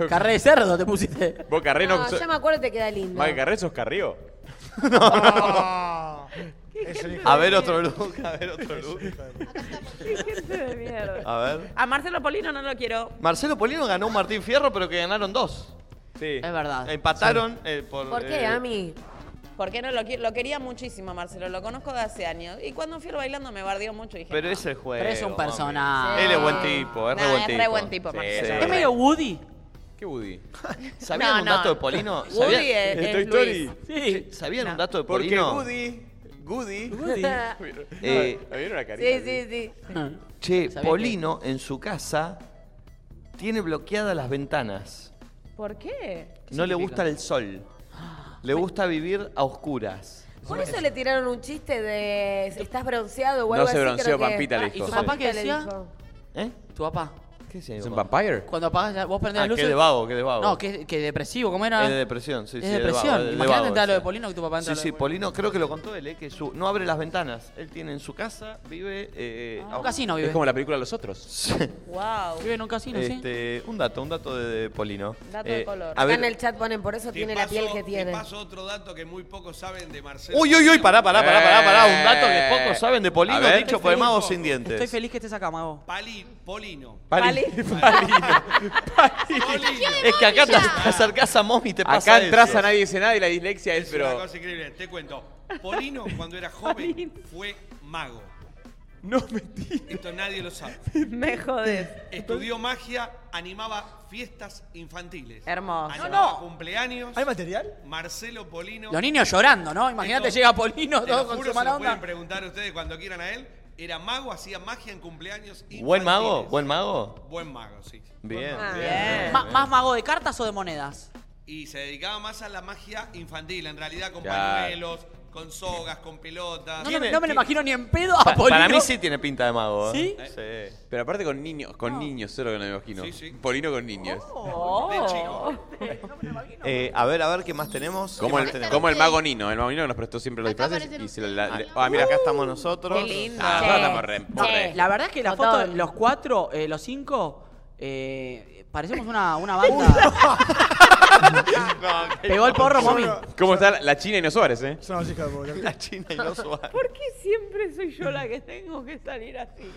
Carré de cerdo te pusiste.
Vos carré no.
No,
sos-
ya me acuerdo te queda lindo.
Más que carré sos carrío.
Es un hijo
A ver otro look, a ver otro look.
[laughs] Qué gente de mierda.
A ver.
A Marcelo Polino no lo quiero.
Marcelo Polino ganó un Martín Fierro, pero que ganaron dos. Sí.
Es verdad.
Empataron eh, por.
¿Por qué,
eh,
Ami?
¿Por qué no lo quiero? Lo quería muchísimo, Marcelo. Lo conozco de hace años. Y cuando fui al bailando me bardeó mucho. y Dije,
Pero
no.
es el juego.
Pero es un
mami.
personaje.
Él es buen tipo, es re
Nah,
buen
es
tipo.
re buen tipo, Marcelo.
Es medio Woody.
¿Qué Woody?
[laughs] ¿Sabían
No,
un
no.
dato de Polino?
Woody
¿Sabían,
es- es
Toy
Luis.
Story?
Sí.
¿Sabían un dato de
Porque
Polino?
Woody. Goody.
[laughs]
Eh,
¿Me vieron la carita?
Sí, sí, sí.
Che,
¿Sabían
Polino en su casa tiene bloqueadas las ventanas.
¿Por qué?
No le gusta el sol. Le gusta vivir a oscuras.
Por eso le tiraron un chiste de estás bronceado o
No
algo
se
así,
bronceó,
creo que-
Pampita le
Ah,
dijo.
¿Y su papá [laughs] qué
le
decía?
dijo.
¿Eh?
Tu papá.
¿Qué es
¿Es un vampire?
Cuando apagas, la- vos prendés
Ah,
las luces.
qué de vago, qué de vago.
No, que, que depresivo, ¿cómo era?
Es de depresión, sí,
Es
sí. de
depresión.
vago, de- de
Imagínate
vago,
entrar a lo
sí.
de Polino que tu papá entra
Sí,
a lo
sí,
de-
Polino, creo que lo contó él, eh, que su, no abre las ventanas. Él tiene en su casa, vive. Eh, a-
Ah, Un casino
Es
vive.
como la película Los Otros.
Wow.
Vive en un casino, sí.
Este, un dato, un dato de, de Polino. Eh,
Dato de color.
A
Acá
ver-
en el chat ponen, por eso
Te
tiene la
paso-
piel que
te
tiene.
paso otro dato que muy pocos saben de Marcelo.
Uy, uy, uy, pará, pará, pará, pará, pará. Un dato que
Eh.
pocos saben de Polino,
A ver.
dicho por el mago sin dientes.
Estoy feliz que estés acá, mago.
Pali- Polino.
[laughs] Pali.
[laughs]
Polino.
Es que acá te te acercás a Momi y te pasa
Acá entras
eso.
a nadie dice nada y la dislexia es,
Es una
pero.
cosa increíble. Te cuento.
[laughs]
Polino, cuando era joven, fue mago.
No mentí.
Esto nadie
[laughs]
lo sabe.
[laughs] Me jodes.
Estudió magia, animaba fiestas infantiles.
Hermoso.
Animaba cumpleaños.
¿Hay material?
Marcelo Polino.
Los niños llorando, ¿no? Imagínate,
Esto-
llega Polino
te
todo
lo
con su
juro, se
mala
lo pueden
onda.
preguntar ustedes cuando quieran a él. Era mago, hacía magia en cumpleaños.
¿Buen
infantiles.
mago? ¿Buen mago?
Buen mago, sí.
Bien,
Ah,
mago.
bien.
Ma- Ah, ¿Más mago de cartas o de monedas?
Y se dedicaba más a la magia infantil, en realidad con
Claro.
pañuelos, con sogas, con pelotas.
No, no, me-
Tiene-
no me lo imagino ni en pedo a
Pa-
Polino.
para mí sí tiene pinta de mago.
¿Sí?
¿eh?
Pero aparte con niños, con niños, solo que no me imagino.
Sí, sí.
Polino con niños.
Oh.
De chico.
Sí. Eh, a ver, a ver, ¿qué más tenemos?
Como
¿Qué más
el,
tenemos?
como el mago Nino, el mago Nino que nos prestó siempre los
Acá
disfraces
aparecen
y se la,
ustedes.
la-
Ah,
le- Ah, mira, acá estamos.
estamos nosotros.
Qué lindo.
Ah,
Sí.
nosotros estamos re- re-
La verdad es que la
Con
foto,
todo.
los
[laughs]
cuatro, eh, los cinco, eh, parecemos una, una banda. Pegó el porro, mami.
¿Cómo está la- la China y los Suárez, eh?
Son las chicas
[laughs]
de Boca.
La China y los Suárez.
¿Por qué siempre soy yo la que tengo que salir así?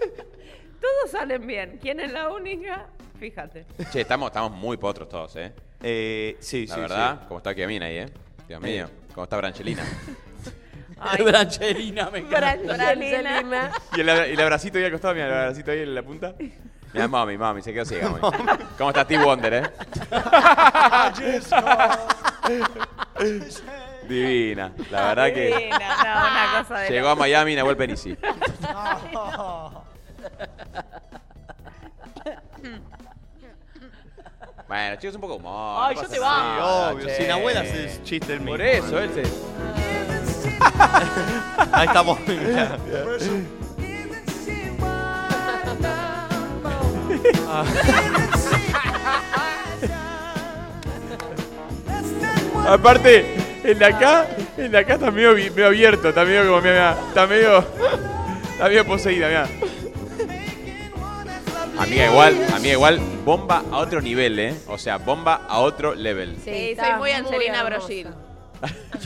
[laughs] Todos salen bien. ¿Quién es la única? Fíjate.
Che, estamos, estamos muy potros todos, ¿eh?
Eh, sí,
la
sí,
verdad, como está Kiamina ahí, ¿eh? Dios mío, cómo está Branchelina.
Branchelina, me encanta.
Brangelina.
y, el, abra- y el abracito ahí al costado, mira, el abracito ahí en la punta. Mira, mami, mami, se quedó ciega, mami. ¿Cómo está Steve Wonder, eh?
Ah,
[laughs] Ah, Divina,
Ah,
la verdad que...
Divina, no, una cosa de
Llegó
loco.
a Miami Nahuel
[laughs]
Penici.
Ay, no.
Bueno, chicos, un poco de humor.
Ay,
no
yo
pasa
te
nada,
banco.
che.
Sí, obvio, sin abuela haces
chiste el
Por
mismo.
eso, él se...
Ahí estamos. [laughs]
[laughs]
mirá.
Aparte, el de acá, el de acá está medio, vi- medio abierto, está medio como, mira, mira, está medio, está medio poseída, mira. Amiga igual, amiga igual, bomba a otro nivel, eh. O sea, bomba a otro level.
Sí, soy muy Angelina
hermosa.
Brogil.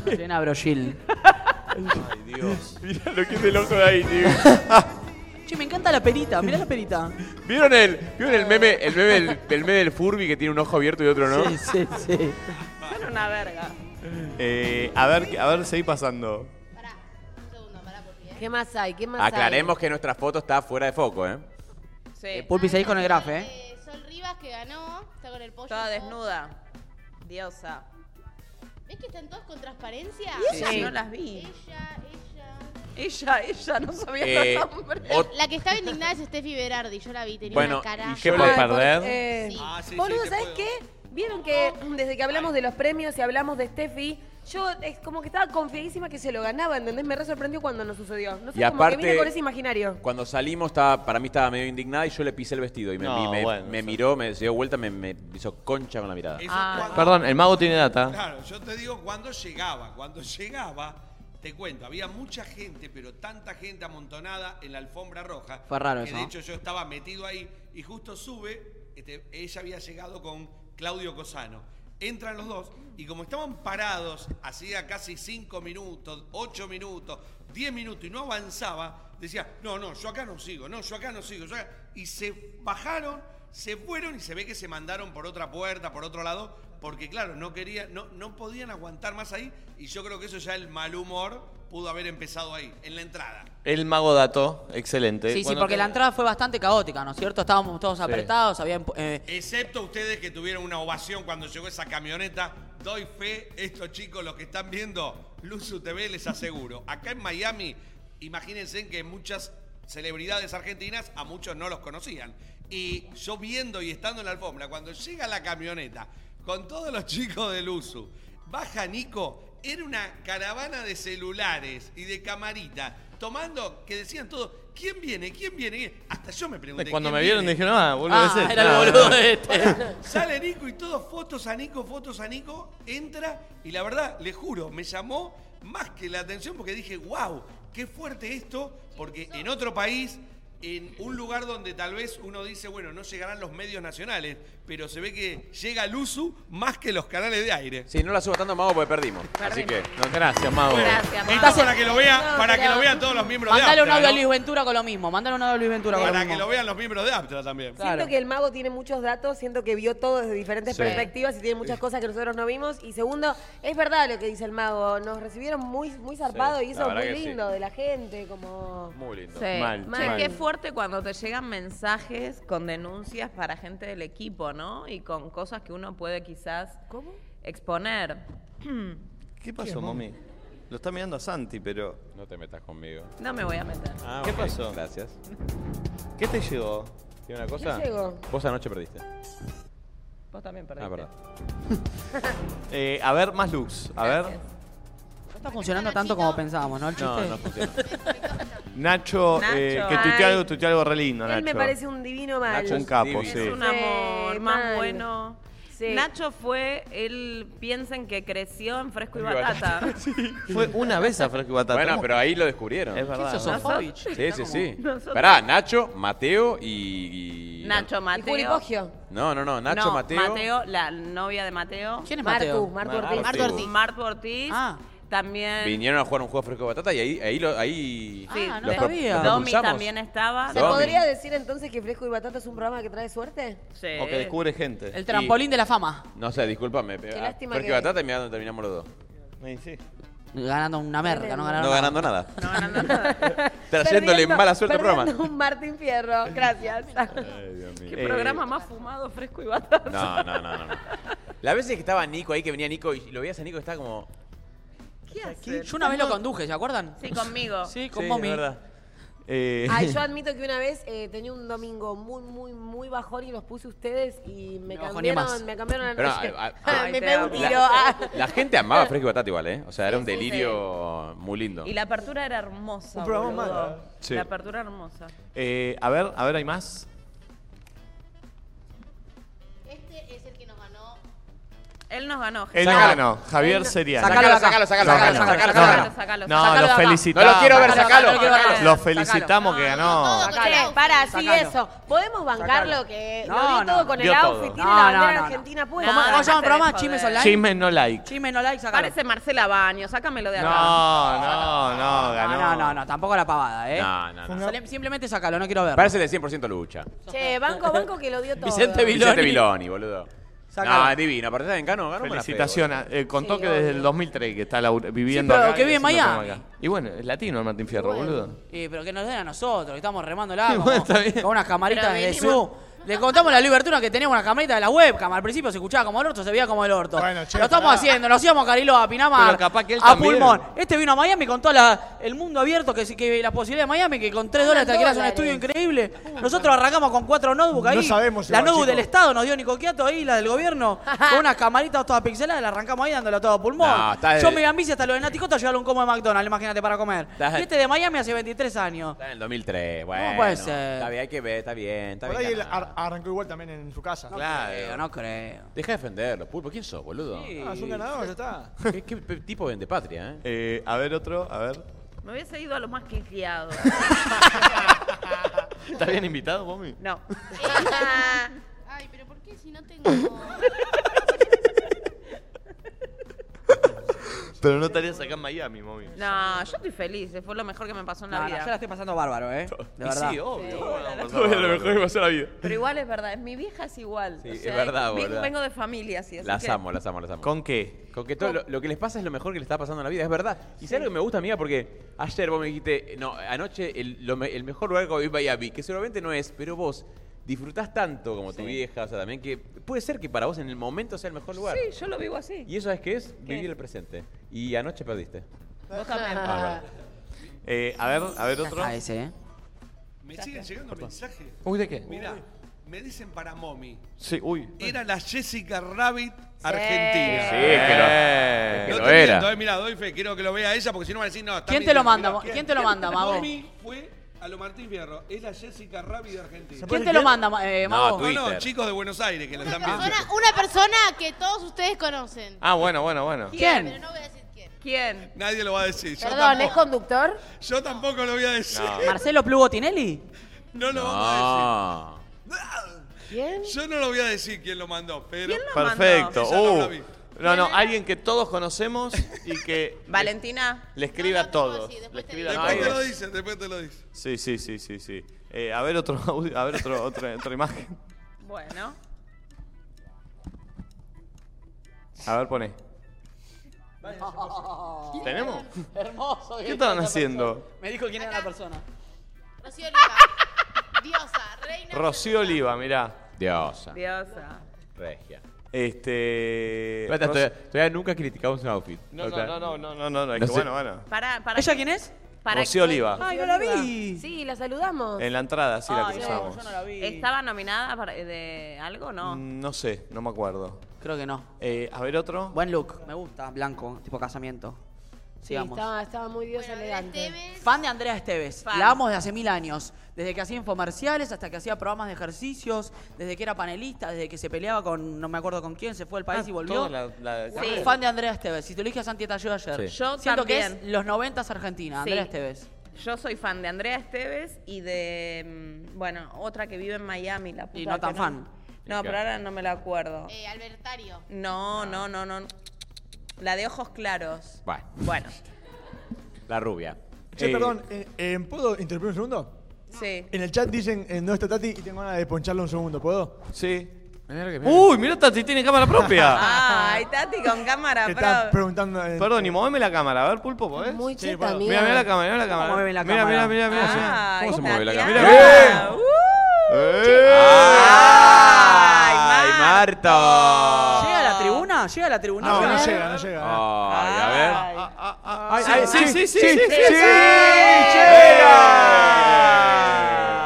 Elena Brochil.
Ay, Dios. Mira lo que es el ojo de ahí, tío.
Che, me encanta la perita, mirá la perita.
[laughs] ¿Vieron el, ¿vieron el meme, el meme, del, el meme del Furby que tiene un ojo abierto y otro no?
Sí, sí,
[laughs]
sí.
Son una verga.
Eh, a ver, a ver, seguí pasando.
¿Qué más hay? ¿Qué más hay?
Aclaremos que nuestra foto está fuera de foco, eh.
Sí.
Pulpi, seguís con el graf, eh.
Sol Rivas que ganó, está con el pollo.
Toda desnuda. Diosa.
¿Ves que están todos con transparencia?
¿Y ella? Sí. No las vi.
Ella, ella.
Ella, ella, no sabía
Eh,
los nombres.
ot-
La que estaba indignada es Steffi Berardi, yo la vi, tenía
Bueno,
una cara.
¿y qué puede perder?
Eh,
Sí.
Ah,
Ah,
boludo, ¿sabes qué? Vieron que desde que hablamos de los premios y hablamos de Steffi, yo es como que estaba confiadísima que se lo ganaba, ¿entendés? Me re sorprendió cuando nos sucedió. No sé,
Y
como que
aparte-
vine con ese imaginario.
Cuando salimos, estaba, para mí estaba medio indignada y yo le pisé el vestido. Y me,
No,
y me-
bueno,
me
sí.
miró, me dio vuelta, me, me hizo concha con la mirada.
Eso
Ah,
cuando-
Perdón, el mago tiene data.
Claro, yo te digo cuando llegaba. Cuando llegaba, te cuento, había mucha gente, pero tanta gente amontonada en la alfombra roja.
Fue raro
que
eso, ¿eh?
De
¿no?
hecho, yo estaba metido ahí y justo sube, este, ella había llegado con Claudio Cosano. Entran los dos y como estaban parados, hacía casi 5 minutos, 8 minutos, 10 minutos y no avanzaba, decía, no, no, yo acá no sigo, no, yo acá no sigo. yo acá". Y se bajaron, se fueron y se ve que se mandaron por otra puerta, por otro lado, porque claro, no quería, no, no podían aguantar más ahí y yo creo que eso ya el mal humor pudo haber empezado ahí, en la entrada.
El mago dato,
Eh,
excelente.
Sí, sí,
Cuando
porque
te-
la entrada fue bastante caótica, ¿no es cierto? Estábamos todos apretados, había... empu- eh,
Excepto ustedes que tuvieron una ovación cuando llegó esa camioneta. Doy fe, estos chicos, los que están viendo Luzu TV, les aseguro. Acá en Miami, imagínense que muchas celebridades argentinas a muchos no los conocían. Y yo viendo y estando en la alfombra, cuando llega la camioneta con todos los [laughs] chicos del Luzu, baja Nico, era una caravana de celulares y de camarita, tomando que decían todo, ¿quién viene? ¿quién viene? ¿Quién-?". Hasta yo me pregunté.
Cuando
"¿Quién
me vieron
viene?".
dijeron, ah, boludo,
Ah,
es este.
era el
Ah,
boludo
no. [laughs]
este.
Sale Nico y todo, fotos a Nico, fotos a Nico, entra y la verdad, le juro, me llamó más que la atención porque dije, wow, qué fuerte esto, porque en otro país, en un lugar donde tal vez uno dice, bueno, no llegarán los medios nacionales, pero se ve que llega el USU más que los canales de aire.
Sí, no la subo tanto, mago, porque perdimos. Así que.
No, gracias, mago.
Gracias,
Esto
mamá.
para que lo vean, para que lo vean todos los miembros de
Mandale un
Aptra.
audio a
¿no?
Luis Ventura con lo mismo, mandale un audio a Luis Ventura con lo
Para que
mismo.
lo vean los miembros de Aptra también.
Claro.
Siento que el mago tiene muchos datos, siento que vio todo desde diferentes
Sí.
perspectivas y tiene muchas cosas que nosotros no vimos. Y segundo, es verdad lo que dice el mago, nos recibieron muy, muy zarpado
Sí,
y
la
eso
verdad
muy
que sí.
lindo de la gente, como...
Muy lindo.
Sí.
Mal,
Che,
mal.
qué fuerte cuando te llegan mensajes con denuncias para gente del equipo, ¿no? Y con cosas que uno puede quizás exponer.
¿Qué pasó, mami? Lo está mirando a Santi, pero.
No te metas conmigo.
No me voy a meter.
Ah,
¿Qué
ok,
pasó?
[laughs] Gracias.
¿Qué te llegó?
¿Tiene una cosa?
¿Qué llegó?
Vos anoche perdiste.
Vos también perdiste.
Ah,
[laughs]
perdón.
Eh, a ver, más looks. A ver.
No está funcionando tanto como pensábamos, ¿no? El chiste.
No, no funciona. Nacho, eh,
Nacho.
que tuiteó
Ay.
algo, tuiteó algo re lindo,
Él
Nacho.
me parece un divino mal.
un capo,
divino.
sí.
Es un amor
Sí,
más
mal.
bueno.
Sí.
Nacho fue, él piensen que creció en fresco y
Fresco y
batata.
Fue una vez a Fresco y Batata.
Bueno,
¿Cómo?
pero ahí lo descubrieron.
Es verdad.
¿Qué sos,
¿no?
Sofovich?
Sí, sí, sí.
Nosotros-
Pará, Nacho, Mateo y. y-
Nacho Mateo.
¿Y Curipogio?
No, no, no. Nacho
No,
Mateo.
Mateo, la novia de Mateo.
¿Quién es Mateo? Martu, Martu Ortiz. Martu Ortiz.
Martu Ortiz. También.
Vinieron a jugar un juego fresco de batata y ahí, ahí, lo, ahí
Sí,
los pro- los
Domi
propulsamos.
también estaba.
¿Se
Domi.
podría decir entonces que Fresco y Batata es un programa que trae suerte?
Sí.
O que descubre
[laughs]
gente.
El trampolín de la fama.
No sé, discúlpame. pero- ah,
lástima
Fresco y
que-
batata y mirá dónde terminamos los dos.
Ganando una merda, no
No
ganaron nada.
ganando nada. Trayéndole
Perdiendo-
mala suerte al
perdiendo
programa.
un Martín Fierro, gracias.
[laughs] Qué
Eh,
programa más fumado, fresco y batata.
No, no, no, no. no. La veces que estaba Nico ahí, que venía Nico y lo veías a Nico y estaba como.
¿Qué hace?
Yo una vez lo conduje, ¿se acuerdan?
Sí, conmigo.
Sí, con
Sí,
Momi.
es verdad. Eh,
Ay, yo admito que una vez eh, tenía un domingo muy, muy, muy bajón y los puse ustedes y me
bajoné más.
cambiaron, me cambiaron la
Pero,
noche.
[laughs]
[laughs]
a- a-
Ay, me
te
pegó
amo.
un tiro.
la,
[laughs] ah.
la gente amaba a Fresco y Batata igual, ¿eh? O sea, era un delirio muy lindo.
Y la apertura era hermosa.
Un programa
boludo.
más.
Sí.
La apertura hermosa.
Eh, a ver, a ver, ¿hay más?
Este es el que nos ganó.
Él nos ganó.
Él
Jesús.
no ganó, Javier Seriani.
Sácalo, sácalo, sácalo,
No
sácalo,
ganó.
sácalo,
No
sácalo,
ganó.
sácalo,
No,
sácalo.
los felicitamos.
No lo quiero ver, Sácalo,
no lo quiero ver. sácalo.
Los felicitamos que ganó.
Che, para, sí,
Sacalo.
eso. Podemos bancarlo que
No,
lo vi
no,
todo con el
Vio todo.
outfit, tiene
No,
la
no,
bandera
no, no.
argentina puesta.
¿Cómo, cómo se llama el programa? ¿Chimes
joder.
online?
Chismes no like.
Chismes no like, sacalo.
Parece Marcela Baño, sácamelo de
No,
acá.
no, no,
No,
ganó.
no, no, no, tampoco la pavada, ¿eh?
No, no, no.
Sale- Simplemente sacalo, no quiero verlo.
Parece de 100% lucha.
Che, banco, banco que lo dio todo.
Vicente Vil-
Vicente
Viloni.
Viloni, boludo.
Sácalo.
No, es divino. Aparte de Encano, ganó
Felicitaciones. Eh, contó
Sí,
que desde
obvio.
el 2003 que está laur- viviendo
pero
acá.
que
y
vive en
haciendo
Miami.
programa acá. Y bueno, es latino el Martín Fierro, boludo.
Eh, pero que nos den a nosotros, que estamos remándola como-
bueno, está bien.
con unas camaritas
Pero
de
venimos-
Zoom. Le contamos la libertuna que teníamos unas camaritas de la webcam. Al principio se escuchaba como el orto, se veía como el orto.
Bueno, che,
Lo estamos
pará.
haciendo, nos íbamos a Cariló, a Pinamar,
Pero capaz que él
a
también.
Pulmón. Este vino a Miami con todo el mundo abierto, que, que la posibilidad de Miami, que con 3 dólares te alquilas un
dólares.
estudio increíble. Nosotros arrancamos con cuatro notebooks ahí.
No sabemos
La
igual,
notebook
chicos.
del Estado nos dio Nico Quiato ahí, la del gobierno. con unas camaritas todas pixeladas, la arrancamos ahí dándole todo a Pulmón.
No, está
Yo
de-
me iba en bici hasta lo de Naticota a llevar un combo de McDonald's, imagínate, para comer.
Está-
Y este de Miami hace 23 años.
Está en el 2003, bueno.
puede ser?
Está bien, hay que ver, está bien, está
Por
bien.
ahí él
ganado.
ar- arrancó igual también en su casa.
Creo,
Claro.
no creo.
Deja de defenderlo, Pulpo. ¿Quién sos, boludo?
Ah, es un ganador, ya está.
[laughs] ¿Qué, qué pe- tipo de patria, eh?
Eh, a ver otro, a ver.
Me hubiese ido a los más quinqueados.
¿Estás bien invitado, Pomi?
No.
[laughs] Ay, pero ¿por qué si no tengo.?
[laughs] Pero no estarías acá en Miami, Momi.
No, yo estoy feliz. Fue lo mejor que me pasó en la
No, no,
vida.
yo la estoy pasando bárbaro, ¿eh? De verdad.
Sí, obvio. lo mejor que pasó la vida.
Pero igual es verdad. Mi vieja es igual.
Sí, es verdad,
vi-
boludo.
Vengo de familia, así. así
Las
que-
amo, las amo, las amo.
¿Con qué?
Con que todo lo, lo que les pasa es lo mejor que les está pasando en la vida, es verdad. Y sabes lo que me gusta, amiga, porque ayer vos me dijiste, no, anoche el, lo me- el mejor lugar que voy a Miami, que seguramente no es, pero vos disfrutás tanto como tu vieja, o sea, también que puede ser que para vos en el momento sea el mejor lugar.
Sí, yo lo vivo así.
Y eso es que es vivir el presente. Y anoche perdiste. Ah,
Vos también.
Eh, a ver, a ver
Ya
otro.
está ese, ¿eh?
Me siguen llegando mensajes.
Uy, ¿de qué?
Mirá, me dicen para Momi.
Sí, uy.
Era la Jessica Rabbit argentina.
Eh,
No
lo
te
era.
miento, eh, mirá, doy fe, quiero que lo vea ella porque si no va a decir no. está
¿Quién te
mintiendo.
lo manda,
Mirá,
Mo- quién te lo manda, Mago?
Momi fue a lo Martín Fierro. Es la Jessica Rabbit de Argentina.
¿Quién te lo manda, ma- eh, Mago?
No, no,
Twitter.
chicos de Buenos Aires que la
Una
están viendo.
persona, una persona que todos ustedes conocen.
Ah, bueno, bueno, bueno.
¿Quién?
Pero no voy a decir quién.
¿Quién?
Nadie lo va a decir. Yo,
Perdón, ¿es
tampoco,
conductor?
yo tampoco lo voy a decir.
¿Marcelo Plugo Tinelli?
[laughs] No, lo vamos
Ah.
No.
a decir. Yo no lo voy a decir quién lo mandó, pero.
¿Quién lo
Perfecto.
Esa no la
Uh.
vi.
No, no, alguien que todos conocemos y que
Valentina.
le escribe a
No, no, tipo
todos.
así, después
Le
te
escribe a
digo.
Después te lo
todos.
dicen, después te lo dicen.
Sí, sí, sí, sí, sí. Eh, a ver otro audio, a ver otro, otra, otra imagen.
Bueno.
A ver, pone. ¿Tenemos?
Hermoso.
¿Qué estaban haciendo?
Me dijo quién era la persona. [laughs]
Rocío Oliva. Diosa, reina.
Rocío Oliva, mirá.
Diosa.
Diosa.
Regia.
Este.
Espérate,
Ros-
todavía, todavía nunca criticamos un outfit.
No,
O sea,
no, no, no, no, no, no, no, es
No
que
sé.
bueno, bueno.
Para, para
¿Ella quién es?
para
Rocío Oliva.
Ay, no la vi.
Sí, la saludamos.
En la entrada sí la
Ay, no,
cruzamos.
yo no la vi.
¿Estaba nominada para- de algo no?
Mm, No sé, no me acuerdo.
Creo que no.
Eh, a ver otro.
Buen look. Me gusta. Blanco, tipo casamiento.
Sí,
Sigamos.
estaba, estaba muy diosa
Bueno,
elegante.
Esteves.
Fan de Andrea Esteves.
Fan.
La amo desde hace mil años. Desde que hacía infomerciales hasta que hacía programas de ejercicios, desde que era panelista, desde que se peleaba con no me acuerdo con quién, se fue al país
Ah,
y volvió.
Ah, Toda la- la-
Sí.
Fan de Andrea Esteves. Si te lo dije a Santieta yo ayer.
Sí.
Yo
Siento que
también.
es los noventas Argentina,
Sí.
Andrea Esteves.
Yo soy fan de Andrea Esteves y de, mm, bueno, otra que vive en Miami, la puta
Y no tan
que
fan.
No, pero ahora no me la acuerdo.
Eh, Albertario.
No, no, no, no. La de ojos claros.
Bueno.
Bueno.
La rubia.
Che,
Eh,
perdón, eh, eh, ¿puedo interrumpir un segundo?
Sí.
En el chat dicen, eh, no está Tati y tengo ganas de poncharlo un segundo, ¿puedo?
Sí.
mira.
Uy, mirá, Tati tiene cámara
[laughs]
propia.
Ay, Tati con cámara
Te
pro.
están preguntando. eh,
Perdón, y moveme la cámara. A ver, Pulpo, ¿podés?
Muy
Sí,
cheta,
puedo.
amiga.
Mira, mira la cámara, mira la
¿Cómo
cámara.
mueve la
mira,
cámara?
mira, mira, mira.
Ah,
¿Cómo se
está
mueve la
tirada.
cámara? Mira,
Uh,
¡Ay, Marta!
¿Llega a la tribuna? ¿Llega a la tribuna?
No, no llega, no llega.
Ah. Ay, a ver.
Ah,
Ay, ay,
sí, sí, sí, sí, sí, sí,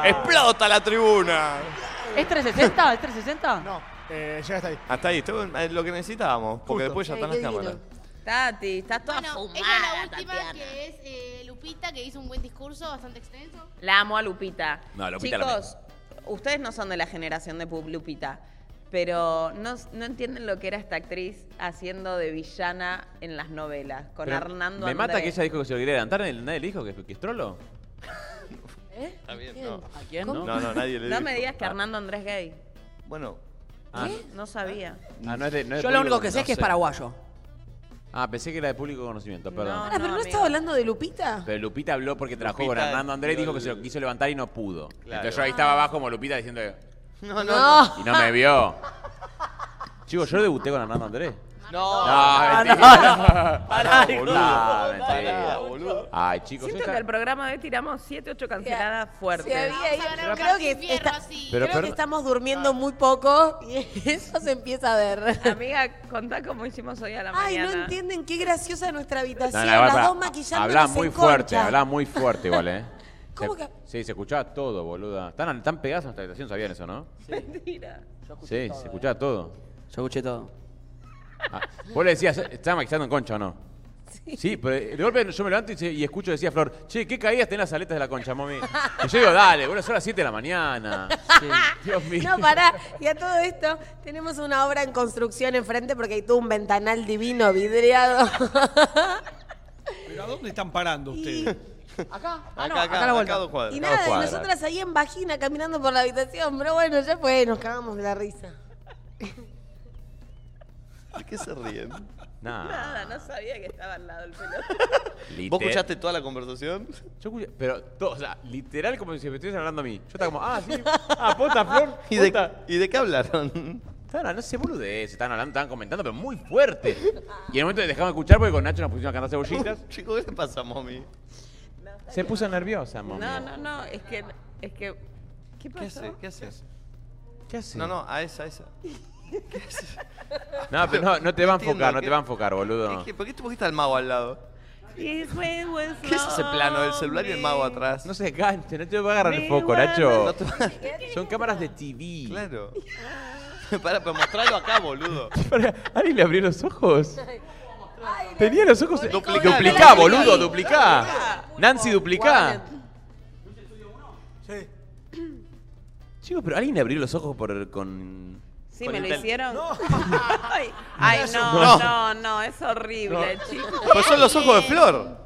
¡Explota la tribuna!
¿Es 360? ¿Es 360? No.
Eh, llega hasta ahí.
Hasta ahí, estuvo en- eh, lo que necesitábamos, porque después
Eh,
ya están las cámaras.
Tati, estás toda
Bueno, ella es la
fumada,
última
Tatiana.
que es eh, Lupita, que hizo un buen discurso bastante extenso.
La amo a Lupita.
No, Lupita la
Chicos, ustedes no son de la generación de Pup- Lupita, pero no, no entienden lo que era esta actriz haciendo de villana en las novelas, con
Pero
Hernando
Me mata
André.
que ella dijo que se lo quería adelantar. ¿Nadie le dijo que, que es trolo?
¿Eh?
Está bien, no.
¿A quién?
¿Cómo? No, no, nadie le
No
dijo.
me digas que Hernando Andrés es gay.
Bueno.
Ah,
No sabía.
ah, no es de- no es de
Yo lo
público
único que sé es que es
conocer.
paraguayo.
Ah, pensé que era de público conocimiento, perdón.
Pará, pero no, estaba hablando de Lupita.
Pero Lupita habló porque trabajó
Lupita
con Hernando Andrés,
dio
dijo que
el-
se lo quiso levantar y no pudo. Entonces yo ahí estaba abajo como Lupita diciendo,
No,
no,
y no me vio. Chicos, yo debuté con Hernando Andrés.
No,
No, [laughs] mentira. Pará, boludo. Mentira.
boludo.
Ay, chicos,
Siento
esta-
que el programa de hoy tiramos 7, 8 canceladas fuertes.
Se había ido.
Pero
Creo que,
Martín Fierro,
está-
sí.
Pero
creo que
perd-
estamos
Ah.
durmiendo muy poco y [laughs] eso se empieza a ver.
Amiga, contá cómo hicimos hoy a la
Ay,
mañana.
no entienden qué graciosa nuestra habitación.
No, no,
Las
pará.
dos maquillándonos
Hablá
en
muy fuerte,
concha.
hablá muy fuerte igual, ¿eh?
¿Cómo
Se-
que-
Sí, se escuchaba todo, boluda. Están, están pegadas a nuestra habitación, sabían eso, ¿no?
Mentira.
Sí,
eh.
se escuchaba todo.
Yo escuché todo.
Ah, vos le decías, ¿estaba maquillando en concha o no? Sí. pero de golpe yo me levanto y, se- y escucho, decía Flor, che, ¿qué caídas tenés las aletas de la concha, mami? Y yo digo, dale, boludo, son las 7 de la mañana. Dios mío.
No, pará. Y a todo esto, tenemos una obra en construcción enfrente porque hay todo un ventanal divino vidriado.
¿Pero a dónde están parando ustedes?
Acá,
Acá,
ah, no,
acá,
acá, la
acá
vuelta.
dos cuadras.
Y nada, y
cuadras.
nosotras ahí en vagina caminando por la habitación. Pero bueno, ya fue, nos cagamos de la risa.
¿Por qué se ríen?
Nah,
Nada, no sabía que estaba al lado el pelo.
[laughs] liter-
¿Vos escuchaste toda la conversación?
Yo escuché, pero todo, o sea, literal como si me estuviesen hablando a mí. Yo estaba como, ah, sí, ah, posta, Flor,
[laughs] ¿Y de,
posta.
¿Y de qué hablaron?
Estaban, no sé, boludez, estaban hablando, estaban comentando, pero muy fuerte. Y en el momento dejamos de escuchar porque con Nacho nos pusimos a cantar cebollitas.
[laughs] Chico, ¿qué le pasa, mami?
Se puso nerviosa, mami.
No, no, no, es que, es que, ¿qué
¿Qué
pasó?
hace? ¿Qué haces?
¿Qué hace?
No, no, a esa, a esa.
No, pero no, no te va a
Entiendo
enfocar, no
que-
te va a enfocar, boludo.
¿Qué- qué- ¿Por qué te pusiste al mago al lado? ¿Qué es ese plano del celular y el mago atrás?
No se enganche, no te va a agarrar el
Me
foco,
guarda-
Nacho.
No te va-
Son cámaras de TV.
Claro. [laughs] Para, pero mostralo
[laughs]
acá, boludo.
Pará, ¿Alguien le abrió los ojos? Tenía los ojos...
Duplicá,
Duplicá,
duplicá,
boludo,
duplicá.
duplicá. Nancy, duplicá.
Sí.
Chicos, pero ¿alguien le abrió los ojos por con...?
Sí,
Con
me lo
intel-
hicieron. [laughs] Ay, ay, no,
No.
no, no, es horrible, chicos.
Pues son los ojos de Flor.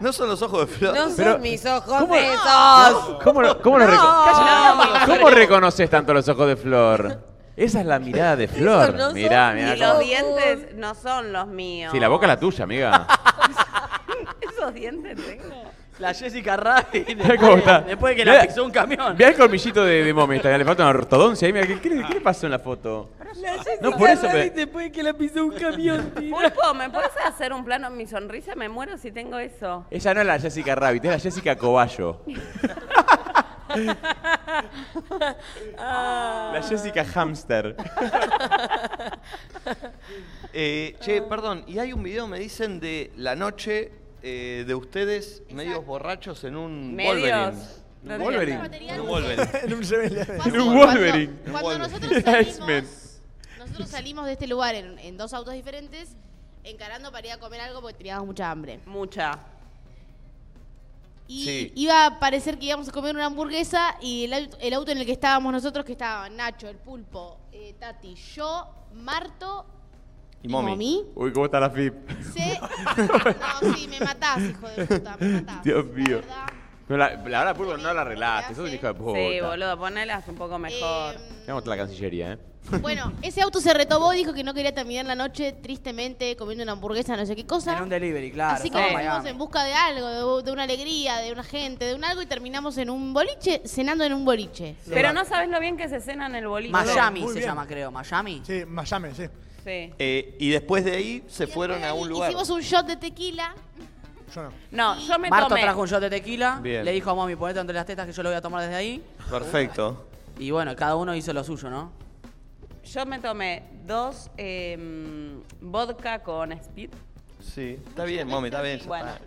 No son los ojos de Flor.
No
Pero-
son mis ojos
¿Cómo-
esos.
¿Cómo, lo- cómo, lo reco-
No.
¿Cómo reconoces tanto los ojos de Flor? Esa es la mirada de Flor.
Eso no son
mirá,
ni
mirá.
Y
cómo-
los dientes no son los míos.
Sí, la boca es la tuya, amiga.
[laughs] Esos dientes tengo.
La
[laughs]
Jessica Rabbit.
cómo está.
Después de que
Mirá.
la pisó un camión.
Mirá el colmillito de, de Momi, está, le falta una ortodoncia ahí, mirá, ¿qué, qué le- qué le pasó en la foto? No, por eso, pero-
Después de que la pisó un
[laughs]
camión, tío.
Pulpo, ¿me puedes hacer un plano en mi sonrisa? Me muero si tengo eso.
Ella no es la Jessica Rabbit, es la Jessica Coballo. Ah. la Jessica Hamster.
[laughs] Eh, che, perdón, y hay un video, me dicen, de la noche eh, de ustedes medios borrachos en un
Medios.
Wolverine.
No
Un Wolverine.
entiendo.
Material-
[laughs]
Un
En
Wolverine.
un rebelde.
Cuando-
un Wolverine.
Cuando, [laughs] cuando
Un
nosotros
[laughs] X-Men.
salimos,
[laughs]
nosotros salimos de este lugar en, en dos autos diferentes, encarando para ir a comer algo porque teníamos mucha hambre.
Mucha.
Y
Sí.
iba a parecer que íbamos a comer una hamburguesa y el, aut- el auto en el que estábamos nosotros, que estaba Nacho, el pulpo, eh, Tati, yo, Marto ¿Y momi?
Uy, ¿cómo está la FIP?
Sí.
[laughs]
No, sí, me matás, hijo de puta, me
[laughs]
matás.
Dios mío. Pero la, la verdad, Pulpo, no la arreglaste. Sos un hijo de puta.
Sí, boludo, ponelas un poco mejor.
Vamos a la Cancillería, ¿eh?
Bueno, ese auto se retobó, dijo que no quería terminar la noche tristemente comiendo una hamburguesa, no sé qué cosa.
En un delivery, claro.
Así que
estaba
nos
en
fuimos
Miami.
en busca de algo, de, de una alegría, de una gente, de un algo y terminamos en un boliche, cenando en un boliche.
Pero no sabes lo bien que se cena en el boliche.
Miami se llama, creo. Miami.
Sí, Miami, sí.
Sí.
Eh, y después de ahí se fueron a un lugar.
Hicimos un shot de tequila.
Yo no.
No, yo me
Marto
tomé.
trajo un shot de tequila.
Bien.
Le dijo a mami, ponete entre las tetas que yo lo voy a tomar desde ahí.
Perfecto.
Y bueno, cada uno hizo lo suyo, ¿no?
Yo me tomé dos eh, vodka con speed.
Sí, está bien, mami, está bien. ya
Bueno.
está.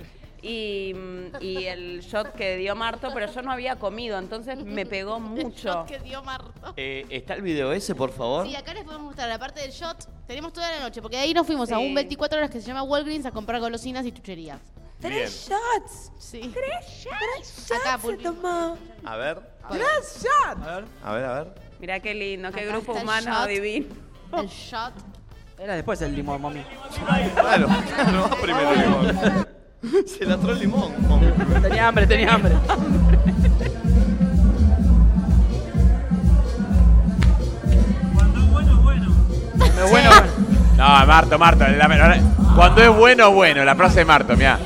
Y, mm, y el shot que dio Marto, pero yo no había comido, entonces me
[laughs]
pegó mucho.
Shot que dio Marto.
Eh, ¿Está el video ese, por favor?
Sí, acá les podemos mostrar la parte del shot. Tenemos toda la noche, porque de ahí nos fuimos a
Sí.
un 24 horas que se llama Walgreens a comprar golosinas y chucherías.
Bien.
shots.
Sí.
Tres shots.
Acá,
se
Pulpi.
tomó.
A ver,
Tres shots.
a ver, a ver, a ver.
Mirá qué lindo, qué
Acá
grupo
está el
humano
shot.
divino.
El shot.
Era después el limón, mami.
Claro, claro, va primero el limón. Se la trae el limón, mami.
Tenía hambre, tenía hambre.
Cuando es bueno, bueno. No, Marto, Marto. la- la- cuando es bueno, bueno. La frase de Marto, mirá.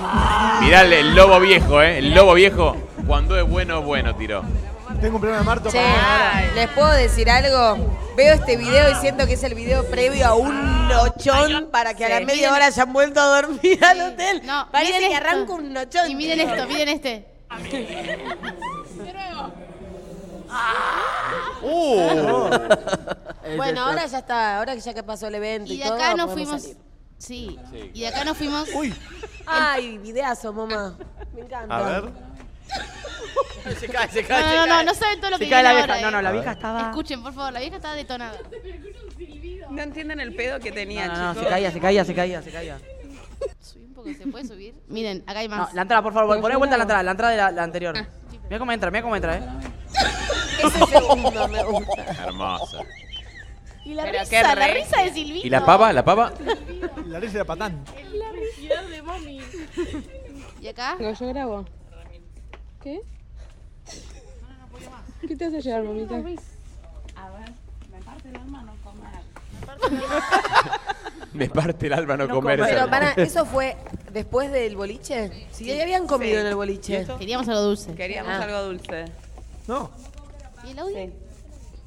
Mirá el, el lobo viejo, ¿eh? El lobo viejo. Cuando es bueno, bueno, tiró.
Tengo un problema de Marto
Che,
para
les puedo decir algo. Veo este video y siento que es el video previo a un nochón para que a
Sí.
la media hora hayan vuelto a dormir al hotel.
No,
Parece
miren
que
esto.
arranca un nochón.
Y miren
chicos.
esto,
[laughs]
[laughs]
miren este.
Uh.
Uh.
Bueno, ahora ya está, ahora que ya que pasó el evento y,
Y de acá
todo,
nos
podemos
fuimos.
salir.
Sí. Y de acá nos fuimos. Uy.
Ay, videazo, mamá. Me encanta.
[laughs]
A ver.
se cae, se
No,
cae.
no, no, no saben todo lo
Se
que
cae la
viene
vieja. No,
ahora,
no,
eh.
la vieja estaba.
Escuchen, por favor, la vieja está detonada.
No entienden el pedo que tenía,
No, no, no, se
chicos.
caía, se caía, se caía, se caía.
Subí un poco, ¿se puede subir? Miren, acá hay
No,
más. Ah.
la entrada, por favor, poné vuelta la entrada, la entrada de la, la anterior. Mira cómo entra, mira cómo
[laughs]
entra, eh.
Ese segundo me gusta.
Hermosa.
Y la
Pero
risa,
qué
la
re-
risa de Silvino.
¿Y la pava? ¿La pava?
[laughs] La risa de patán.
¿Y acá?
No, yo grabo. ¿Qué? ¿Qué te hace llegar, mamita? [laughs]
Me parte el alma no, comer. esa
Pero
hermosa.
para, ¿eso fue después del boliche? Sí, ya habían comido en el boliche.
Queríamos algo dulce.
Queríamos
Ah.
algo dulce.
No.
¿Y el audio?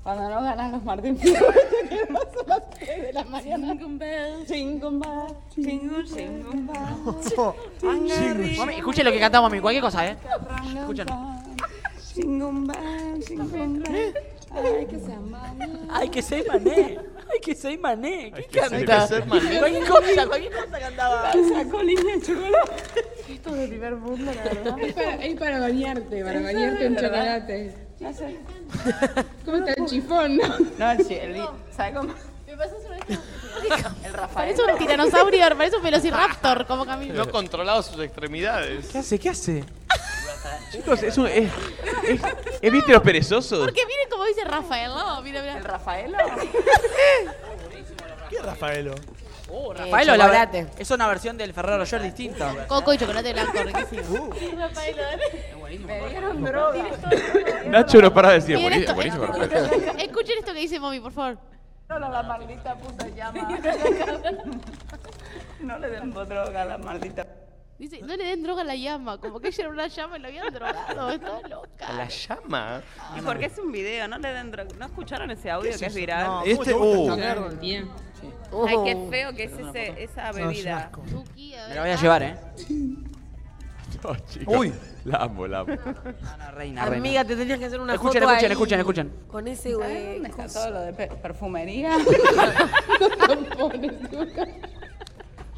Cuando no ganan los Martín Fierro, tenemos a las 3 de la mañana. Chingumba, chingumba, chingumba.
Mami, escuchen lo que cantaba, mami, cualquier cosa, eh. Escuchen.
Chingumba, chingumba. Ay, que se aman.
Ay, que soy mané. Ay, que soy mané. ¿Qué
Debe
canta?
ser mal.
Cualquier cosa, cualquier cosa cantaba.
Sacó línea de chocolate. Esto es de primer mundo, la verdad. Es para, es para bañarte, para bañarte en chocolate. No sé. ¿Cómo está el chifón, no?
No, sí, el- ¿sabe cómo?
Me pasas una vez.
El Rafael.
Parece un tiranosaurio, parece un velociraptor como camino.
No controlaba sus extremidades.
¿Qué hace? ¿Qué hace? Chicos, es un. Es, es- ¿es viste los perezosos?
Porque miren como dice Rafael, ¿no? Mira,
¿El
mira.
Rafaelo?
¿Qué es Rafaelo?
Oh,
Rafaelo, la
chocolate.
verdad, es una versión del Ferrero Rocher distinta.
Coco y chocolate blanco,
Uh.
riquísimo.
Nacho no para de decir.
Miren
Buenísimo,
esto.
buenísimo.
Escuchen esto que dice Mommy, por favor.
la maldita puta llama. No le den droga a la maldita.
[laughs] Dice, no le den droga a la llama, como que ella era una llama y la habían drogado, está
¿A
loca.
la llama?
¿Y por qué es un video? No le den droga. ¿No escucharon ese audio que es viral?
No, ¿cómo
Este,
te gusta
uh,
cambiar?
Ay, qué
Oh.
feo que es ese, esa bebida.
Tuki, a
Me
ver,
la voy a
acá.
llevar, eh.
[laughs] No, chicos.
Uy.
La amo, la amo.
No, no, reina, reina.
Amiga, te tenías que hacer una
Escuchen,
foto
escuchen,
ahí.
escuchen, escuchen.
Con ese
¿Saben
güey.
dónde está todo lo de pe- perfumería?
No,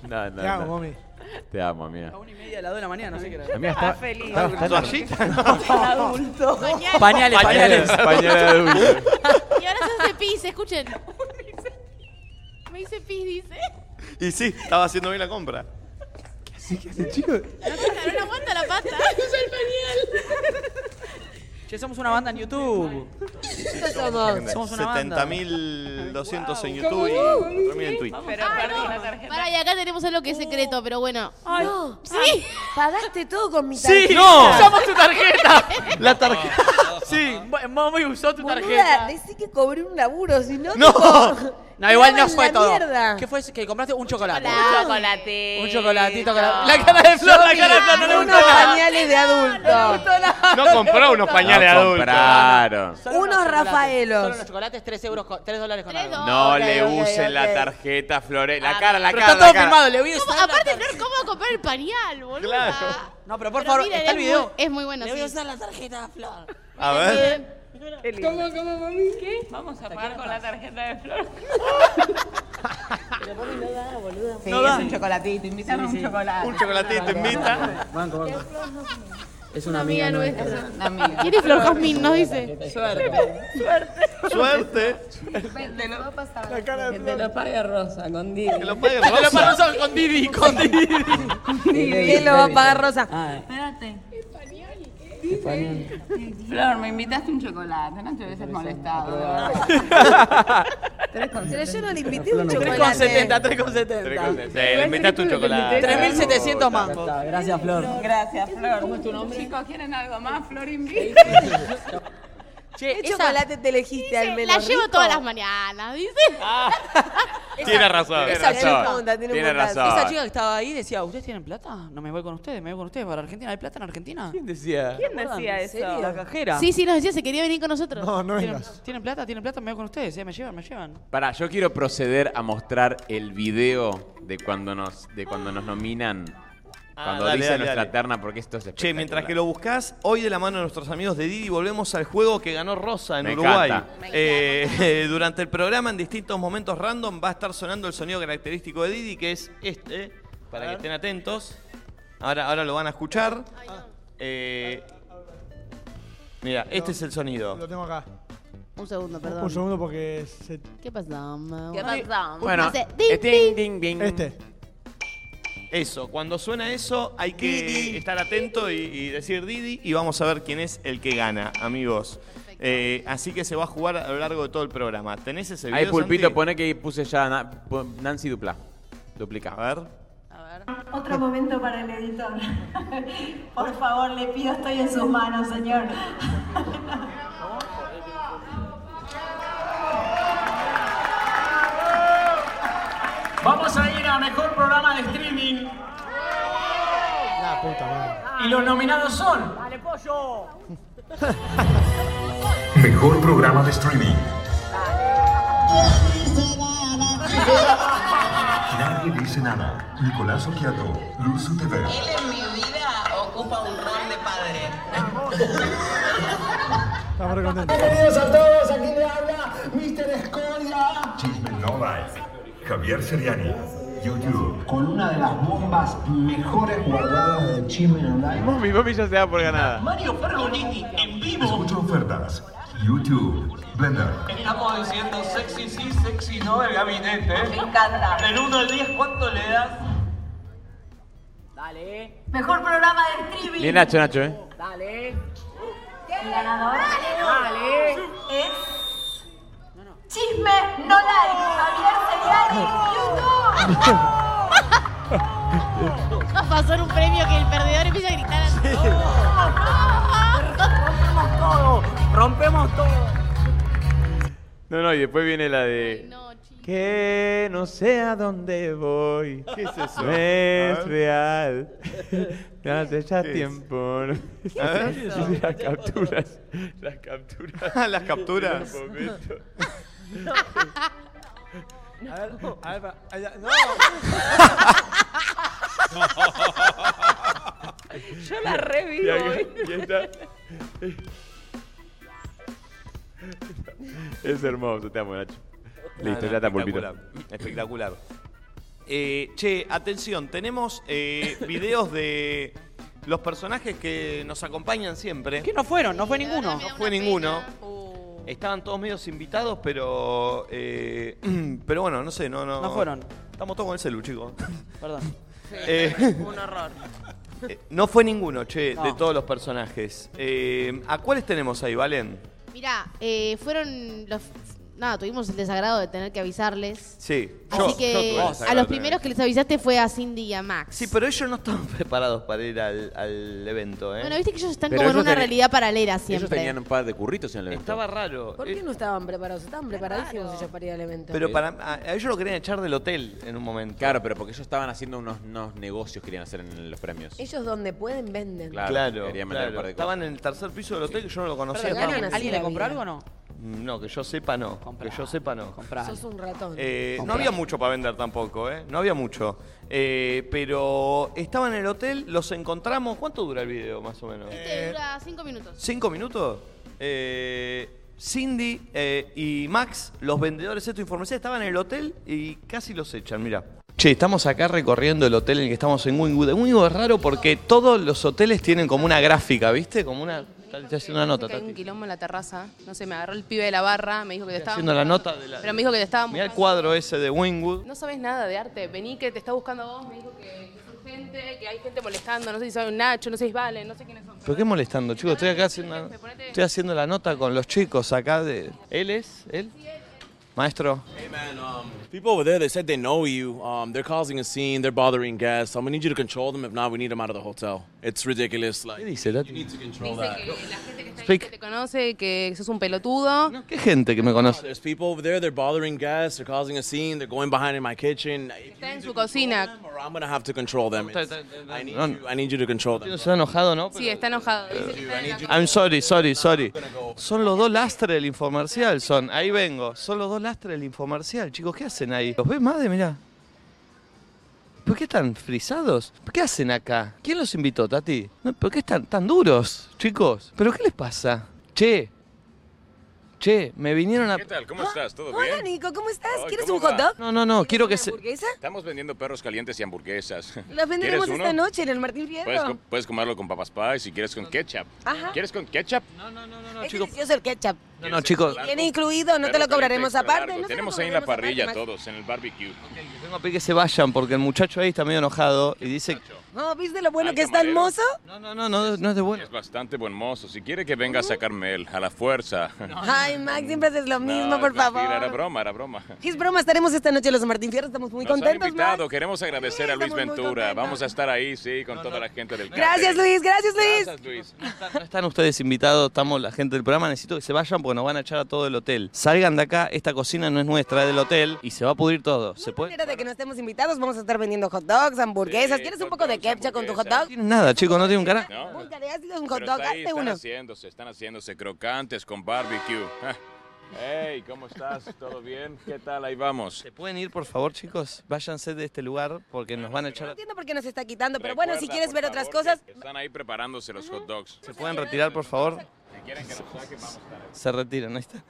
no,
Te hago,
no.
mami.
Te amo, amiga.
A una y media, a las dos de la mañana, no sé qué era.
Amiga,
Está
estaba,
feliz.
estaba bastante-
adulto.
Pañales, pañales.
Pañal de adulto.
Y ahora se hace pis, escuchen. Me dice pis, dice.
y sí, estaba haciendo bien la compra.
[laughs] No, no, no aguanta la pata.
Che, somos una banda en YouTube. Somos una banda.
70.200 en YouTube y 4.000 en Twitch.
Para, y acá tenemos algo que es secreto, pero bueno.
No. Sí. Pagaste todo con mi tarjeta.
¡Sí! ¡No! [laughs] ¡Usamos tu tarjeta! [laughs] La tarjeta. Sí, Mommy usó tu
Boluda,
tarjeta.
decí que cobré un laburo, si no.
No.
tipo,
No, igual no
quedaba en
fue
la
todo.
mierda.
¿Qué fue? eso? Que compraste un chocolate.
Un
chocolate.
Un chocolatito con la, la cara de flor, la cara de flor, no le gustó
Unos
nada.
pañales de adulto.
No compró unos pañales
No
adultos.
compraron.
Unos
Solo
Rafaelos.
los chocolates, 3 euros, con- 3 dólares con algo.
No
Ok,
le
ok,
usen
ok. Ah,
la tarjeta, Flore. La cara, la
Pero
cara.
está todo
la cara.
filmado, le voy a
¿Cómo- Aparte, Flor, ¿cómo va a comprar el pañal, boludo?
No, pero por favor,
miren,
está el
es
video.
muy- es muy bueno,
Le voy a
sí.
usar la tarjeta, Flor.
A ver.
¿Cómo, cómo, mami? ¿Qué?
Vamos a pagar con la tarjeta de flor.
Sí,
No da.
es un chocolatito, invitan a un chocolate.
Un chocolatito invita.
Banco, banco. Es
Una amiga nuestra.
Una amiga.
¿Quién es Flor Jazmín? Nos dice.
Suerte.
La cara de
Te lo paga Rosa con Didi.
Que lo pague
Te lo
Rosa.
paso con Didi, con Didi.
¿Quién lo va a pagar, Rosa?
Ah,
Espérate. Flor, me invitaste un chocolate, no te hubieses molestado. de verdad.
Pero yo no le invité un
3,70,
chocolate.
3,70.
Sí, le invitaste un chocolate.
3.700 mangos.
Gracias, Flor.
Gracias, Flor. ¿Cómo es tu nombre? Chicos, ¿quieren algo más? Flor invita.
Che,
¿Qué
esa,
chocolate te elegiste al menos
La llevo
rico?
todas las mañanas, dice.
Ah.
Tiene razón.
Esa
Tiene
tiene un
razón.
puntazo, tiene un
Tiene
puntazo.
esa
razón.
chica que estaba ahí decía, ¿ustedes tienen plata? No me voy con ustedes, me voy con ustedes para Argentina. ¿Hay plata en Argentina?
¿Quién decía?
¿Quién decía
¿En serio?
eso?
La cajera.
Sí, sí, nos decía, se quería venir con nosotros.
No, no
¿Tienen,
vengas.
tienen plata? ¿Tienen plata? Me voy con ustedes. eh, Me llevan, me llevan.
Pará, yo quiero proceder a mostrar el video de cuando nos, de cuando nos nominan.
Ah,
Cuando
dale,
dicen
dale,
nuestra
dale.
terna, porque esto es
Che,
espectacular.
mientras que lo buscas, hoy de la mano de nuestros amigos de Didi volvemos al juego que ganó Rosa en
Me
Uruguay.
encanta. Me
Eh, eh, [laughs] durante el programa, en distintos momentos random, va a estar sonando el sonido característico de Didi, que es este, para que estén atentos. Ahora, ahora lo van a escuchar. Eh, mira, este es el
Lo
sonido.
tengo acá.
Un segundo,
Un
perdón.
segundo porque se-
¿Qué pasó, mamá?
¿Qué pasó?
Bueno,
Hace
eh, ding,
ding,
ding, ding.
Este.
Eso, cuando suena eso hay que estar atento y, y decir Didi y vamos a ver quién es el que gana, amigos. Eh, así que se va a jugar a lo largo de todo el programa. ¿Tenés ese video?
Ahí pulpito,
Santi?
pone que puse ya na- pu- Nancy Dupla. Duplica.
A ver.
Otro momento para el editor. [laughs] Por favor, le pido, estoy en sus manos, señor.
Vamos a ir a mejor programa de streaming
La puta madre.
y los nominados son. ¡Dale,
Mejor programa de streaming. Nadie dice nada. Nicolás Oquiato, Luz TV.
en mi vida ocupa un rol de padre.
Estamos re contentos.
a todos! Aquí le habla Mr. Escoria.
Chisme No Life. Javier Seriani. YouTube.
Con una de las bombas mejores guardadas de Chisme Online.
Mi papi ya se da por ganada.
Mario Pergolini en vivo.
Escucha ofertas. YouTube. Blender.
Estamos diciendo sexy sí, sexy no del gabinete.
Me encanta.
Del 1 al 10, ¿cuánto le das?
Dale,
Mejor programa de streaming.
Bien Nacho, Nacho, ¿eh?
dale.
El ganador
Dale.
es. Chisme no like. Javier Seriani, YouTube.
Nos [laughs] pasó en un premio que el perdedor empieza a gritar. [laughs]
Rompemos todo. Rompemos todo.
No, no, y después viene la de.
No, chicos.
Que no sé a dónde voy.
¿Qué es eso?
No
Ah.
es
[laughs]
real. Ya hace ya tiempo. ¿no?
¿Ah?
[laughs] Y Las capturas.
[laughs]
Las capturas.
Las capturas.
Un momento. [laughs]
A ver, a ver, a ver, no.
[laughs]
Yo la
Y
revivo.
¿eh?
acá-
hoy.
[laughs] y está. Es hermoso, te amo, Nacho. Listo,
No, no,
ya está pulpito.
espectacular, Espectacular. Eh, che, atención, tenemos eh, videos de los personajes que nos acompañan siempre.
¿Qué no fueron? No fue ninguno.
No fue
Una
ninguno.
pena.
Estaban todos medios invitados, pero. eh, [clears throat] pero bueno, no sé, no, no.
No fueron.
Estamos todos con el celu, chicos.
Perdón.
Eh,
[laughs] Un horror.
[laughs] No fue ninguno, che, de
No.
todos los personajes. Eh, ¿A cuáles tenemos ahí, Valen?
Mirá, eh, fueron los... Nada, tuvimos el desagrado de tener que avisarles.
Sí, yo.
Así
yo tuve
que
el
a
desagrado
los
también.
primeros que les avisaste fue a Cindy y a Max.
Sí, pero ellos no estaban [laughs] preparados para ir al, al evento, ¿eh?
Bueno, viste que ellos están
Pero
como en
ellos
una
teni-
realidad paralela
Ellos
siempre.
tenían un par de curritos en el evento.
Estaba raro.
¿Por qué no estaban preparados? Estaban preparadísimos ellos para ir al evento.
Pero para, a, a ellos lo querían echar del hotel en un momento.
Eh, Claro, pero porque ellos estaban haciendo unos, unos negocios que querían hacer en los premios.
Ellos donde pueden venden.
Claro,
Claro,
querían meter
claro.
un par de cosas.
Estaban en el tercer piso del hotel que yo no lo conocía.
Pero ganan así
¿Alguien le
la
compró
vida.
algo o no?
Mm, No, que yo sepa no. Que yo sepa no.
Sos un ratón.
Eh, no
Comprá.
había mucho para vender tampoco, ¿eh? No había mucho. Eh, pero estaban en el hotel, los encontramos. ¿Cuánto dura el video, más o menos?
eh,
Este dura cinco minutos.
¿Cinco minutos? Eh, Cindy eh, y Max, los vendedores de tu información, estaban en el hotel y casi los echan, mira. Che, estamos acá recorriendo el hotel en el que estamos en Wingwood. En Wingwood es raro porque todos los hoteles tienen como una gráfica, ¿viste? Como una... Está, está haciendo una nota,
que hay
Tati.
un quilombo en la terraza. No sé, me agarró el pibe de la barra, me dijo que te estaba.
Haciendo la nota de la...
Pero me dijo que te estaban
Mirá el cuadro ese de Wingwood.
No sabes nada de arte. Vení que te está buscando a vos. Me dijo que, que es urgente, que hay gente molestando. No sé si sabe un Nacho, no sé si vale, no sé quiénes son.
¿Pero qué molestando, chicos? Estoy acá haciendo, estoy haciendo la nota con los chicos acá de... ¿Él es? ¿Él? Maestro.
People over there, they said they know you. Um, they're causing a scene. They're bothering guests. I'm gonna need you to control them. If not, we need them out of the hotel. It's ridiculous. Like, you need to control that.
Que te conoce, que sos un pelotudo.
¿Qué gente que me conoce?
There's people over there. They're bothering guests. They're causing a scene. They're going behind in my kitchen.
Está en su cocina.
Or I'm gonna have to control them. It's- I need you. I need you to control them.
Se ha enojado, ¿no?
Sí, está enojado. Dice que está en la
I'm sorry, sorry, sorry. Son los dos lastres del infomercial, son. Ahí vengo. Son los dos lastres del infomercial, chicos. ¿Qué hacen ahí? ¿Los ves, madre? Mirá. ¿Por qué están frisados? ¿Por qué hacen acá? ¿Quién los invitó, Tati? No, ¿Por qué están tan duros, chicos? ¿Pero qué les pasa? Che. Che, me vinieron a...
¿Qué tal? ¿Cómo estás? ¿Todo
¿Ah? Hola
bien?
Nico, ¿cómo estás?
Ay,
¿Quieres
¿cómo
un hot
va?
dog?
No, no, no, quiero que se...
¿Hamburguesa?
Estamos vendiendo perros calientes y hamburguesas.
Las venderemos
¿Quieres
esta
uno?
noche en el Martín
Puedes, co-
Fierro.
puedes comerlo con papas pie si quieres con ketchup.
Ajá.
¿Quieres con ketchup?
es delicioso el ketchup.
No, no, chicos.
Viene incluido, no te lo cobraremos aparte. No te
Tenemos ahí en la parrilla
aparte,
todos, en el barbecue.
Tengo que pedir que se vayan porque el muchacho ahí está medio enojado y dice...
No, ¿viste lo bueno
Ay,
que está el
camarero.
mozo?
No, no, no, no, no es de bueno.
Es bastante buen mozo. Si quiere que
Uh-huh.
venga a sacarme él, a la fuerza.
Ay, Max, siempre haces lo mismo,
No,
por
es mentira, Era
favor.
broma, era broma.
Es broma, estaremos esta noche en los Martín Fierro. Estamos muy
Nos han
contentos, Max.
invitado, queremos agradecer a Luis Ventura. Vamos a estar ahí, sí, con toda la gente del
Gracias,
catering.
Luis, gracias, Luis.
Gracias, Luis.
No están ustedes invitados, estamos la gente del programa, necesito que se vayan porque nos van a echar a todo el hotel. Salgan de acá, esta cocina no es nuestra, es del hotel y se va a pudrir todo. ¿Se puede?
manera de que no estemos invitados, vamos a estar vendiendo hot dogs, hamburguesas. ¿Quieres un poco de ketchup con tu hot dog?
No tienen nada, chicos, no tienen un carajo.
No,
Búscale, hazle un hot
pero
dog,
está ahí,
hazte
están
uno.
haciéndose, están haciéndose crocantes con barbecue. [laughs] Ah. Hey, ¿cómo estás? ¿Todo bien? ¿Qué tal? Ahí vamos.
¿Pueden ir, por favor, chicos? Váyanse de este lugar porque nos van a echar a...
Entiendo por qué nos está quitando, pero bueno, si quieres ver otras cosas,
Están ahí preparándose los hot dogs.
¿Se pueden retirar, por favor?
Si quieren que nos saquen, vamos a estar ahí.
Se retiran, ahí está.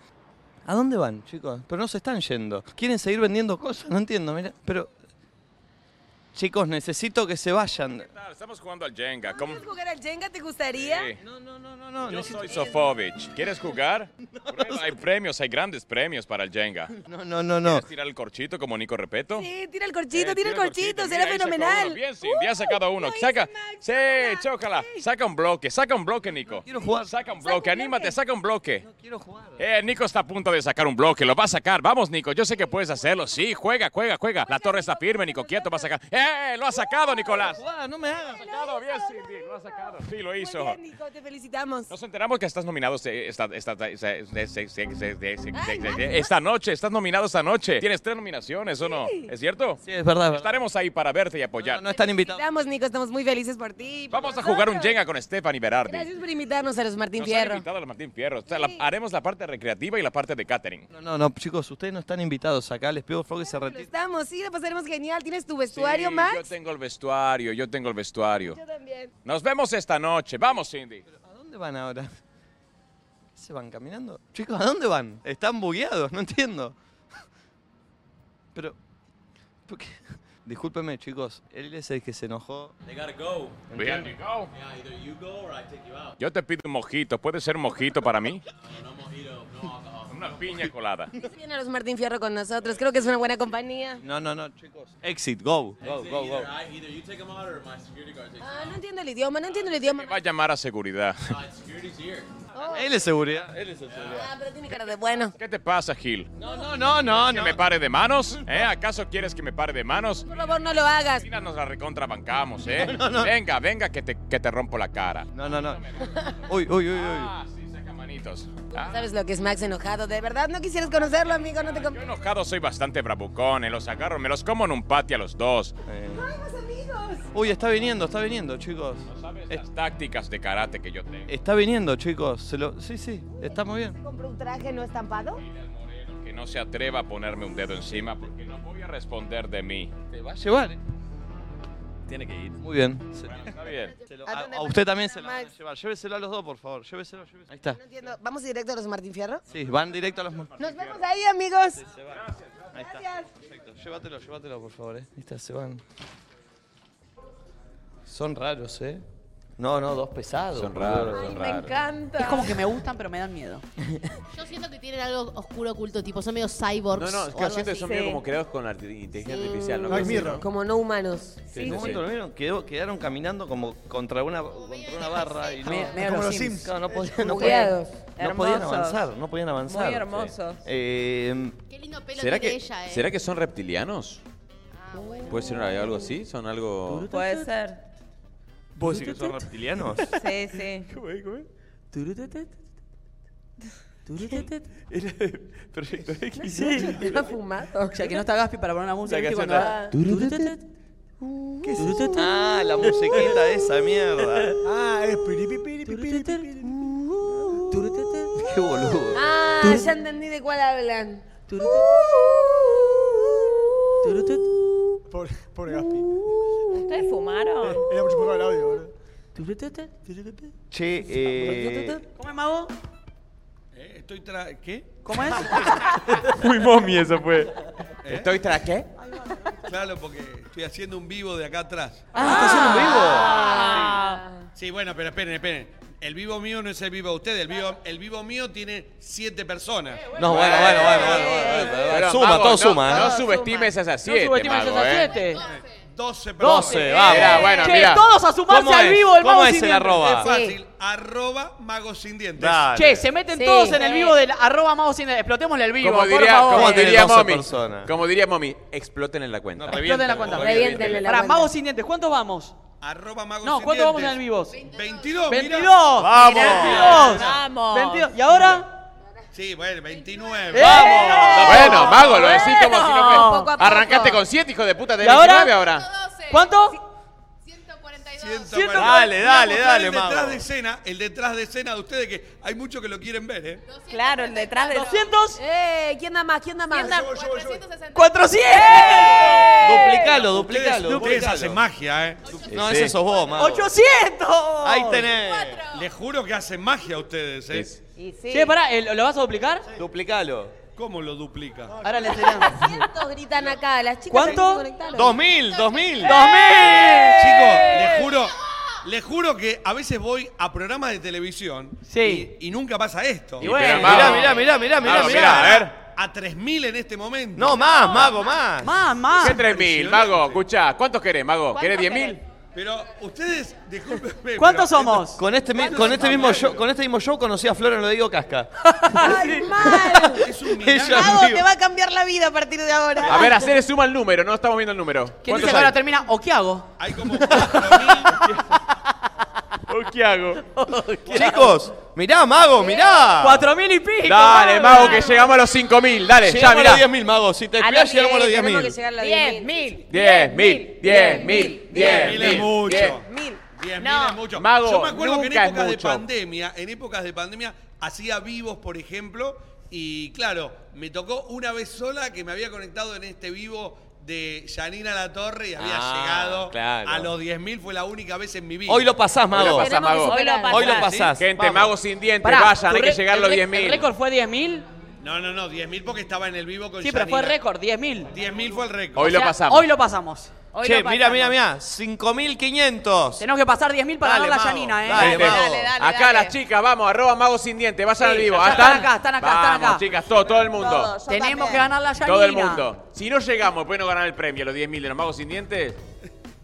¿A dónde van, chicos? Pero no se están yendo. ¿Quieren seguir vendiendo cosas? No entiendo, mira. Pero... Chicos, necesito que se vayan.
Ah, Estamos jugando al Jenga. ¿Cómo?
¿quieres jugar al Jenga? ¿Te gustaría?
No,
no, no, no,
Yo soy Sofovich. ¿Quieres [laughs] jugar? Prueba, Hay premios, hay grandes premios para el Jenga.
No, no, no, no.
¿Quieres tirar el corchito como Nico Repeto?
Sí, tira el corchito,
Eh,
tira el corchito, será
mira, ahí sacó uno.
fenomenal.
Bien, sí, ya ha sacado uno. Saca. Sí, chócala. Saca un bloque, saca un bloque, Nico. quiero
jugar.
Saca un bloque, anímate, saca un bloque. No quiero jugar. Eh, Nico está a punto de sacar un bloque, lo va a sacar. Vamos, Nico, yo sé que puedes hacerlo. Sí, juega, juega, juega. La torre está firme, Nico, quieto, va a sacar. ¡Eh, lo ha sacado, Nicolás!
Ah, No me hagas.
Sacado, bien, sí, bien, lo ha sacado. Sí, lo hizo.
Nico, te felicitamos.
Nos enteramos que estás nominado eh, esta, esta, esta- esta- esta noche, estás nominado esta noche. Tienes tres nominaciones, ¿o no? ¿Es cierto?
Sí, es verdad.
Estaremos ahí para verte y apoyar. No,
están invitados.
Vamos, Nico, estamos muy felices por ti. por
Vamos a jugar un
nosotros.
Jenga con Stephanie Berardi.
Gracias por invitarnos a los Martín
Nos han
Fierro.
invitado al Martín Fierro. O sea, la- haremos la parte recreativa y la parte de catering.
No, no, no, chicos, ustedes no están invitados acá. Les pido por favor que se retiren.
Estamos, sí, la pasaremos genial. ¿Tienes tu vestuario,
Sí, Yo
Max?
tengo el vestuario, yo tengo el vestuario.
Yo también.
Nos vemos esta noche. Vamos, Cindy.
¿A dónde van ahora? ¿Se van caminando? Chicos, ¿a dónde van? Están bugueados, no entiendo. [laughs] Pero, ¿por qué? Discúlpeme, chicos, él es el que se enojó.
They gotta go.
We have to
go. Yeah, either you go or I take you out.
Yo te pido un mojito. ¿Puede ser mojito para mí?
No mojito, no alcohol.
Una piña colada.
Viene los Martín Fierro con nosotros, creo que es una buena compañía.
No, no, no, chicos. Exit, go. Go, go, go.
Ah, no entiendo el idioma, no entiendo el idioma.
Va a llamar a seguridad.
Oh.
Él es seguridad. Él es
Ah, pero tiene cara de bueno.
¿Qué te pasa, Gil? No,
no, no, no.
¿Que me pare de manos? ¿Eh? ¿Acaso quieres que me pare de manos?
Por favor, no lo hagas.
Mira, nos la recontrabancamos, ¿eh? Venga, venga, que te, que te rompo la cara. Ah,
No, no,
[laughs]
no. Uy, uy, uy, uy.
Manitos. Ah,
¿Sabes lo que es Max enojado? De verdad, no quisieras conocerlo, amigo, no te comp-
Enojado soy bastante bravucón, eh, los agarro, me los como en un patio a los dos.
Uy, está viniendo, está viniendo, chicos.
Las tácticas de karate que yo tengo.
Está viniendo, chicos. Se lo... Sí, sí, está muy bien.
¿Compró un traje no estampado?
Que no se atreva a ponerme un dedo encima porque no voy a responder de mí. Te va a ¿eh?
Llevar. ¿eh?
Tiene que ir.
Muy bien.
Bueno, está
[laughs]
bien.
A, a usted también se lo van a llevar. Lléveselo a los dos, por favor. Lléveselo, lléveselo. Ahí está.
No entiendo. ¿Vamos directo a los Martín Fierro?
Sí, van directo a los... mon-
Nos vemos ahí, amigos.
Ahí está. Perfecto. Llévatelo, llévatelo, por favor. eh. Ahí está, se van. Son raros, ¿eh? No, no, dos pesados.
Son
boludo.
raros, son Ay, me raros.
encanta.
Es como que me gustan, pero me dan miedo.
[laughs] Yo siento que tienen algo oscuro oculto, tipo, son medio cyborgs.
No, no, es
o
que
algo
siento que
así.
son medio como creados con arti- inteligencia artificial. ¿no?
Black
Algo así,
Mirror.
¿no?
Como no humanos.
En un momento lo vieron, quedó- quedaron caminando como contra una, contra una barra y no,
Me- medio Como los los Sims. Sims.
Claro, no [laughs] podían, no
Bugueados.
podían- no podían
Hermosos.
avanzar, no podían avanzar.
Muy hermosos.
Sí. Eh,
Qué lindo pelo
Em, ¿Será
tiene
que,
ella, eh.
¿Será que son reptilianos? ¿Puede ser algo así? ¿Son algo...?
Puede ser.
¿Vos decís que son
[laughs]
reptilianos?
Sí, sí.
Proyecto X.
[laughs]
Está fumado.
O sea, que no está Gaspi para poner una música.
O sea, que
¿viste?
hace
Cuando va-
¿Qué es eso? Ah, la musiquita esa mierda.
Ah, es
Qué boludo.
Ah, ya entendí de cuál hablan.
Pobre, pobre Gaspi.
¿Ustedes fumaron?
Era mucho poco el audio, boludo.
Che, eh,
¿Cómo es, Mago?
Eh, estoy tra... ¿Qué?
¿Cómo es?
Muy mommy eso fue.
¿Eh?
¿Estoy tras qué?
[laughs] Claro, porque estoy haciendo un vivo de acá atrás.
Ah,
Sí, bueno, pero esperen, esperen. El vivo mío no es el vivo de ustedes. El vivo, el vivo mío tiene siete personas.
Eh,
Eh,
No, bueno, bueno, bueno, bueno, bueno, bueno, bueno. Suma, todo
no,
suma, ¿eh?
No
Todo
subestimes esas siete,
subestimes
mago,
esas
¿eh?
siete.
12 personas.
12, vamos.
Mira, bueno,
Che,
mira.
todos a sumarse
¿Cómo
al
es?
vivo del
¿Cómo
Mago
es
sin
el
dientes.
arroba?
Es fácil. Arroba magos sin dientes.
Dale.
Che, se meten
Sí.
todos en el vivo del arroba Mago sin dientes. Explotémosle el vivo,
Como
por
diría,
favor.
como
Tiene
diría
12
mommy.
personas.
Como diría mommy, exploten en la cuenta.
Exploten la cuenta.
Reviéntenle la
Pará,
cuenta.
Mago sin dientes, ¿cuántos vamos?
Arroba magos
No,
sin
¿cuántos vamos en
dientes.
el vivo?
22, mirá.
22. Vamos. 22.
Vamos.
22. ¿Y ahora? Eh,
Sí, bueno, 29.
¡Vamos!
Bueno, mago, lo decís como si
Bueno.
no
Poco
fue.
a poco.
Arrancaste con siete, hijo de puta,
¿Y
tenés
ahora?
19 ahora.
¿Cuánto?
140.
Dale, dale,
Voy
dale,
a mostrar El
mago.
detrás de escena, el detrás de escena de ustedes que hay muchos que lo quieren ver, ¿eh?
Claro, el detrás de...
200.
Eh, ¿quién da más? ¿Quién da más?
Duplicalo, duplicalo.
Ustedes
duplicalo.
hacen magia, ¿eh?
No,
Sí.
ese sos vos, mago.
800.
Ahí tenés.
Les juro que hacen magia ustedes, ¿eh?
Sí.
Y sí.
Che, pará, ¿eh, ¿lo lo vas a duplicar?
Duplicalo.
¿Cómo lo duplica?
Ahora [laughs] le enseñamos.
¿Cuántos gritan acá? Las chicas
¿Cuánto? ¡Eh!
se conectaron.
2000, 2000.
Chicos, les juro, les juro que a veces voy a programas de televisión
Sí.
y, y nunca pasa esto.
Y bueno,
Mago.
Mirá, mirá, mirá, mirá, mirá,
Mago,
mirá.
mirá, a ver.
A 3.000 en este momento.
No, más, mago, más.
Mamá.
¿Qué 3000, mago? Escuchá, ¿cuántos querés, mago? ¿Querés 10000?
Pero ustedes, [laughs] discúlpenme.
¿Cuántos
pero-
somos?
Con este, mi- con este mismo show, con este mismo show conocí a Flor en lo digo casca.
¡Ay, mal!
[laughs]
Es un milagro.
Ella
Mago, te
amigo.
va a cambiar la vida a partir de ahora.
A ver, hacer suma el número, no estamos viendo el número.
¿Quién dice
¿Cuántos
que ahora
hay?
termina? ¿O qué hago?
Hay como 4.000.
¿Qué hago?
Chicos, mirá, mago, mirá.
Cuatro mil y pico.
Dale,
bárbaro.
mago, que llegamos a los 5000. Dale, ya,
Llegamos a
mirá.
los 10.000, mago. Si te
A
cuidas, llegamos a los
tenemos que
10.000.
[laughs] llegar a los 10.000.
10.000.
10000, 10000,
10.000 es
10000.
mucho.
10.000.
10.000
No.
es mucho.
Mago,
Yo me acuerdo que en
nunca es
épocas de
mucho.
pandemia, en épocas de pandemia, hacía vivos, por ejemplo, y claro, me tocó una vez sola que me había conectado en este vivo de Yanina La Torre y había
Ah,
llegado
claro.
a los 10.000, fue la única vez en mi vida.
Hoy lo pasás, mago.
Hoy lo pasás, mago.
Hoy lo pasás.
Hoy lo pasás.
Gente,
Vamos.
mago sin dientes,
Pará,
vayan,
tu
hay que
re-
llegar a los
el rec- ¿El
10000.
récord fue 10.000?
No, no, no, 10.000 porque estaba en el vivo con
Sí, pero fue
Yanina.
récord, 10.000.
fue el récord.
Hoy lo
O sea,
pasamos.
Hoy lo pasamos.
Hoy
che,
lo
mira,
pasamos.
mira, mira, 5500.
Tenemos que pasar 10.000 para
Dale,
ganar la
mago.
Yanina, ¿eh?
Dale, Dale, mago. dale, dale,
Acá
dale.
las chicas, vamos, arroba mago sin diente, vayan
Sí,
al vivo.
ya
¿Ah,
están acá, están acá, están
Vamos,
acá.
chicas, todo, todo el mundo.
Tenemos que ganar la Yanina.
Todo el mundo. Si no llegamos, pueden no ganar el premio, los 10.000 de los magos sin dientes.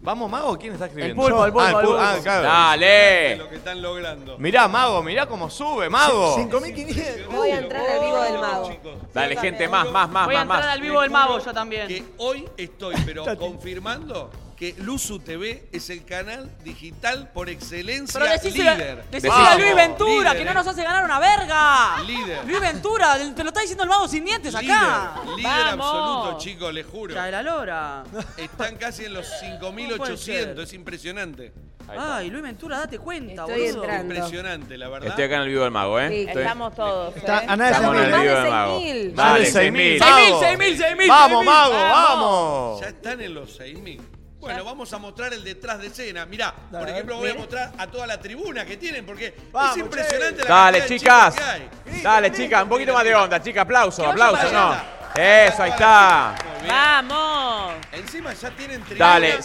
¿Vamos, mago? ¿Quién está escribiendo?
pulpo, el pulpo,
Ah,
el
pulpo.
pulpo.
Ah, claro.
Dale. Lo
que están logrando.
Mirá, mago, mirá cómo sube, mago.
5.500. Voy a entrar al vivo del mago.
Dale, gente, más, más, más,
Voy a
más,
entrar
más.
al vivo del mago yo también.
Que hoy estoy, pero confirmando que Luzu TV es el canal digital por excelencia
Pero decíselo,
líder.
decíselo a Luis Ventura, que no nos hace ganar una verga.
Líder.
Luis Ventura, te lo está diciendo el mago sin dientes acá.
Líder, líder
Vamos.
absoluto, chicos, les juro.
Ya de la lora.
Están casi
[laughs]
en los
puede
5.800,
ser?
es impresionante.
Ay, Luis Ventura, date cuenta,
Estoy
boludo.
entrando. Impresionante, la verdad.
Estoy acá en el vivo del mago, ¿eh?
Sí,
Estoy-
estamos todos.
Está-
¿eh?
a nadie Estamos se en el olvida. vivo, mago. Dale,
Ya de
6.000.
6.000,
Vamos.
6.000, 6.000.
Vamos,
6.000.
mago, vamos.
Ya están en los 6.000. Bueno, vamos a mostrar el detrás de escena. Mirá, por
Dale.
ejemplo, voy a
Mire.
mostrar a toda la tribuna que tienen porque
Vamos,
es impresionante la
Dale,
cantidad de
chicas.
chicos que hay.
Dale, chicas, un poquito más de onda, chicas. Aplauso,
Que vaya
aplauso,
para
¿no? Eso, ahí está.
¡Vamos!
Encima ya tienen tribuna.
Dale,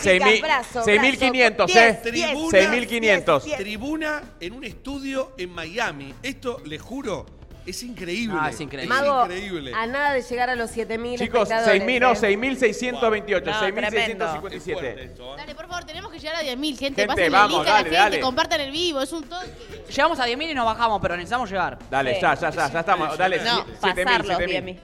6.500, ¿eh?
Tribuna-
6.500.
Tribuna en un estudio en Miami. Esto, les juro, es increíble.
Ah, es increíble.
Mago, ah,
increíble.
a nada de llegar a los 7.000
Chicos,
espectadores.
6.000, no,
¿eh?
6.628,
No,
tremendo.
6.657.
¿eh?
Dale, por favor, tenemos que llegar a 10.000, gente.
Gente,
Pásenle el
vamos,
link a la
dale,
gente,
dale.
compartan el vivo, es un toque.
Llegamos a 10.000 y nos bajamos, pero necesitamos llegar.
Dale, ya, ya, ya, ya estamos. Dale,
No,
si-
pasar
7.000,
los
7.000.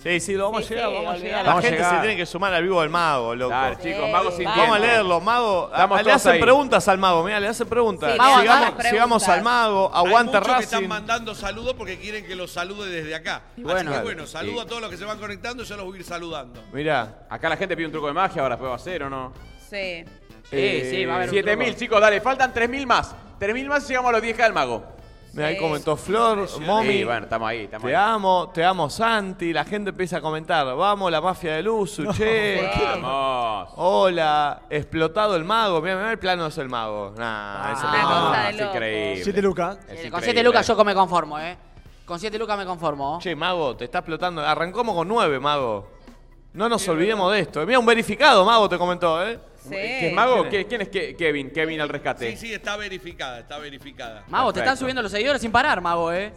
Sí, sí, lo vamos a llegar, vamos a llegar. La
Vamos a
gente
llegar.
se tiene que sumar al vivo del mago, loco.
Dale, chicos, mago sin
Vamos a
dientes.
leerlo, mago.
Estamos
Ah, le
todos
hacen
ahí.
preguntas al mago, mira, le hacen preguntas.
Sí, le
sigamos,
hacen preguntas.
sigamos al mago, aguanta
Hay muchos que están
Racing.
mandando saludos porque quieren que los salude desde acá.
bueno.
Así que bueno, saludo
Sí.
a todos los que se van conectando, yo los voy a ir saludando.
Mirá. Acá la gente pide un truco de magia, ahora después va a hacer o no.
Sí.
Sí,
Eh,
sí, va a haber un
7.000,
truco.
chicos, dale, faltan 3.000 más. 3.000 más y llegamos a los 10k del mago.
Mira, ahí comentó Flor, Momi.
Sí, bueno, estamos ahí, estamos
Te
ahí.
amo, te amo Santi, la gente empieza a comentar, vamos, la mafia de luz, che,
Vamos.
hola, explotado el mago, mira, mira el plano es el mago. Nah, eso
Ah, una
no.
cosa de
es
loco.
increíble.
Siete
lucas.
Con 7 lucas yo me conformo, ¿eh? Con 7 lucas me conformo.
Che, mago, te está explotando. Arrancamos con nueve, mago. No nos olvidemos de esto. Mira, un verificado, mago, te comentó, ¿eh?
¿Qué es mago? ¿Qué- ¿Quién es Ke- Kevin? Kevin al rescate.
Sí, sí, está verificada, está verificada.
Mago, te están
Perfecto.
subiendo los seguidores sin parar, mago, ¿eh?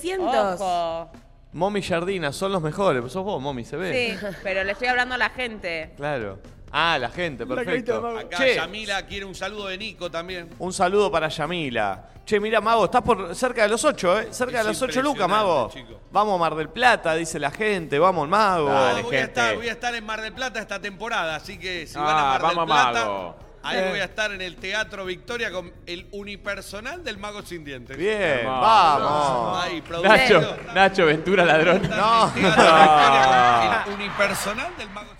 7.300.
Momi Jardina, son los mejores. Sos vos, Momi, se ve.
Sí, pero le estoy hablando a la gente.
Claro. Ah, la gente, perfecto.
Acá
Che,
Yamila quiere un saludo de Nico también.
un saludo para Yamila. Che, mira, mago, estás por cerca de los ocho, ¿eh? Cerca
Es
de los ocho lucas, mago.
impresionante,
Vamos, Mar del Plata, dice la gente. Vamos, mago.
Ah, voy, a estar, voy a estar en Mar del Plata esta temporada, así que si van a
Ah,
Mar del
vamos,
Plata,
mago.
ahí
Eh.
Bien.
voy a estar en el Teatro Victoria con el unipersonal del Mago Sin Dientes.
Bien,
Hermoso.
vamos.
Ahí,
Nacho,
produciendo.
Nacho Ventura ladrón.
No. [laughs]
El unipersonal del Mago Sin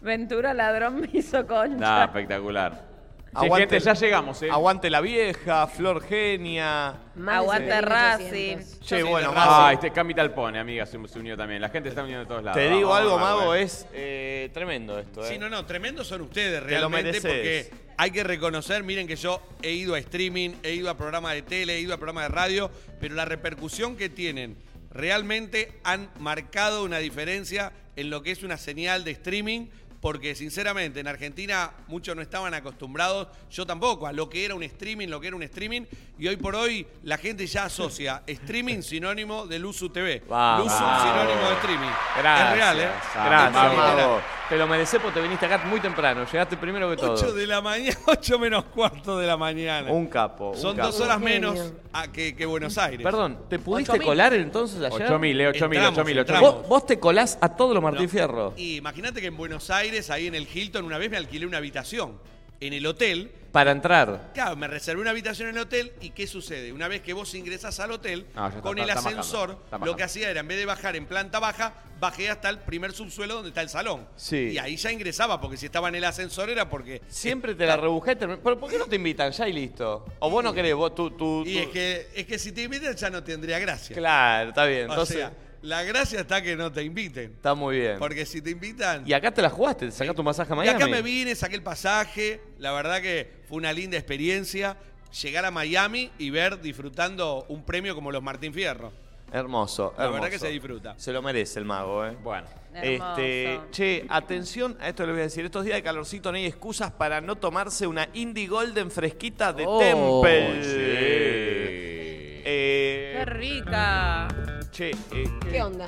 Ventura Ladrón me hizo
Nah,
concha.
espectacular. Che,
Aguante-
gente, ya llegamos, eh.
Aguante la vieja, Flor Genia.
Aguante Racing.
Che, bueno, mago.
Ay, este Capital pone, amiga, se, se unió también. La gente se está uniendo de todos lados.
Te digo
Vamos,
algo,
vamos,
Mago,
eh.
es eh, tremendo esto.
Sí,
eh.
no, no, tremendos son ustedes
Te lo
realmente
mereces.
porque hay que reconocer, miren que yo he ido a streaming, he ido a programas de tele, he ido a programas de radio, pero la repercusión que tienen realmente han marcado una diferencia en lo que es una señal de streaming. Porque sinceramente en Argentina muchos no estaban acostumbrados, yo tampoco, a lo que era un streaming, lo que era un streaming, y hoy por hoy la gente ya asocia
[laughs]
streaming sinónimo de Luzu TV.
Vamos.
Luzu sinónimo de streaming.
Ah, Gracias.
es real, ¿eh?
Gracias,
Es real.
Mago. Te lo mereces porque te viniste acá muy temprano. Llegaste primero que todo.
8 de la mañana, [laughs] 8 menos cuarto de la mañana.
Un capo. un
Son
capo.
dos horas menos a que, que Buenos Aires.
Perdón, ¿te pudiste colar entonces ayer?
8.000, eh, 8.000,
Entramos,
8.000,
entramos.
Vos, vos te colás a todos los Martín Fierro.
Y Imagínate que en Buenos Aires, ahí en el Hilton, una vez me alquilé una habitación en el hotel.
Para entrar.
Claro, me reservé una habitación en el hotel y ¿qué sucede? Una vez que vos ingresás al hotel,
Ah, ya está,
con
está-
el
está bajando,
ascensor,
está bajando.
lo que hacía era, en vez de bajar en planta baja, bajé hasta el primer subsuelo donde está el salón.
Sí.
Y ahí ya ingresaba, porque si estaba en el ascensor era porque...
Siempre te la rebujaste. ¿Pero por qué no te invitan ya y listo? O vos no querés, vos tú. tú,
Y
tú-
es que, es que si te invitan ya no tendría gracia.
Claro, está bien.
O
Entonces,
sea, la gracia está que no te inviten.
está muy bien.
Porque si te invitan.
Y acá te la jugaste, te sacaste un masaje a
Y
Miami.
acá me vine, saqué el pasaje. La verdad que fue una linda experiencia llegar a Miami y ver disfrutando un premio como los Martín Fierro.
Hermoso, hermoso.
La verdad que se disfruta.
Se lo merece el mago, ¿eh? Bueno.
Hermoso.
Este, che, atención a esto que les voy a decir. Estos días de calorcito no hay excusas para no tomarse una Indie Golden fresquita de
Oh,
Temple.
sí.
Eh,
¡Qué rica!
che, eh, ¿qué,
¿Qué onda?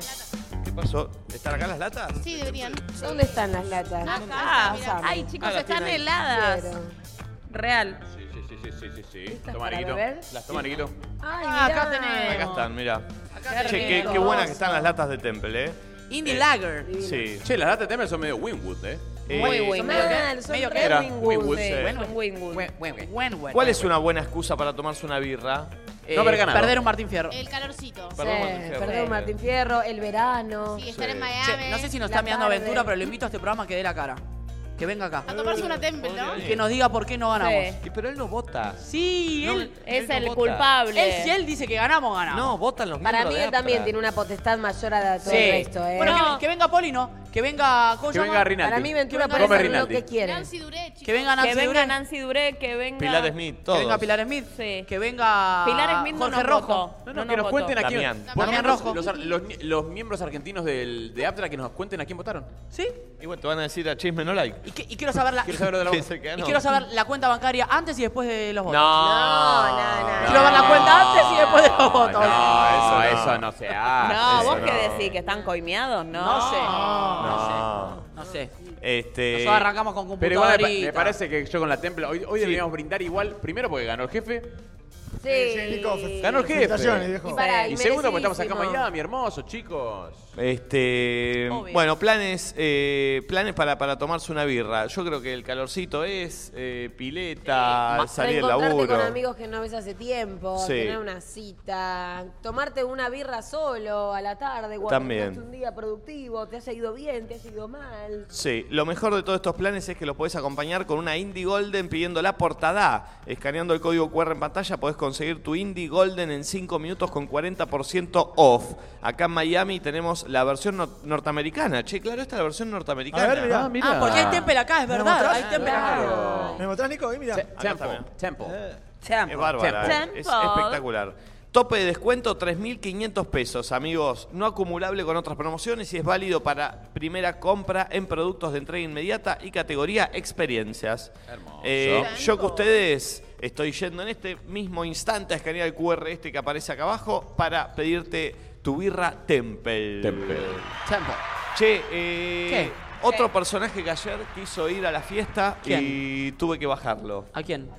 qué pasó? ¿Están acá las latas?
Sí, deberían.
¿Dónde están las latas?
Acá. Ay, chicos,
Ah, las
están
tiene ahí.
heladas.
Quiero.
Real.
Sí, sí, sí, sí, sí, sí, sí.
¿Listas
Toma,
para
Ariquito.
beber?
Las toma, Ariquito.
Ay,
Ah, acá
mirá.
tenés.
Acá están, mira.
Acá
Che, qué,
tenés.
qué buenas que están las latas de Temple, ¿eh?
Indie
Eh,
Lager.
Sí.
Che, las latas de Temple son medio Winwood, ¿eh?
Eh,
Medio
re
que-
Wingwood, Wingwood, sí. sí.
Buen- buen- buen- buen- buen-
¿Cuál es una buena excusa para tomarse una birra?
Eh, Perder un Martín Fierro.
El calorcito.
Perdón, Martín Fierro.
Perdón, Martín Fierro, el verano.
Sí, estar en Miami.
Che, no sé si nos
la
está mirando
tarde.
Aventura, pero lo invito a este programa que dé la cara. Que venga acá.
A tomarse una temple, ¿no?
Y que nos diga por qué no ganamos.
Y Pero él no vota.
Sí,
No,
él
Es
él no
el
vota.
culpable.
Él, si él dice que ganamos, ganamos.
No, votan los
Para
miembros
mí
de
él
APRA.
también tiene una potestad mayor a todo
Sí.
el resto, ¿eh?
Bueno, que, que venga Poli, no. Que venga. ¿cómo
Que
llama?
venga Rinaldi.
Para mí Ventura
Que
puede
venga-
hacer lo que quiera.
Nancy Duré, chicos.
Que venga Nancy
que venga
Duré.
Nancy Duré, que venga.
Pilar Smith,
Que venga
todos.
Pilar Smith.
Sí.
Que venga.
Pilar Smith no
Jorge
nos
Rojo.
votó.
No, no,
No
que nos
votó.
cuenten a quién.
Damián.
por lo
Damián
menos
Rojo.
Los, ar- los ni- los miembros argentinos del, de APTRA que nos cuenten a quién votaron.
¿Sí?
Y bueno, te van a decir a Chisme no like.
Y, que- y quiero saber la.
Quiero
[laughs]
saber lo de la
Sí,
voz.
se quedan,
y
no.
quiero saber la cuenta bancaria antes y después de los votos.
No.
Quiero ver la cuenta antes y después de los votos.
No, eso, eso no se hace.
No, vos
no.
qué decís, que están coimeados, no.
No
No.
sé. No sé.
Este.
Nosotros arrancamos con
Pero igual me pa- me,
computadorita.
parece que yo con la templa, hoy, hoy deberíamos brindar igual, primero porque ganó el jefe.
Sí.
Ganó el jefe.
Felicitaciones, viejo.
Y pará,
Y segundo porque estamos acá en
merecidísimo.
Miami, hermoso, chicos.
Este,
Obvio.
bueno, planes, eh, planes para, para tomarse una birra. Yo creo que el calorcito es eh,
Eh,
pileta, Ah, salir del
Reencontrarte
laburo.
con amigos que no ves hace tiempo,
Sí.
tener una cita, tomarte una birra solo a la tarde, cuando
También.
tuviste un día productivo, te has ido bien, te has ido mal.
Sí, lo mejor de todos estos planes es que los podés acompañar con una Indie Golden pidiendo la portada. Escaneando el código QR en pantalla podés conseguir tu Indie Golden en 5 minutos con 40% off. Acá en Miami tenemos la versión no- norteamericana. Che, claro, esta es la versión norteamericana.
A ver, mirá.
Ah, porque hay Temple acá, es verdad. Hay Temple acá.
¿Me mostrás, Nico? Eh. Ahí, mirá.
Acá está,
Temple,
mirá.
Temple.
Es bárbara,
Temple.
eh. es espectacular. Tope de descuento 3.500 pesos, amigos. No acumulable con otras promociones y es válido para primera compra en productos de entrega inmediata y categoría experiencias.
Hermoso.
Eh, yo que ustedes estoy yendo en este mismo instante a escanear el QR este que aparece acá abajo para pedirte tu birra Temple.
Temple.
Che, eh,
¿Qué?
otro personaje que ayer quiso ir a la fiesta
¿Quién?
y tuve que bajarlo.
¿A quién?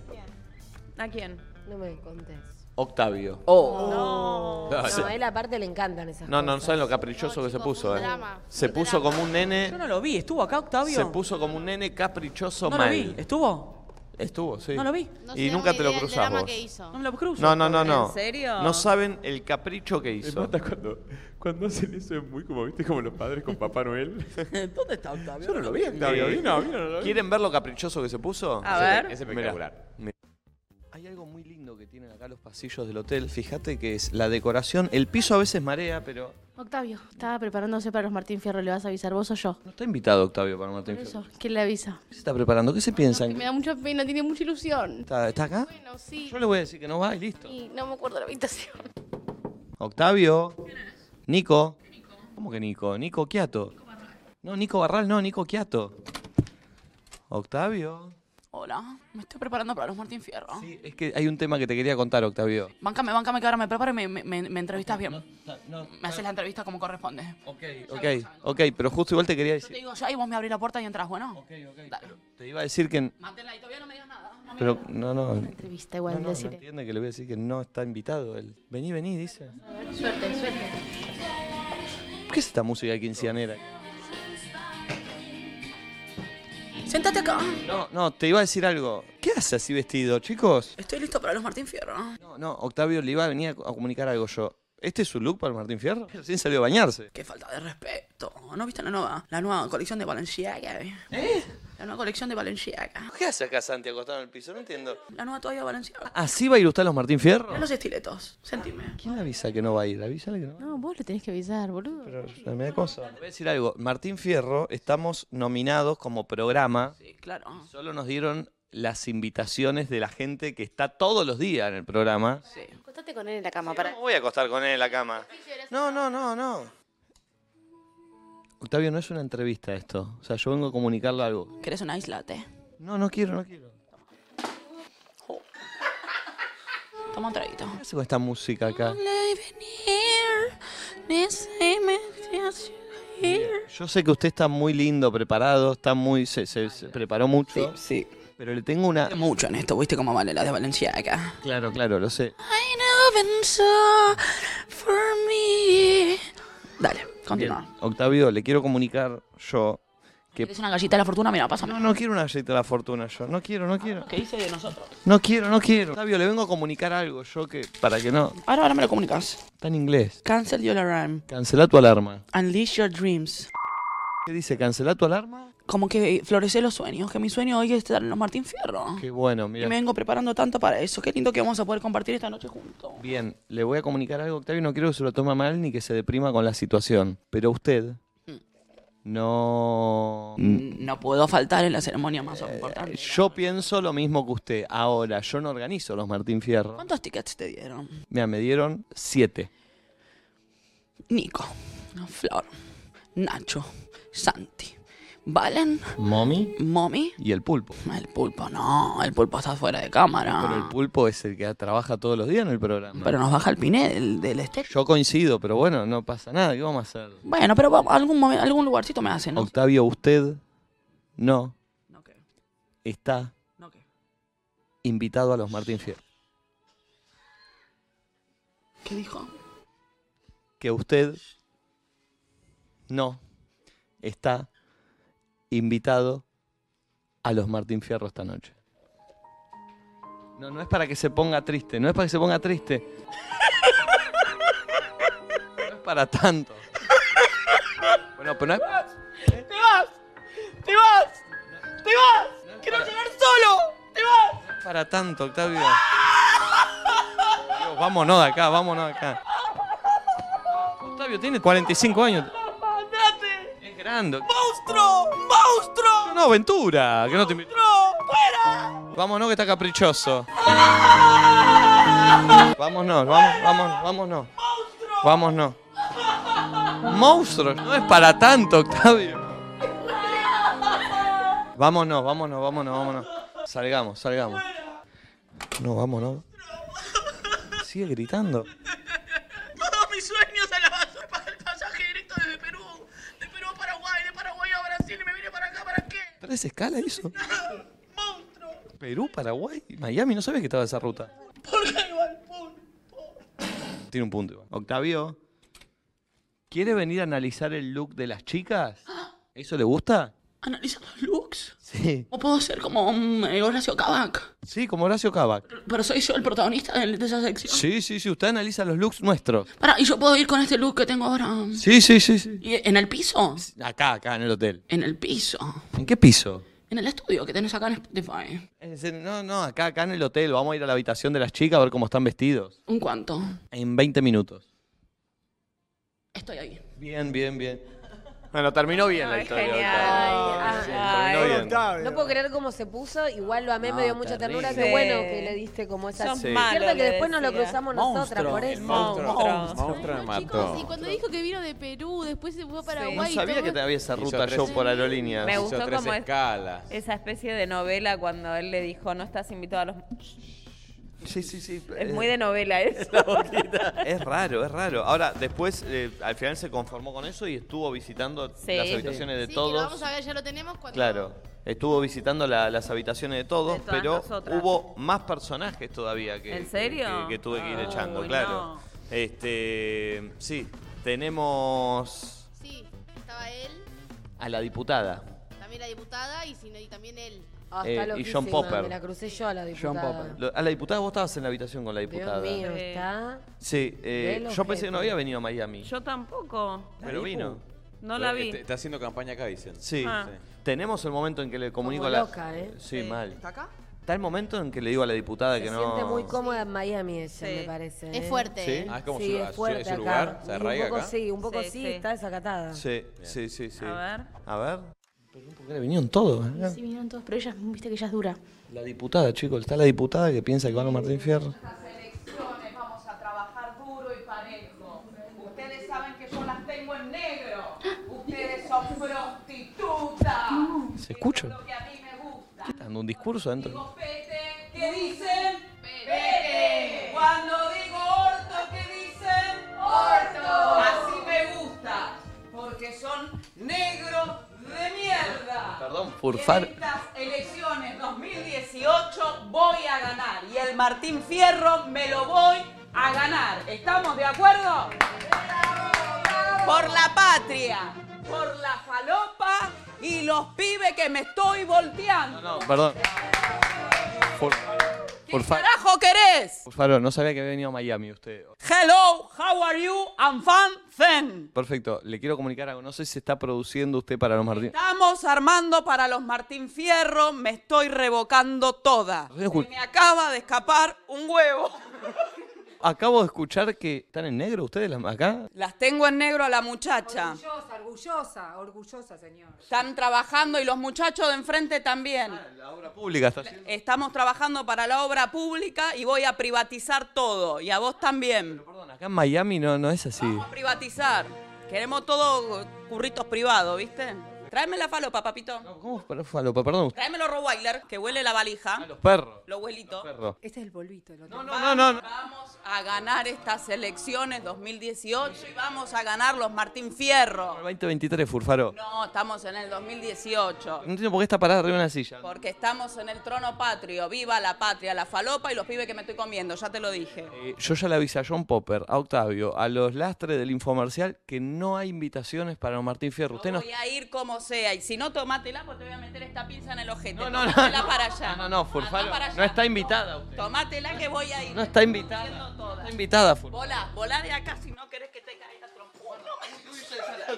¿A quién?
No me contés.
Octavio.
Oh.
No,
Sí.
a él aparte le encantan esas
No,
cosas.
no, no saben lo caprichoso que se puso, eh.
drama,
Se puso como un
Yo
nene.
no lo vi. ¿Estuvo acá, Octavio?
Se puso como un nene caprichoso
No lo
mal.
vi. ¿Estuvo?
Estuvo, sí.
No lo vi.
No
y
se
nunca
da
te lo
idea del
cruzás
drama
vos.
que hizo.
No me lo cruzo.
No, no, no, no.
¿En serio?
No saben el capricho que hizo.
cuando, cuando hacen eso es muy como, ¿viste? Como los padres con Papá Noel.
[laughs]
¿Dónde está Octavio?
Yo no lo vi, Octavio.
Eh,
Vino, vino, no lo vi.
¿Quieren ver lo caprichoso que se puso?
A ver.
Es
Mirá.
espectacular.
Hay algo muy lindo que tienen acá los pasillos del hotel. Fíjate que es la decoración. El piso a veces marea, pero.
Octavio, estaba preparándose para los Martín Fierro, le vas a avisar vos o yo.
No está invitado Octavio para Martín
Por
Fierro.
eso, ¿quién le avisa?
¿Qué se está preparando? ¿Qué se piensan?
Que me da mucha pena, tiene mucha ilusión.
¿Está, está acá?
Bueno, sí,
Yo le voy a decir que no va y listo.
y no me acuerdo la habitación.
Octavio. Nico. ¿Cómo que Nico? Nico Quiato. No, Nico Barral, no, Nico Quiato. Octavio.
Hola, me estoy preparando para los Martín Fierro.
Sí, eh. es que hay un tema que te quería contar, Octavio.
Bancame, bancame que ahora me preparo y me, me- me- me entrevistas bien.
no,
me haces la entrevista como corresponde.
Ok, ok, ok, pero justo igual te quería
Yo te
decir.
digo ya y vos me abrís la puerta y entras, bueno. Dale.
Te iba a decir que.
Manténla ahí, todavía no me digas nada. No me-
Pero no, no. No,
Entrevista igual,
no, no
decirle.
entiende que le voy a decir que no está invitado él. Vení, vení, dice.
Suerte, suerte.
¿Qué es esta música quinceanera?
Séntate acá.
No, no, te iba a decir algo. ¿Qué hace así vestido, chicos?
Estoy listo para los Martín Fierro.
No, no, Octavio le iba a venir a co- a comunicar algo yo. ¿Este es su look para el Martín Fierro? [laughs] Recién salió a bañarse.
Qué falta de respeto. ¿No viste la nueva, la nueva colección de Balenciaga? eh? La nueva colección de Balenciaga.
¿Qué hace acá Santi acostado en el piso? No entiendo.
La nueva toalla de Balenciaga.
¿Así va a ir usted a los Martín Fierro?
Mirá los estiletos. Sentime.
¿Quién le avisa que no va a ir? Avísale que no va a
No, vos le tenés que avisar, boludo.
ir. Pero me da cosa. Voy a decir algo. Martín Fierro, estamos nominados como programa.
Sí, claro.
Solo nos dieron las invitaciones de la gente que está todos los días en el programa.
Sí.
Acostate con él en la cama. para.
No voy a acostar con él en la cama.
No, no, no, no.
Octavio, no es una entrevista esto. O sea, yo vengo a comunicarle algo.
¿Querés un ice latte?
No, no quiero, no quiero.
Toma un traguito.
¿Qué hace con esta música acá? Yo sé que usted está muy lindo, preparado, está muy. se, se- se preparó mucho.
Sí,
Pero le tengo una.
Mucho en esto, viste cómo vale la de Valencia acá.
Claro, claro, lo sé.
Dale, continúa.
Octavio, le quiero comunicar yo que.
¿Quieres una gallita de la fortuna? Mira, pásame.
No, no quiero una galleta de la fortuna yo. No quiero, no quiero.
¿Qué dice de nosotros?
No quiero, no quiero. Octavio, le vengo a comunicar algo yo que. Para que no.
Ahora, ahora me lo comunicas.
Está en inglés.
Cancel your alarm.
Cancela tu alarma.
Unleash your dreams.
¿Qué dice? ¿Cancela tu alarma?
Como que florece los sueños, que mi sueño hoy es estar en los Martín Fierro.
Qué bueno,
Y
mira.
me vengo preparando tanto para eso. Qué lindo que vamos a poder compartir esta noche juntos.
Bien, le voy a comunicar algo, Octavio. No quiero que se lo tome mal ni que se deprima con la situación. Pero usted. No.
Hmm.
Eh,
No puedo faltar en la ceremonia más importante.
Yo pienso lo mismo que usted. Ahora, yo no organizo los Martín Fierro.
¿Cuántos tickets te dieron?
Mira, me dieron siete.
Nico, Flor, Nacho, Santi, Valen,
¿Mommy?
Mommy.
Y el pulpo.
El pulpo no, el pulpo está fuera de cámara.
Pero el pulpo es el que trabaja todos los días en el programa.
Pero nos baja el piné del, del este. estéreo.
Yo coincido, pero bueno, no pasa nada. ¿Qué vamos a hacer?
Bueno, pero vamos, algún, momen- algún lugarcito me hacen. ¿no?
Octavio, usted no está invitado a los Martín Fierro.
¿Qué dijo?
Que usted no está invitado a los Martín Fierro esta noche. No, no es para que se ponga triste, no es para que se ponga
[laughs]
triste. No es para tanto. Bueno, pero no es...
¡Te vas! ¡Te vas! ¡Te vas! ¡Quiero llegar solo! ¡Te vas!
Para tanto, Octavio. Dios, vámonos de acá, vámonos de acá. Octavio tiene 45 años.
¡Andate!
Es grande.
¡Monstruo! ¡Monstruo!
No, Ventura, que no te invito.
¡Monstruo! ¡Fuera!
Vámonos que está caprichoso. Vámonos, vamos, vámonos, vámonos. Vámonos. Monstruo, no es para tanto, Octavio. Vámonos, vámonos, vámonos, vámonos. Salgamos, salgamos. No, vámonos. Sigue gritando.
Todos mis sueños a la basura para el pasaje directo desde Perú. De Perú a Paraguay, de Paraguay a Brasil y me vine para acá para qué?
¿Tres escalas hizo? Perú, Paraguay, Miami, no sabía que estaba esa ruta.
¿Por qué iba al pulpo?
Tiene un punto. igual. Octavio, ¿quiere venir a analizar el look de las chicas? [gasps] ¿Eso le gusta?
Analiza los looks.
Sí.
¿O puedo ser como mm, eh, Horacio Cabac?
Sí, como Horacio Cabac.
Pero soy yo el protagonista de, de esa sección.
Sí, sí, sí, usted analiza los looks nuestros.
Pará, ¿y yo puedo ir con este look que tengo ahora?
Sí, sí, sí, sí.
¿Y ¿En el piso?
Acá, acá, en el hotel.
En el piso.
¿En qué piso?
En el estudio que tenés acá en Spotify.
No, no, acá, acá en el hotel. Vamos a ir a la habitación de las chicas a ver cómo están vestidos.
¿Un cuánto?
En 20 minutos.
Estoy ahí.
Bien, bien, bien. Bueno, terminó bien la historia.
Genial.
terminó
Ay,
bien.
Octavio. No puedo creer cómo se puso. Igual lo amé, me dio mucha ternura. Qué
terrible.
bueno que le diste como esa.
Sos
Es
malo,
Cierto que
le
después nos lo
decía.
cruzamos nosotras, por eso.
Monstruo me mató.
Y cuando dijo que vino de Perú, Uh, después se fue a Paraguay.
No
y
sabía
todo-
que te había
esa
Hizo
ruta yo
tres-
por aerolíneas.
Me gustó como es-
escalas.
esa especie de novela cuando él le dijo no estás invitado a los...
Sí, sí, sí.
Es muy de novela eso. [laughs]
Es raro, es raro. Ahora, después, eh, al final se conformó con eso y estuvo visitando
Sí.
las habitaciones de
Sí, que lo
todos.
vamos a ver, ya lo tenemos cuando.
Claro, estuvo visitando la- las habitaciones de todos,
De todas
pero
nosotras.
hubo más personajes todavía que,
¿En serio?
que, que tuve que ir
Uy,
echando,
no.
claro. Este, sí, tenemos
Sí, estaba él,
a la diputada.
también la diputada y, si no- y también él.
Eh, y John loquísima, Popper. me la
crucé yo a la
Lo- A la diputada, vos estabas en la habitación con la diputada.
Dios mío, está.
Sí, eh,
Del
yo pensé que no
objeto.
había venido a Miami.
Yo tampoco.
Pero vino. Este,
No la
Pero,
vi.
eh, Está haciendo campaña acá, dicen.
Sí.
Ah.
Tenemos el momento en que le comunico
Como
a la.
loca, ¿eh?
Sí, mal. ¿Está
acá?
Está el momento en que le digo a la diputada
Se
que no.
siente muy cómoda en Miami ella, me parece.
Es
¿eh?
fuerte.
¿Sí? Ah, es como
sí,
su-
es
su-
fuerte
es su
acá.
lugar, se
Y
arraiga
un poco
acá.
sí, un poco
Sí,
sí,
sí.
está desacatada.
Sí, sí, sí, sí.
A ver.
A ver. ¿Por qué le vinieron todos? eh?
Sí, vinieron todos, pero ella, viste que ella es dura.
La diputada, chicos. Está la diputada que piensa que van a Martín Fierro.
Elecciones vamos a
parejo. Ustedes saben que yo las tengo en negro. Ustedes son prostitutas.
¿Se escucha? ¿Qué está dando un discurso adentro?
¿Qué dicen? Pete. Cuando digo orto, ¿qué dicen? Orto. Así me gusta. Porque son negros de mierda.
Perdón, furfar.
Estas elecciones 2018 voy a ganar. Y el Martín Fierro me lo voy a ganar. ¿Estamos de acuerdo? Por la patria. Por la falopa y los pibes que me estoy volteando.
Perdón. Fur- furfa-
carajo querés?
Furfaro, no sabía que había venido a Miami usted.
Hello, how are you? I'm fan fan.
Perfecto, le quiero comunicar algo. No sé si se está produciendo usted para los Martín.
Estamos armando para los Martín Fierro, me estoy revocando toda.
Recién escu-
Se Me acaba de escapar un huevo.
Acabo de escuchar que están en negro ustedes las- acá.
Las tengo en negro a la muchacha.
Orgullosa, orgullosa, orgullosa, señor.
Están trabajando y los muchachos de enfrente también.
Pública está haciendo.
Estamos trabajando para la obra pública y voy a privatizar todo. Y a vos también.
Acá en Miami no, no es así.
Privatizar. Queremos todo curritos privados, ¿viste? Tráeme la falopa, papito.
¿Cómo fue, falopa? Perdón, usted
Tráeme los Rottweiler, que huele la valija.
es perro.
Los huelitos.
perro.
Este es el polvito. El otro.
No, no, no.
Vamos a ganar estas elecciones 2018 y vamos a ganar los Martín Fierro.
2023, Furfaro. No.
No, estamos en el 2018.
entiendo por qué está parada arriba de una silla.
Porque estamos en el trono patrio. Viva la patria, la falopa y los pibes que me estoy comiendo. Ya te lo dije.
Eh, Yo ya le avisé a John Popper, a Octavio, a los lastres del infomercial que no hay invitaciones para los Martín Fierro. Usted no.
Voy a ir como sea. Y si no, tomátela porque te voy a meter esta pinza en el ojete. No, no, no. para allá.
No, no, Furfaro.
Andá para
No
allá.
está invitada usted.
Tomátela que voy a ir.
No está invitada.
No está
invitada, Furfaro.
Volá, volá de acá si no querés que te caiga trompón.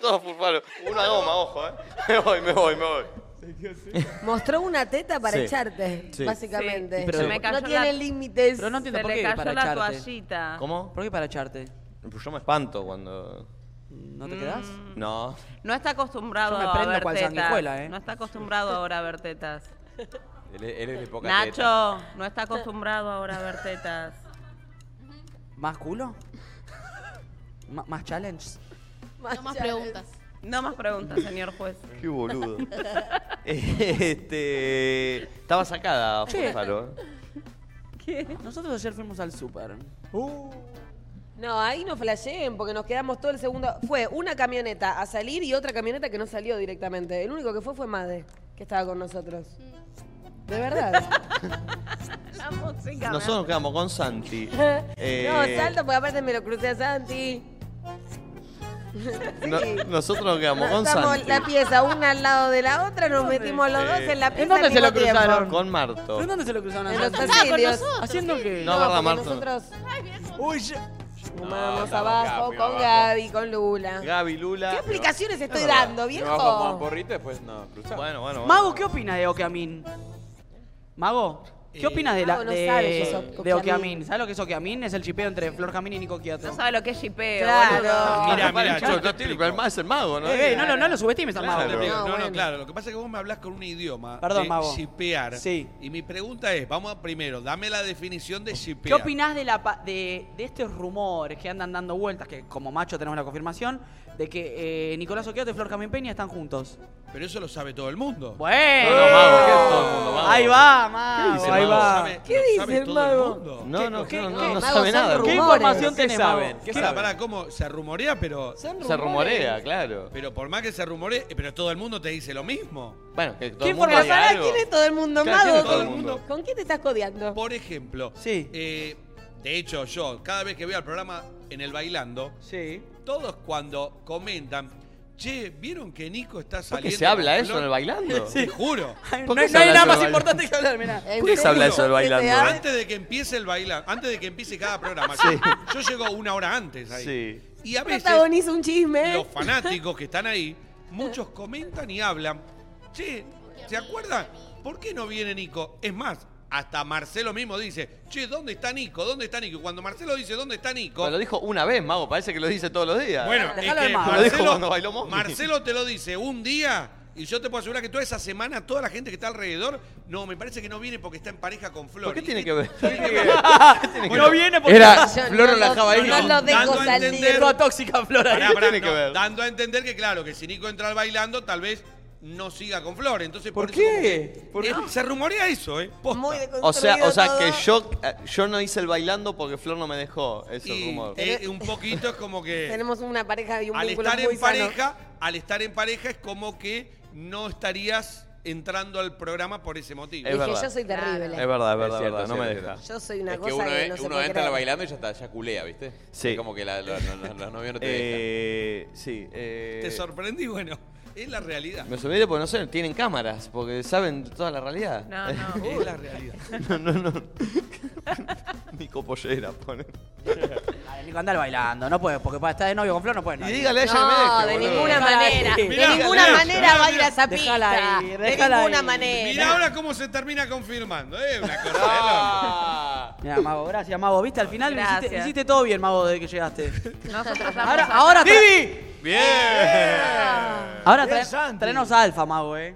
Todo Furfaro. Una goma, ojo, eh. [laughs] Me voy, me voy, me voy.
Mostró una teta para
Sí.
echarte,
Sí.
básicamente.
Sí, pero- Se me
no
cayó
tiene
la-
límites.
Pero no entiendo Se por le qué cayó para la echarte. toallita.
¿Cómo?
¿Por qué para echarte?
Pues yo me espanto cuando.
¿No
te
quedás?
Mm.
No.
No está acostumbrado
Yo me
a
prendo
ver
cual sanguijuela,
tetas.
¿eh?
No está acostumbrado ahora a ver tetas.
Él, es- él es de poca teta.
Nacho, no está acostumbrado ahora a
[laughs]
ver tetas.
¿Más culo? [laughs] Ma- ¿Más challenge?
No más preguntas. No más preguntas, señor juez.
Qué boludo. [laughs] este. Estaba sacada, Furfaro. eh.
¿Qué? Nosotros ayer fuimos al súper.
Uh,
Uh. No, ahí no flasheen porque nos quedamos todo el segundo. Fue una camioneta a salir y otra camioneta que no salió directamente. El único que fue fue Made, que estaba con nosotros. De verdad.
La música.
Nosotros nos quedamos con
[laughs]
Santi.
No,
Eh,
salto porque aparte me lo crucé a Santi.
no-
Sí.
nosotros nos quedamos con
Estamos
Santi.
la pieza una al lado de la otra, nos metimos los dos
Eh,
en la pieza. al
se lo
mismo tiempo.
cruzaron? Con Marto.
¿Pero dónde se lo cruzaron a
En
Santi?
los
Ah,
pasillos.
¿Haciendo qué?
No, verdad, Marto.
Uy, yo-
Fumamos
No,
abajo
estamos acá,
con
abajo.
Gaby, con Lula.
Gaby, Lula.
¿Qué explicaciones estoy
verdad.
dando,
Me
viejo?
bajo con
Porrito después no cruzamos.
Bueno, bueno.
Mago, ¿qué opina de Okeamin? Mago, ¿qué opinas de, la,
Eh, Mago no
de,
sabe qué es
de
Okeamin.
Okeamin? ¿Sabes lo que es Okeamin? Es el chipeo entre Flor Camín y Nico Quiato.
No [laughs] sabe lo que es chipeo.
Claro.
boludo.
Mira, mira, yo-
no tiene el más el mago,
¿no? Eh, no, no, no lo subestimes al
Claro,
mago.
te- No, no,
bueno.
claro. Lo que pasa es que vos me hablas con un idioma
Perdón,
de
Mago.
shipear.
Sí.
Y mi pregunta es, vamos a- primero, dame la definición de
¿Qué
shipear.
opinás de, la, pa- de, de estos rumores que andan dando vueltas, que como macho tenemos la confirmación, de que eh, Nicolás Oquiato y Flor Camín Peña están juntos?
Pero eso lo sabe todo el mundo.
Bueno.
No, no, Mago, ¿qué es todo el mundo, Mago?
Ahí va, Mago,
¿Qué dice,
ahí
Mago?
va.
¿Sabe- ¿Qué lo dice sabe el todo el Mago? mundo?
No, no,
¿Qué-
no,
qué-
no, no
Mago,
sabe
son
nada.
rumores. ¿Qué información
¿Qué
tenés,
saben?
Mago?
¿Qué
Pará,
saben?
pará, ¿cómo? Se rumorea, pero...
Se rumorea, claro.
Pero por más que se rumoree, pero todo el mundo te dice lo mismo.
Bueno, que todo
¿Qué información? Pará, ¿Quién es todo el mundo,
Claro, ¿quién es
Mago?
todo el
¿Con-
mundo?
¿Con quién te estás codeando?
Por ejemplo, eh, de hecho yo, cada vez que veo el programa en el bailando, todos cuando comentan, che, ¿vieron que Nico está
¿Por
saliendo?
qué se habla
con
eso en
Flor?"
el bailando?
Te
[laughs]
juro.
¿Por qué se habla eso del bailando?
que hablar, mirá.
¿Por qué se habla eso del bailando? eh?
Antes de que empiece el bailando, antes de que empiece cada programa. Yo llego una hora antes ahí.
Sí.
Y a veces
Protagoniza un chisme.
los fanáticos que están ahí, muchos comentan y hablan. Che, ¿se acuerdan? ¿Por qué no viene Nico? Es más, hasta Marcelo mismo dice, che, ¿dónde está Nico? ¿Dónde está Nico? Y Cuando Marcelo dice, ¿dónde está Nico?
Pero lo dijo una vez, mago. Parece que lo dice todos los días.
Bueno, es que
lo dijo
[laughs]
Marcelo,
cuando bailó Mommy.
Marcelo te lo dice un día Y yo te puedo asegurar que toda esa semana, toda la gente que está alrededor, no, me parece que no viene porque está en pareja con Flor.
qué tiene que ver? [laughs]
Bueno,
No viene porque- Era, Flor no la dejaba
no,
ir.
no,
No lo dejo
dando a
salir.
entender-
Toda tóxica, Flor, ahí.
Pará,
¿Qué
pará,
tiene que
no,
ver?
Dando a entender que, claro, que si Nico entra al bailando, tal vez no siga con Flor. Entonces, ¿por, eso como que- Eh, Se rumorea eso, ¿eh? Posta.
O sea, o sea que yo, eh, yo no hice el bailando porque Flor no me dejó. Eso es
Y,
rumor.
eh, un poquito es como que.
Tenemos una pareja y un
al
vínculo
estar
muy
en
sano.
pareja, al estar en pareja es como que no estarías entrando al programa por ese motivo.
Es Es que verdad. yo soy terrible.
Es verdad, es verdad,
Es cierto,
verdad, no
es
me
cierto.
deja.
Yo soy una
es que
cosa
uno,
que
es-
no se
uno
puede
entra
creer.
al bailando y ya está, ya culea, ¿viste?
Sí.
Es como que la- la- la- la- los novios no te dejan.
Eh, sí. eh,
Te sorprendí, bueno, es la realidad.
Me sorprendí porque no sé, tienen cámaras, porque saben toda la realidad.
No, no. [laughs] Es la realidad.
[laughs] no, no, no. Nico Pollera, pone.
Dale, Nico, andar bailando, no puede, porque para estar de novio con Flor no puede. Y
dígale a ella que me No, deje, de boludo. ninguna
manera, de ninguna manera va a ir a esa pista.
Déjala ir,
de
déjala
ninguna
ir.
manera.
Mirá ahora cómo se termina confirmando, ¿eh? Una cosa de
Mira, Mago, gracias, Mago. Viste, al final
Gracias.
hiciste, hiciste todo bien, Mago, desde que llegaste.
Nosotros
Ahora, ahora tra-
Bien.
Ahora
Bien,
trae-
Santi.
traenos a Alfa, Mago, eh.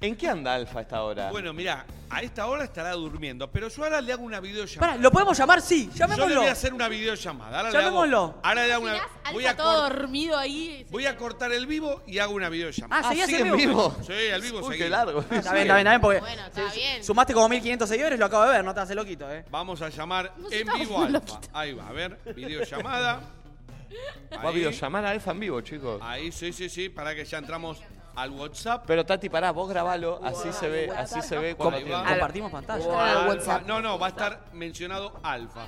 ¿En qué anda Alfa a esta hora?
Bueno, mirá, a esta hora estará durmiendo, pero yo ahora le hago una videollamada.
Pará, ¿lo podemos llamar? Sí,
Yo le
llamémoslo.
voy a hacer una videollamada. Ahora Le
Llamémoslo.
hago, ahora le hago una. Voy a,
todo
cor-
dormido ahí.
voy a cortar el vivo y hago una videollamada.
Ah, ¿seguías Ah, ¿sigue en en vivo? vivo?
Sí, el vivo
Uy,
seguí.
qué largo.
Está bien, está bien, está bien, porque
Bueno, está bien.
sumaste como 1500 seguidores, lo acabo de ver, no te hace loquito, eh.
Vamos a llamar en
estamos
vivo a Alfa. Ahí va, a ver, videollamada.
Va a videollamar a Alfa en vivo, chicos.
Ahí, sí, sí, sí, para que ya entramos al WhatsApp.
Pero Tati, pará, vos grabalo, así se ve, así se ve cuando
Ahí va.
Compartimos pantalla.
Alfa.
Ah,
Entrar al WhatsApp.
No, no, va a estar mencionado Alfa.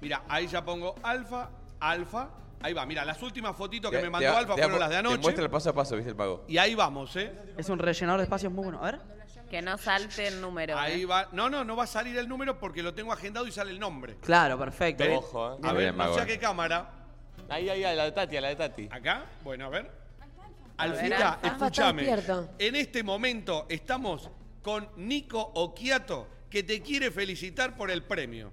Mira, ahí ya pongo Alfa, Alfa. Ahí va, mira, las últimas fotitos que
Te-
me
te-
mandó Alfa
te-
fueron las de
Te
anoche.
muestra el paso a paso, ¿viste el pago?
Y ahí vamos, ¿eh?
Es un rellenador de espacios muy bueno. A ver.
Que no salte el número.
Ahí
eh.
va. No, no, no va a salir el número porque lo tengo agendado y sale el nombre.
Claro, perfecto.
Ven.
Ojo, eh.
A ver,
Bien,
no sé
Mago.
a qué cámara.
Ahí, ahí, a la de Tati, a la de Tati.
¿Acá? Bueno, a ver.
ver,
Alfita,
Alfa.
escúchame.
Alfa, está despierto.
En este momento estamos con Nico Oquiato, que te quiere felicitar por
[laughs]
el premio.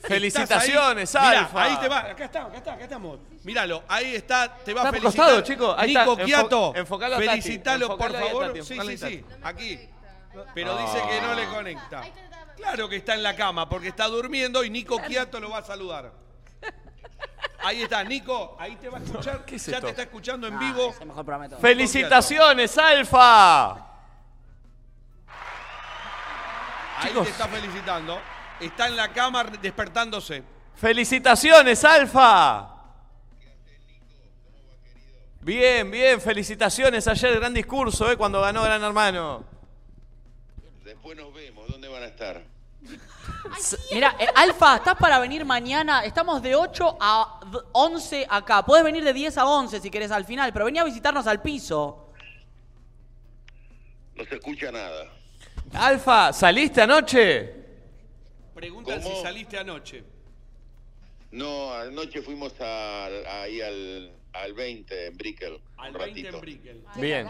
Felicitaciones,
Estás ahí. Mirá,
Alfa.
ahí te va, acá estamos, acá está, acá estamos. Míralo, ahí está, te va
Está
a
por
felicitar.
costado, chicos, ahí
Nico
está, enfo-
Oquiato,
enfocalo a Tati,
felicitalo, por
enfocalo ahí a
favor.
Tati,
sí,
enfocalo
sí,
ahí a
sí,
Tati.
aquí. Pero
Ah.
dice que no le conecta. Claro que está en la cama porque está durmiendo y Nico Oquiato lo va a saludar. Ahí está, Nico, ahí te va a escuchar.
¿qué es
ya
esto?
te está escuchando en vivo.
¡Felicitaciones, Alfa!
Ahí
Chicos.
te está felicitando. Está en la cama despertándose.
¡Felicitaciones, Alfa! Bien, bien, felicitaciones. Ayer gran discurso, ¿eh? Cuando ganó Gran Hermano.
Después nos vemos, ¿dónde van a estar?
Mira, eh, Alfa, estás para venir mañana. Estamos de 8 a d- 11 acá. Podés venir de 10 a 11 si querés al final, pero vení a visitarnos al piso.
No se escucha nada.
Alfa, ¿saliste anoche?
Preguntan si saliste anoche.
No, anoche fuimos a- ahí al, al 20 en Brickell. Al 20 en
Brickell.
Bien.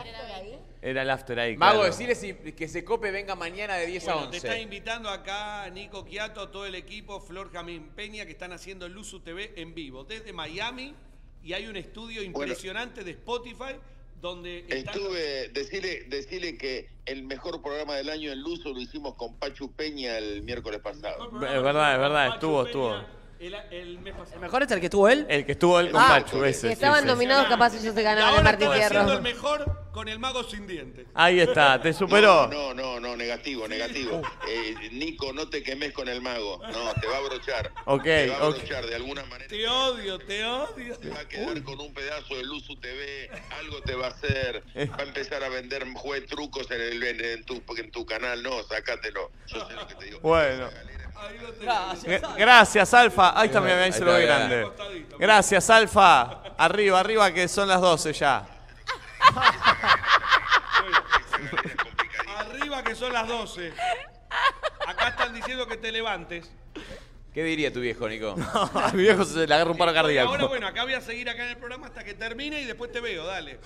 Era el after ahí.
Mago,
claro.
decirle si- que se cope, venga mañana de 10 a
Bueno, te
11.
está invitando acá Nico Quiato, todo el equipo, Flor Jamín Peña, que están haciendo Luzu TV en vivo desde Miami y hay un estudio impresionante de Spotify donde están-
Estuve, decirle, decirle que el mejor programa del año en Luzo lo hicimos con Pachu Peña el miércoles pasado.
Es verdad, es verdad, estuvo, estuvo.
el, el mes pasado.
¿Mejor es el que estuvo él?
El que estuvo él con
Ah,
Pachu, ese.
si
sí,
estaban
sí.
Dominados, capaz ellos se ganaban el Martín
Están haciendo el
Fierro.
mejor con el mago sin dientes.
Ahí está, te superó.
No, no, no, negativo, negativo. Eh, Nico, no te quemes con el mago. No, te va a brochar.
Ok,
Te va a
ok.
brochar de alguna manera.
Te odio, te odio.
Te va a quedar con un pedazo de Luzu TV, algo te va a hacer, va a empezar a vender juez trucos en, el, en, en tu, en tu canal, no, sácatelo. Yo sé lo que te digo.
Bueno. Gra- Gracias, Alfa. Ahí está, mira, ahí se lo
Ahí
ve
está,
grande. Gracias, Alfa. Arriba, arriba, que son las 12 ya.
Arriba que son las 12. Acá están diciendo que te levantes.
¿Qué diría tu viejo,
[laughs]
Nico?
Mi viejo se le agarra un paro
Ahora
cardíaco.
bueno, acá voy a seguir acá en el programa hasta que termine y después te veo, dale.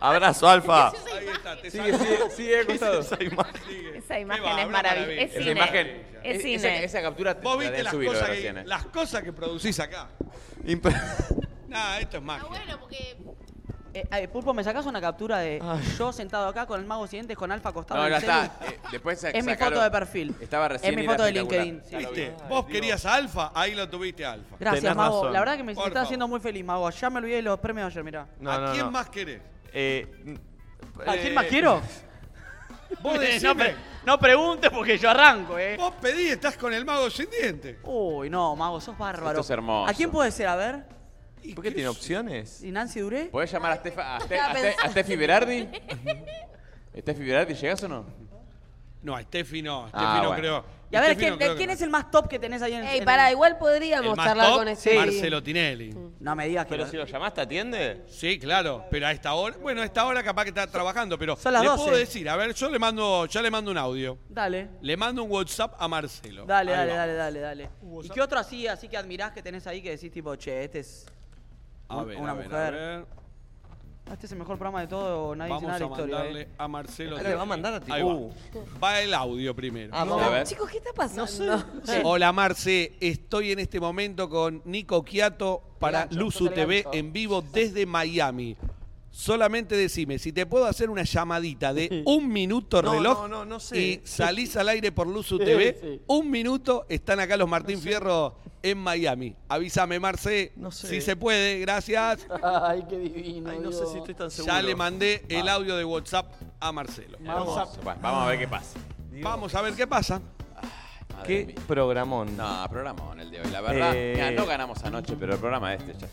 Abrazo, Alfa.
Ahí está, te
Sigue,
saco.
sigue, sigue acostado.
Esa imagen.
Esa imagen es maravillosa. Es
Esa
cine.
imagen.
Es
e- esa-
cine.
Esa captura te
Vos
la
viste
deben
las
subir
cosas,
recién,
que,
eh.
las cosas que producís acá.
Imp-
Nada, esto es magia.
Bueno, porque
Eh, eh, Pulpo, ¿me sacas una captura de yo sentado acá con el mago siguiente con Alfa acostado?
No,
en
ya
el celu?
está. Eh, después
Es mi foto de perfil.
Estaba recién.
Es mi
era
foto de
espectacular.
LinkedIn, sí.
Ya lo vi.
¿Viste? Vos querías a Alfa, ahí lo tuviste a Alfa.
Gracias, mago. La verdad que me, me
Por
está
favor.
haciendo muy feliz, mago. Ya me olvidé de los premios de ayer, mirá.
No, ¿A no, quién no. más querés?
Eh,
¿A quién más
[laughs]
quiero?
Vos
no,
decime.
pre- no preguntes porque yo arranco, ¿eh?
Vos pedí, estás con el mago sin dientes.
Uy, no, mago, sos bárbaro.
Esto es hermoso.
¿A quién puede ser? A ver.
¿Por qué tiene opciones?
¿Y Nancy Duré?
¿Podés llamar a, Estefa, a, Ste-
Estaba
a Ste- a
pensando.
Steffi Berardi? ¿Steffi Berardi llegás o no?
No, a Steffi no. Steffi
Ah,
no
bueno.
creo.
Y a ver,
Steffi
¿quién,
no creo que
¿quién
no.
es el más top que tenés ahí en
Ey,
en
pará,
el-
igual podríamos
El más
charlar
top,
con este.
Marcelo Tinelli.
No me digas que.
Pero
lo-
si
lo llamás, ¿te atiende?
Sí, claro. Pero a esta hora, bueno, a esta hora capaz que está trabajando, pero
son las
le
12.
puedo decir, a ver, yo le mando, ya le mando un audio.
[laughs] Dale.
Le mando un WhatsApp a Marcelo.
Dale,
Ahí
dale,
va.
dale, dale, dale. ¿Y qué otro así, así que admirás que tenés ahí que decís tipo, che, este es
A
un-
ver,
una
a ver,
mujer?
a ver.
Este es el mejor programa de todo, nadie dice
Vamos
nada
a
de la historia.
mandarle
eh.
a Marcelo.
Ah, le va a mandar a ti.
Ahí va.
Uh.
Va el audio primero.
Ah,
No, Chicos, ¿qué está pasando?
Sí. [laughs] Hola Marce, estoy en este momento con Nico Quiato para
Gancho,
Luzu
yo te
TV
gancho.
en vivo desde Miami. Solamente decime si te puedo hacer una llamadita de un minuto
No,
reloj
no, no, no sé.
y salís al aire por Luzu
Sí,
TV.
sí.
Un minuto, están acá los Martín Fierro en Miami. Avísame Marce, si se puede,
[laughs]
gracias.
Ay, qué divino.
Ay, no sé si estoy tan seguro.
Ya le mandé el audio de WhatsApp a Marcelo.
Hermoso. Bueno, vamos a ver qué pasa.
Vamos a ver qué pasa.
Madre
¿Qué programón?
No, programón el de hoy. La verdad,
Eh.
mirá, no ganamos anoche, pero el programa este ya.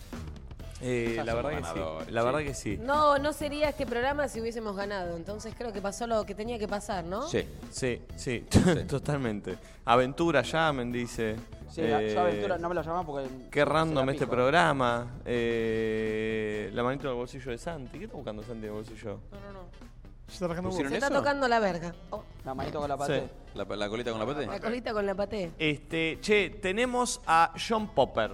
Eh,
Ya
la
son
verdad que sí.
ganadores,
La
sí.
verdad que sí.
No, no sería este programa si hubiésemos ganado. Entonces creo que pasó lo que tenía que pasar, ¿no?
Sí, sí, sí, [laughs] totalmente. Aventura Llamen dice.
Sí, la-
Eh,
yo aventura, no me lo llamás porque.
Qué
se
random
la
este
pico.
programa. Eh, la manito del bolsillo de Santi. ¿Qué está buscando Santi en el bolsillo?
Se está tocando la verga. Oh,
La manito con la
Sí.
pata.
¿La, la colita con la
la
pata?
colita con la paté.
Este, che, tenemos a John Popper.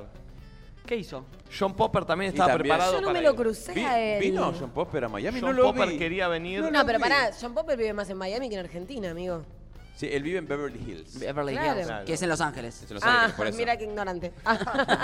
¿Qué hizo?
John Popper también
Y
estaba
también-
preparado
Yo no
para
me lo
ir.
crucé a él.
¿Vino John Popper a Miami?
John
no lo
Popper
vi.
quería venir.
No, pero pará, John Popper vive más en Miami que en Argentina, amigo.
Sí, él vive en Beverly Hills.
Beverly
Claro.
Hills,
Claro.
que es en Los Ángeles.
Es en Los
Ah,
Ángeles, por eso.
mira
[laughs]
qué ignorante.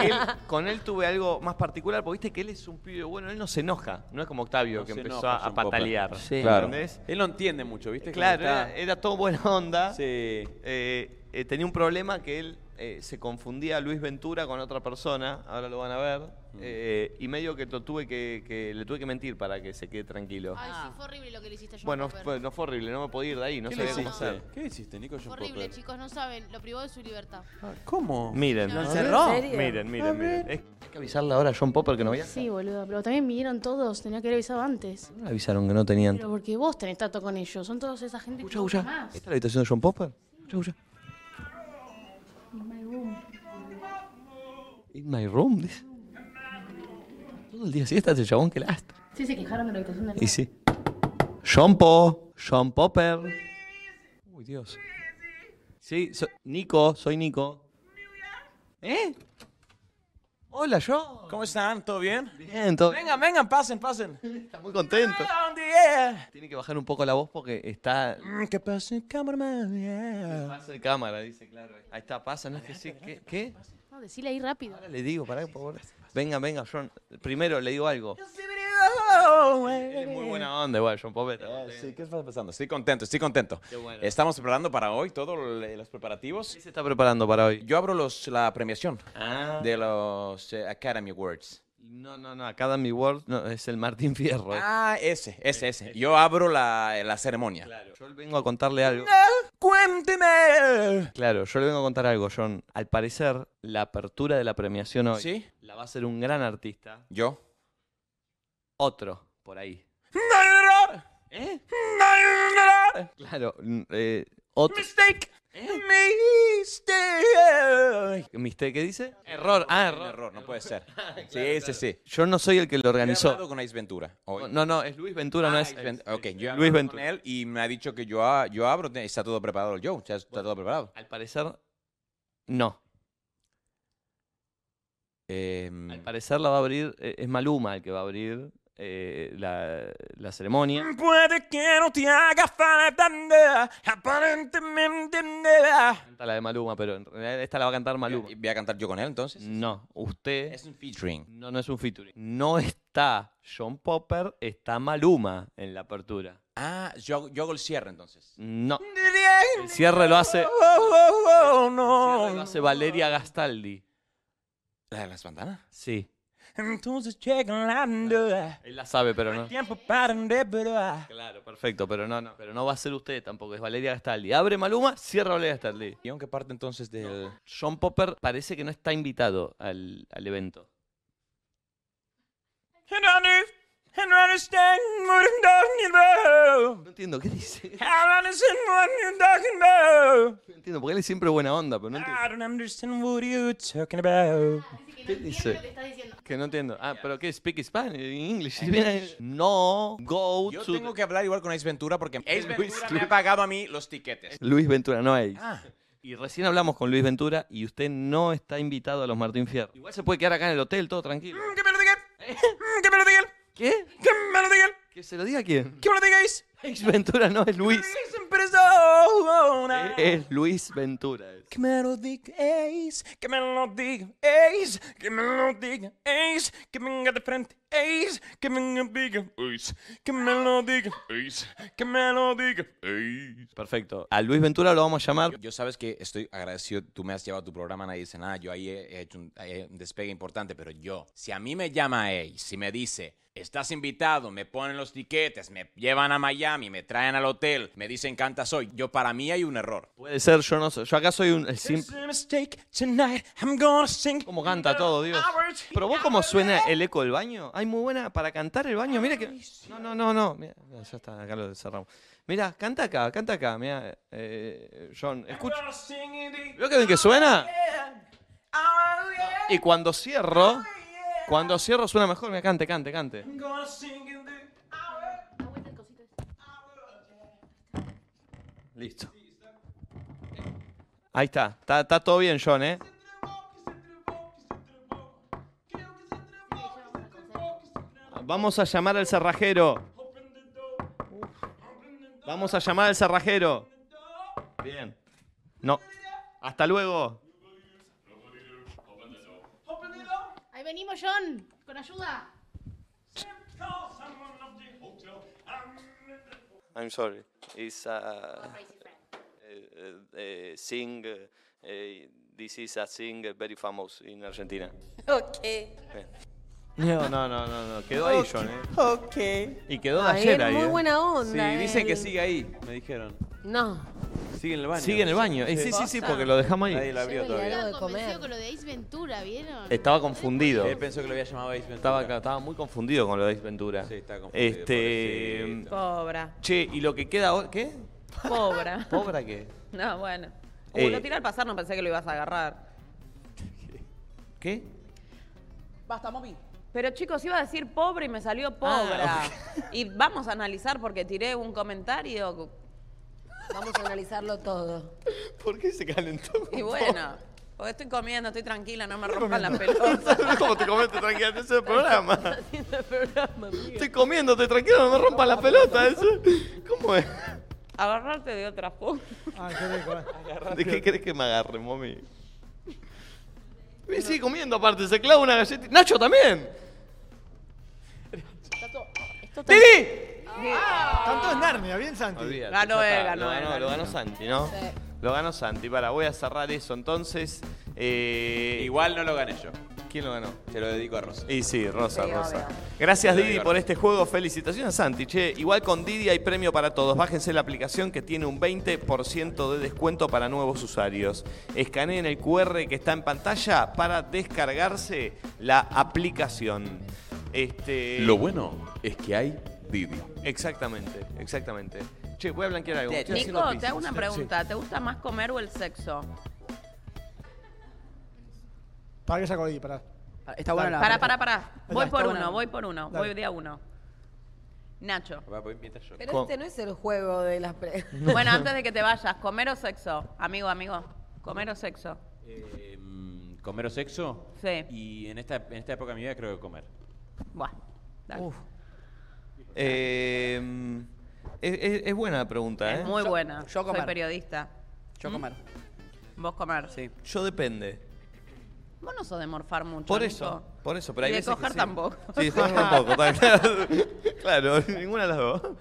Él- con él tuve algo más particular, porque viste que él es un pibe bueno, él no se enoja, no es como Octavio
No
que
se
empezó
enoja,
a, a
John Popper.
patalear.
claro.
¿entendés?
Él no entiende mucho, ¿viste?
Claro, eh,
Como está-
era, era todo buena onda.
Sí.
Eh, eh, tenía un problema que él eh, se confundía a Luis Ventura con otra persona, ahora lo van a ver.
Mm.
eh, y medio que, lo tuve que, que le tuve que mentir para que se quede tranquilo.
Ay, sí, fue horrible lo que le hiciste a John
Ah. bueno,
Popper.
fue- no fue horrible, no me podía ir de ahí, no
¿Qué le
sabía cómo
hiciste?
hacer.
¿Qué le hiciste, Nico John
horrible,
Popper?
chicos, no saben. Lo privó de su libertad.
Ah,
¿Cómo?
Miren,
¿Lo encerró? ¿En serio?
miren,
A
miren, miren. Es- Hay que avisarle ahora a John Popper que no vaya.
Sí, boludo, pero también vinieron todos, tenía que haber avisado antes.
Le avisaron que no tenían.
Pero porque vos tenés trato con ellos, son todos esa gente que
escucha.
vos más.
¿Esta es la habitación de John Popper? Escucha, escucha. In my room, dice. Todo el día siesta ese chabón que lastra.
Sí, se quejaron de la habitación de
Y sí. John Po, John Popper. Uy, Dios. Sí, so- Nico, soy Nico. ¿Eh? Hola, yo.
¿Cómo están? ¿Todo bien?
Bien, todo-
Vengan, vengan, pasen,
[laughs]
pasen. Está
muy contento. Tiene que bajar un poco la voz porque está
¿Qué pasa, cameraman? Yeah.
Pasa de cámara, dice, claro. Ahí está, pasa, no es que sí. ¿Qué? ¿Qué?
No, decile ahí rápido.
Le digo, pará, por favor. Venga, venga, John. Primero le digo algo.
Es
Muy buena onda, igual, John Popper.
Eh, Sí, ¿qué está pasando? Estoy contento, estoy contento.
bueno.
Estamos preparando para hoy todos los preparativos.
¿Qué se está preparando para hoy?
Yo abro los, la premiación
Ah.
de los eh, Academy Awards.
No, no, no, Academy World no, es el Martín Fierro. eh.
Ah, ese, ese, ese. Yo abro la, eh, la ceremonia.
Yo le vengo a contarle algo.
Cuénteme.
Claro, yo le vengo a contar algo, John. Al parecer, la apertura de la premiación hoy
¿Sí?
la va a hacer un gran artista.
¿Yo?
Otro, por ahí. ¿Eh? Claro, mm, eh, otro.
Mistake.
¿Eh?
este. Mistake.
¿Miste qué dice? Error, ah, error.
no puede
[laughs]
ser. sí, sí, sí.
Yo no soy el que lo
Yo he
organizó.
hablado con Ace Ventura. hoy.
No, no, es Luis Ventura, no
Ah,
es.
Ace Ventura. Ok, yo he hablado
Luis
con
Ventura.
él y me ha dicho que yo, a- yo abro, te- está todo preparado el show, ya está todo preparado.
Al parecer, no.
Em,
Em, Al parecer la va a abrir, eh, es Maluma el que va a abrir. eh, la, la ceremonia.
Puede que no te haga falta nada, aparentemente nada.
Canta la de Maluma, pero en realidad esta la va a cantar Maluma. ¿Voy a cantar yo con él entonces? No, usted. Es un featuring. No, no es un featuring. No está John Popper, está Maluma en la apertura.
Ah, yo, yo hago el cierre entonces.
No. El cierre
[laughs]
lo hace. el cierre lo hace Valeria Gastaldi.
¿La de las bandanas?
Sí.
Entonces llega la nada.
Él la sabe, pero no.
Tiempo para endeavor.
Claro, perfecto, pero no, no. Pero no va a ser usted tampoco, es Valeria Gastaldi. Abre Maluma, cierra Valeria Gastaldi. ¿Y aunque parte entonces del. John Popper parece que no está invitado al, al evento.
And I knew- and I understand what I'm talking about.
No entiendo, ¿qué dice?
I understand what you're talking about.
No entiendo, porque él es siempre buena onda, pero no entiendo.
I don't understand what you're talking about.
¿Qué dice? Que no entiendo. Ah, pero ¿qué? Speak Spanish, English. Y viene ahí, eh, No, go
Yo
to.
tengo que hablar igual con Ace Ventura porque Ace Luis Ventura me
Cruz.
ha pagado a mí los tiquetes.
Luis Ventura, no hay.
Ah.
Y recién hablamos con Luis Ventura y usted no está invitado a los Martín Fierro. Igual se puede quedar acá en el hotel, todo tranquilo.
Mm,
Que me lo digan. Que me lo digan.
Eh. ¿Qué?
Que me lo digan.
¿Que se lo diga quién?
Que me lo digáis.
Luis Ventura no es Luis. Eh,
Dicen
oh,
persona.
Es Luis Ventura.
Que me lo digáis, que me lo digáis, que me lo digáis, que me venga de frente, eis, que me lo digáis, que me lo digáis, que me lo digáis.
Perfecto. A Luis Ventura lo vamos a llamar.
Yo sabes que estoy agradecido, tú me has llevado a tu programa, nadie dice nada, yo ahí he he hecho un, he- un despegue importante, pero yo, si a mí me llama Ace, si me dice, estás invitado, me ponen los tiquetes, me llevan a Miami, me traen al hotel, me dicen canta soy, yo para mí hay un error.
Puede ser, yo no sé. Yo acá soy un el
It's
simple.
a mistake tonight, I'm gonna sing.
¿Cómo canta todo, Dios? ¿Pero vos cómo suena el eco del baño? Ay, muy buena para cantar el baño. Mira que. No, no, no, no. Mira, ya está, acá lo cerramos. Mira, canta acá, canta acá. Mira, eh, John, escucha. ¿Veo que bien que suena? Y cuando cierro, cuando cierro suena mejor. Mira, cante, cante, cante.
I'm gonna sing in the
Listo. Ahí está. Está, está todo bien, John, ¿eh? Vamos a llamar al cerrajero. Vamos a llamar al cerrajero. Bien. No. Hasta luego.
Ahí venimos, John, con ayuda.
I'm sorry. It's uh, a eh, sing. eh, this is a sing very famous in Argentina.
[laughs] Ok.
No, no, no, no, no. Quedó ahí, John, ¿eh?
Ok.
Y quedó de
Ay,
ayer
él
ahí.
muy
¿eh?
buena onda,
Sí, dicen que
él.
sigue ahí, me dijeron.
No.
Sigue en el baño. Sigue en el baño. Eh, sí, sí, sí,
Posta.
porque lo dejamos ahí.
Nadie lo
abrió
Estaba convencido con lo de Ace Ventura, ¿vieron?
Estaba confundido.
Él pensó que lo había llamado Ace Ventura.
Estaba, acá, estaba muy confundido con lo de Ace Ventura. Sí,
estaba
confundido. Este.
Cobra.
Che, y lo que queda ahora. ¿Qué?
Cobra.
¿Cobra [laughs] qué?
[laughs] No, bueno. Uh,
Eh.
lo tiré al pasar, no pensé que lo ibas a agarrar.
[laughs] ¿Qué?
Basta, mami. Pero chicos, iba a decir pobre y me salió
Ah,
pobra. Y vamos a analizar porque tiré un comentario.
Vamos a analizarlo todo.
¿Por qué se calentó? [laughs]
Y bueno, porque estoy comiendo, estoy tranquila, no me rompan la pelota.
¿Cómo te comiste tranquila? Ese es el programa. Estoy comiéndote tranquilo, no me rompas la pelota. Eso. ¿Cómo es?
[laughs] Agarrarte de otra forma.
Ah, eh. ¿De qué crees que me agarre, mami? Me sigue comiendo aparte, se clava una galleta. ¡Nacho también!
¡Tini! Tanto es Narnia, bien Santi.
Olvídate,
Ganó
ya
él,
está.
ganó
lo
él,
ganó,
ganó.
lo ganó Santi, ¿no? Lo ganó Santi. Para, voy a cerrar eso entonces. Eh,
Igual no lo gané yo.
¿Quién lo ganó?
Se lo dedico a Rosa.
Y sí, Rosa,
Sí,
Rosa.
obvio.
Gracias
Te lo
Didi
digo,
por este juego. Felicitaciones a Santi. Che, igual con Didi hay premio para todos. Bájense la aplicación que tiene un 20% de descuento para nuevos usuarios. Escaneen el QR que está en pantalla para descargarse la aplicación. Este...
Lo bueno es que hay Didi.
Exactamente, exactamente. Che, voy a blanquear algo. Estoy haciendo
Eh, Nico,
pis.
te hago una
Sí.
pregunta. ¿Te gusta más comer o el sexo?
Para que saco ahí, pará.
Está buena la.
Pará, pará, pará. Voy
Está
por
buena.
uno, voy por uno,
Dale.
voy de a uno. Nacho.
pues,
Pero este no es el juego de
[laughs]
las pre...
Bueno, antes de que te vayas, ¿comer o sexo? Amigo, amigo. ¿Comer o sexo?
¿Comer o sexo?
mm,
Sí.
Y en esta, en esta época de mi vida creo que comer.
Buah. Dale.
Em,
Eh, es, es- es buena la pregunta, ¿eh?
Es muy
Yo-
buena.
yo comer.
Soy periodista. ¿Mm?
Yo comer.
Vos comer. Sí.
Yo depende.
Vos no sos de morfar mucho.
Por
Nico.
eso, por eso, pero hay
Y de
veces que
coger
sí.
tampoco.
Sí, de coger tampoco, tan- claro. [laughs] Claro, ninguna de las dos.
[laughs]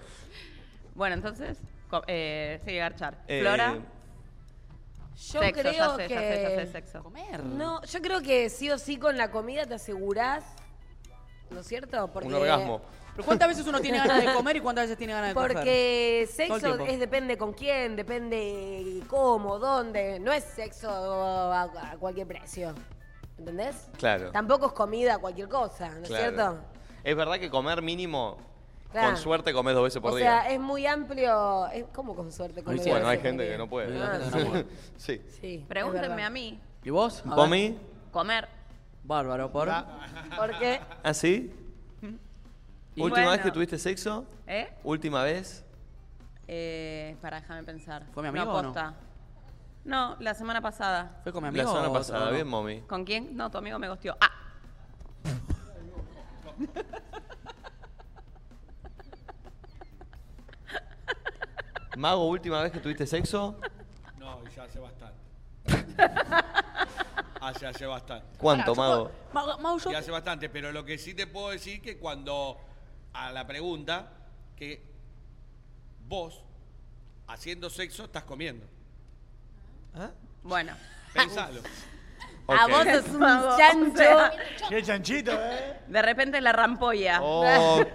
Bueno, entonces, co- eh, sí, garchar.
Eh,
Flora.
Yo
Sexo, ya
creo
sé,
que.
ya sé, ya sé, sexo. Comer.
No, yo creo que sí o sí con la comida te asegurás. ¿No es cierto? Porque-
Un orgasmo. Pero ¿cuántas veces uno tiene ganas de comer y cuántas veces tiene ganas de coger?
Porque
Todo el
sexo
tiempo.
es depende con quién, depende cómo, dónde. No es sexo a, a cualquier precio. ¿Entendés?
Claro.
Tampoco es comida a cualquier cosa, ¿no es
Claro.
cierto?
Es verdad que comer mínimo,
Claro.
con suerte comes dos veces por
o
día.
sea, es muy amplio. Es como con suerte. con
bueno, hay gente que no puede.
Ah,
[laughs] sí.
Sí, es
Pregúntenme
verdad.
a mí.
¿Y vos? A
¿Vos
ver.
mí?
Comer.
Bárbaro, por.
Porque.
¿Ah, sí?
Y
¿Última
bueno.
vez que tuviste sexo?
¿Eh?
¿Última vez?
Eh, para déjame pensar.
¿Fue mi amigo o no?
posta. No, la semana pasada.
¿Fue con
mi amigo La semana o- pasada, o no? bien, mommy.
¿Con quién? No, tu amigo me gosteó. Ah,
Mago, última vez que tuviste
[laughs]
sexo,
No, y ya hace
[laughs]
bastante. hace, hace bastante.
¿Cuánto, Pará, yo Mago?
Y hace bastante, pero lo que sí te puedo decir que cuando a la pregunta que vos haciendo sexo
[laughs]
estás comiendo.
bueno.
Pensalo.
[laughs] A vos es un
Mago,
chancho.
o sea.
[laughs]
Qué chanchito, ¿eh?
De repente la rampolla.
Ok,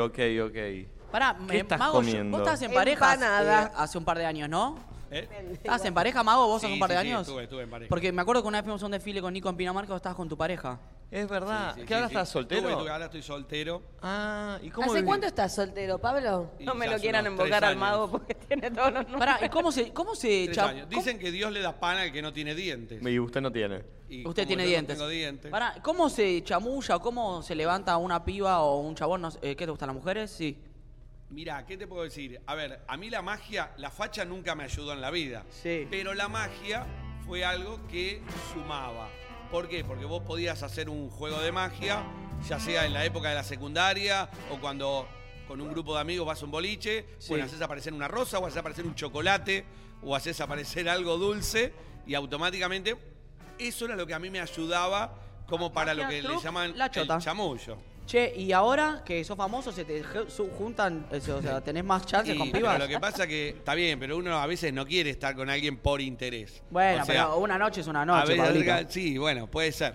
ok, ok.
Pará,
¿Qué
eh,
estás
Mago, yo-
comiendo?
vos estás en pareja eh,
Empanada.
hace un par de años, ¿no?
¿Eh?
¿Estás en pareja, Mago, vos hace
Sí,
un par de
sí, sí,
años?
estuve, estuve en pareja.
Porque me acuerdo que una vez fuimos a un desfile con Nico en Pinamarca, vos estabas con tu pareja.
Es verdad.
Sí,
¿Qué ahora
sí.
estás soltero?
Tuve- tuve- ahora estoy soltero.
Ah, ¿y
¿Hace cuánto estás soltero, Pablo?
No me lo quieran invocar al mago [laughs]
porque tiene todos los
Pará, ¿y cómo se, cómo
Eh,
se
Tres
cha-
años. Dicen que Dios le da pan al que no tiene dientes.
Y usted no tiene.
Y
Usted
como
tiene
yo no
dientes.
tengo dientes.
Pará, ¿cómo se chamulla o cómo se levanta una piba o un chabón? No sé, eh, ¿Qué te gustan las mujeres? Sí.
Mira, ¿qué te puedo decir? A ver, a mí la magia, la facha nunca me ayudó en la vida.
Sí.
Pero la magia fue algo que sumaba. ¿Por qué? Porque vos podías hacer un juego de magia, ya sea en la época de la secundaria o cuando con un grupo de amigos vas a un boliche, bueno, haces aparecer una rosa o haces aparecer un chocolate o haces aparecer algo dulce y automáticamente eso era lo que a mí me ayudaba como para lo
Magia,
que le
truc,
llaman
la chota.
el chamullo.
Che, y ahora que sos famoso, se te je- su- juntan, eh,
[laughs]
o sea, tenés más chances
Y,
con
pero
pibas.
lo que pasa que está bien, pero uno a veces no quiere estar con alguien por interés.
Bueno,
O sea,
pero una noche es una
a
noche,
veces-
Pablito.
Sí, bueno, puede ser.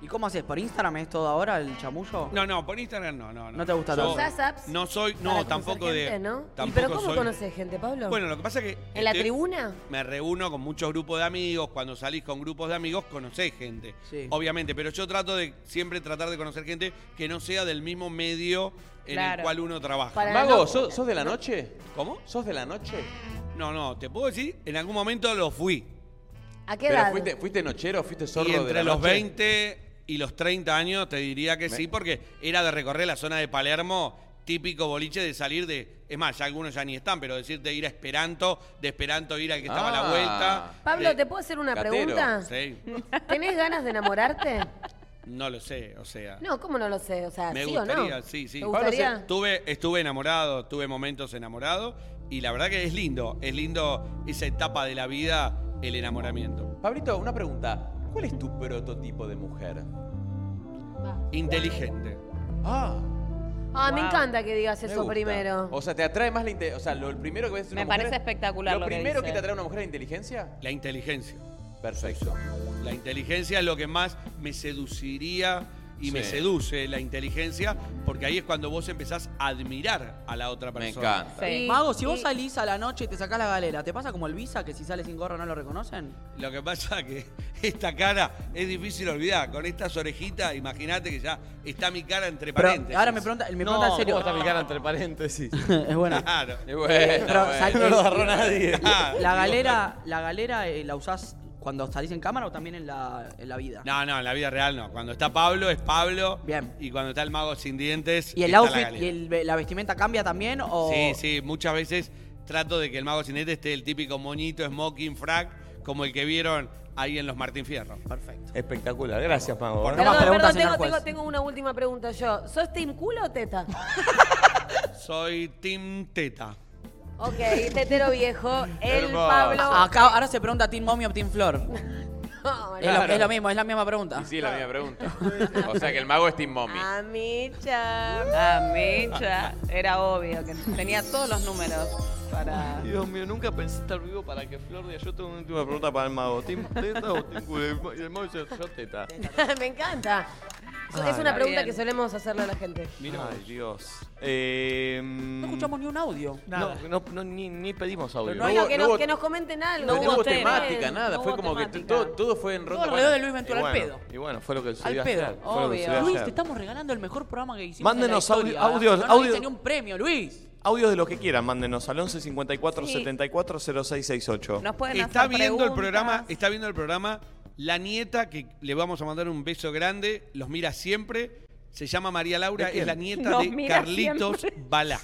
¿Y cómo haces? ¿Por Instagram es todo ahora el chamullo?
No, no, por Instagram no, no.
No te gusta tanto.
¿Usás apps?
No soy,
Para
no,
conocer
tampoco de.
gente, ¿no? ¿Y
tampoco
pero cómo
soy-
conoces gente, Pablo?
Bueno, lo que pasa que.
¿En la
este,
tribuna?
Me reúno con muchos grupos de amigos. Cuando salís con grupos de amigos, conocés gente. Obviamente, pero yo trato de siempre tratar de conocer gente que no sea del mismo medio en
Claro.
el cual uno trabaja.
Para Mago, no- ¿sos- sos de la no- noche?
¿Cómo?
¿Sos de la noche?
No, no, te puedo decir, en algún momento lo fui.
¿A qué
¿Pero
edad?
fuiste, fuiste nochero? ¿Fuiste zorro
Y
de la
entre los
noche?
20 y los 30 años te diría que
Me-
sí, porque era de recorrer la zona de Palermo, típico boliche de salir de. Es más, ya algunos ya ni están, pero decirte ir a Esperanto, de Esperanto ir al que estaba a la
Ah.
vuelta.
Pablo,
de-
¿te puedo hacer una
Gatero. [laughs]
pregunta?
Sí,
¿Tenés ganas de enamorarte?
no lo sé, o sea.
No, ¿cómo no lo sé? O sea,
me
¿sí
gustaría,
o no?
sí, sí.
¿Te gustaría?
Tuve- estuve enamorado, tuve momentos enamorado, y la verdad que es lindo, es lindo esa etapa de la vida, el enamoramiento.
Pablito, una pregunta. ¿Cuál es tu prototipo de mujer?
Inteligente.
Ah.
Ah, me
Wow.
encanta que digas
Me
eso
gusta.
primero.
O sea, te atrae más la inteligencia. O sea, lo el primero que ves de una
Me parece
mujer-
espectacular
¿Lo,
lo que
primero que
dice.
te atrae a una mujer es la inteligencia?
La inteligencia.
Perfecto.
La inteligencia es lo que más me seduciría y me
Sí.
seduce la inteligencia, porque ahí es cuando vos empezás a admirar a la otra persona.
Mago, si vos salís a la noche y te sacás la galera, ¿te pasa como el Visa que si sales sin gorro no lo reconocen?
Lo que pasa que [laughs] esta cara es difícil olvidar. Con estas orejitas, imagínate que ya está mi cara entre
Pero
paréntesis.
ahora me pregunta- me No, pregunta en serio. ¿cómo está mi cara
entre paréntesis?
[laughs] es buena.
Claro.
Es buena, Eh, pero, buena. ¿sabes No qué? lo agarró
[laughs]
nadie.
Ah.
La galera, la galera eh, la usás cuando salís en cámara o también en la, en la vida.
No, no, en la vida real no. Cuando está Pablo, es Pablo.
Bien.
Y cuando está el mago sin dientes.
¿Y el
está la
outfit
galera.
y el ve- la vestimenta cambia también? O...
Sí, sí, muchas veces trato de que el mago cinete esté el típico moñito, smoking, frac, como el que vieron ahí en los Martín Fierro. Perfecto.
Espectacular. Gracias, Mago.
Por
No más
Perdón,
preguntas,
tengo,
señor juez.
tengo- tengo una última pregunta yo. ¿Sos team culo o teta?
Soy Team Teta.
ok, tetero viejo. [laughs] El
Hermoso.
Pablo.
Acá, ahora se pregunta Team Mommy o Team Flor.
No,
Es,
[laughs] no.
lo, es lo mismo, es la misma pregunta.
Sí, la misma pregunta. O sea que el mago es Team Mommy.
A Micha. A Micha. Era obvio que tenía todos los números para.
Dios mío, nunca pensé estar vivo para que Flor de yo tengo una última pregunta para el mago. ¿Team teta o team culo? Y el mago dice, yo teta.
Me encanta. So-
Ah,
es una
está
pregunta
bien.
que solemos hacerle a la gente.
Mira, Ay, Dios. Eh, no
escuchamos ni un audio.
No, no, ni, ni pedimos audio.
Bueno, que, nos, que nos comenten algo.
no hubo
ustedes.
temática, nada,
No
fue
hubo
como que
temática.
Todo, todo fue en ronda.
alrededor de Luis Ventura,
y
al
bueno,
pedo.
Y bueno, fue lo que
Al
subió
pedo,
ayer. fue lo que subió
obvio. Luis,
ayer.
te estamos regalando el mejor programa que hicimos.
Mándenos
en la historia,
audio- audios,
¿eh? No nos
audios.
diste ni un premio, Luis.
Audios de lo que quieran, mándenos al 11 54
Sí.
74 0668.
está viendo el programa, está viendo el programa la nieta que le vamos a mandar un beso grande, los mira siempre. Se llama María Laura,
¿De quién?
es la nieta
Nos
de
mira
Carlitos
siempre.
Balá.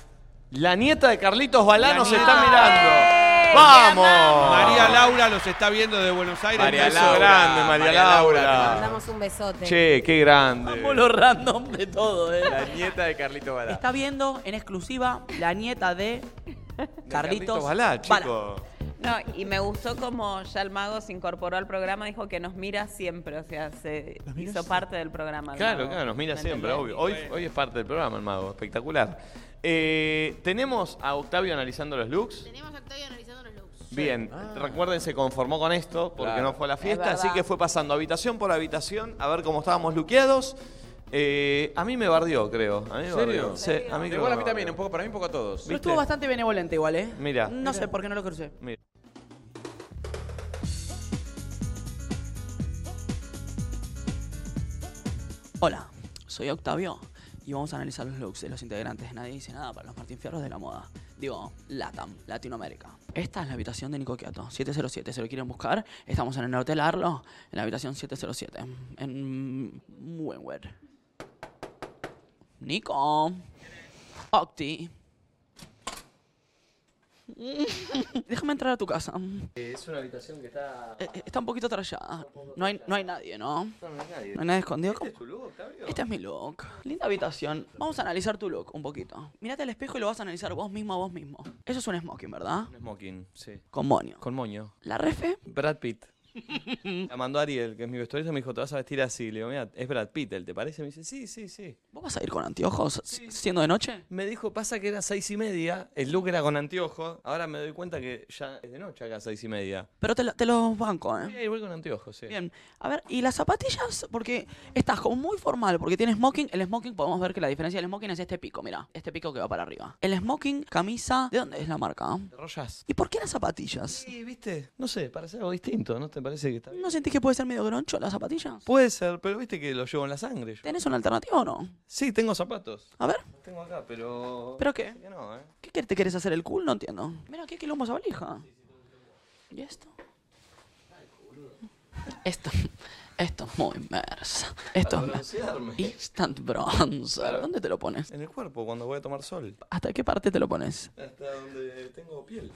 La nieta de Carlitos Balá
La
nos
nieta.
está mirando. ¡Vamos!
María Laura los está viendo de Buenos Aires.
María
Un beso
Laura,
grande,
María Laura.
te mandamos
Damos un besote.
Che, qué grande.
Vamos lo random de todo, eh.
La nieta de Carlito Balá.
Está viendo en exclusiva la nieta de Carlitos.
Balá,
Balá.
Ah, chico.
No, y me gustó como ya el mago se incorporó al programa, dijo que nos mira siempre, o sea, se hizo parte del programa. el
Claro,
mago.
claro, nos mira
¿Me
siempre,
entendés?
obvio. Hoy, hoy es parte del programa, el mago, espectacular. Eh, ¿Tenemos a Octavio analizando los looks?
Tenemos a Octavio analizando los looks.
Bien, recuerden, se conformó con esto porque
Claro.
no fue a la
Es
fiesta, así
verdad.
que fue pasando habitación por habitación a ver cómo estábamos luqueados. Eh, a mí me bardió, creo. A mí me
¿En serio?
bardió. Sí, a mí creo
Igual
que
a mí
me
también, un poco para mí, un poco a todos.
Pero estuvo bastante benevolente igual, eh.
Mirá.
No sé por qué no lo crucé.
Mira.
Hola, soy Octavio y vamos a analizar los looks de los integrantes. Nadie dice nada para los Martín Fierros de la moda. Digo, LATAM, Latinoamérica. Esta es la habitación de Nico Quiato, 707. Si lo quieren buscar, estamos en el Hotel Arlo, en la habitación 707, en Wenwer. Nico, Octi. [laughs] Déjame entrar a tu casa.
Es una habitación que está.
Eh, eh, Está un poquito trallada. No hay, no hay nadie, ¿no? No hay nadie escondido. Este es mi look. Linda habitación. Vamos a analizar tu look un poquito. Mirate al espejo y lo vas a analizar vos mismo a vos mismo. Eso es un smoking, ¿verdad?
Smoking, sí.
Con moño.
Con moño.
¿La refe?
Brad
[laughs]
Pitt. La mandó Ariel, que es mi vestuarista, me dijo, te vas a vestir así. Le digo, mira, es Brad Pitt, ¿él te parece? Me dice, sí, sí, sí.
¿Vos vas a ir con anteojos si- siendo de noche?
Me dijo, pasa que era seis y media, el look era con anteojos. Ahora me doy cuenta que ya es de noche acá, seis y media.
Pero te, lo- te los banco,
Sí,
¿eh?
igual con anteojos, sí.
Bien. A ver, ¿y las zapatillas? Porque estás como muy formal, porque tienes smoking. El smoking, podemos ver que la diferencia del smoking es este pico, mira. Este pico que va para arriba. El smoking, camisa... ¿De dónde es la marca?
Rollas.
¿Y por qué las zapatillas?
Sí, viste, no sé, para hacer algo distinto, ¿no te parece que está bien?
¿No sentís que puede ser medio groncho las zapatillas?
Puede ser, pero viste que lo llevo en la sangre. yo.
¿Tenés una alternativa o no?
Sí, tengo zapatos.
A ver.
Los tengo acá, pero...
¿Pero qué?
Que no, ¿eh?
¿Qué quer- te querés hacer el cool? No entiendo. Mira, qué quilombo esa valija. ¿Y esto? Esto. Esto es muy inmersa. Esto
Para
es
broncearme.
Instant bronzer. ¿Dónde te lo pones?
En el cuerpo, cuando voy a tomar sol.
¿Hasta qué parte te lo pones?
Hasta donde tengo piel.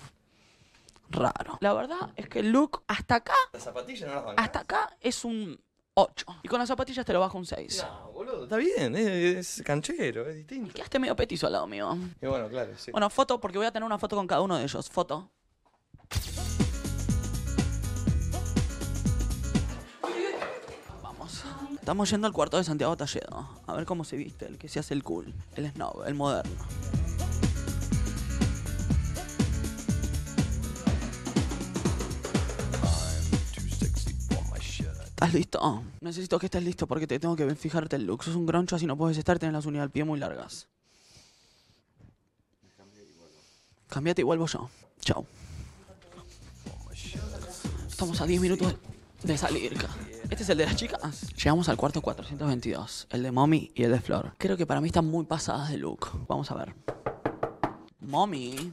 Raro. La verdad es que el look hasta acá,
Las zapatillas no las van
Ah. hasta acá es un 8. Y con las zapatillas te lo bajo un 6.
boludo, está bien, es, es canchero, es distinto.
Quedaste medio petizo al lado mío.
Y bueno, claro, sí.
Bueno, foto, porque voy a tener una foto con cada uno de ellos. Foto. Vamos. Estamos yendo al cuarto de Santiago Talledo. A ver cómo se viste, el que se hace el cool, el snob, el moderno. ¿Estás listo? Necesito que estés listo porque te tengo que fijarte el look. Sos un groncho, así no puedes estar, tenés las unidades al pie muy largas. Cambiate y vuelvo yo. Chao. Estamos a 10 minutos de salir. ca- Este es el de las chicas. Llegamos al cuarto 422. El de Mommy y el de Flor. Creo que para mí están muy pasadas de look. Vamos a ver. Mommy.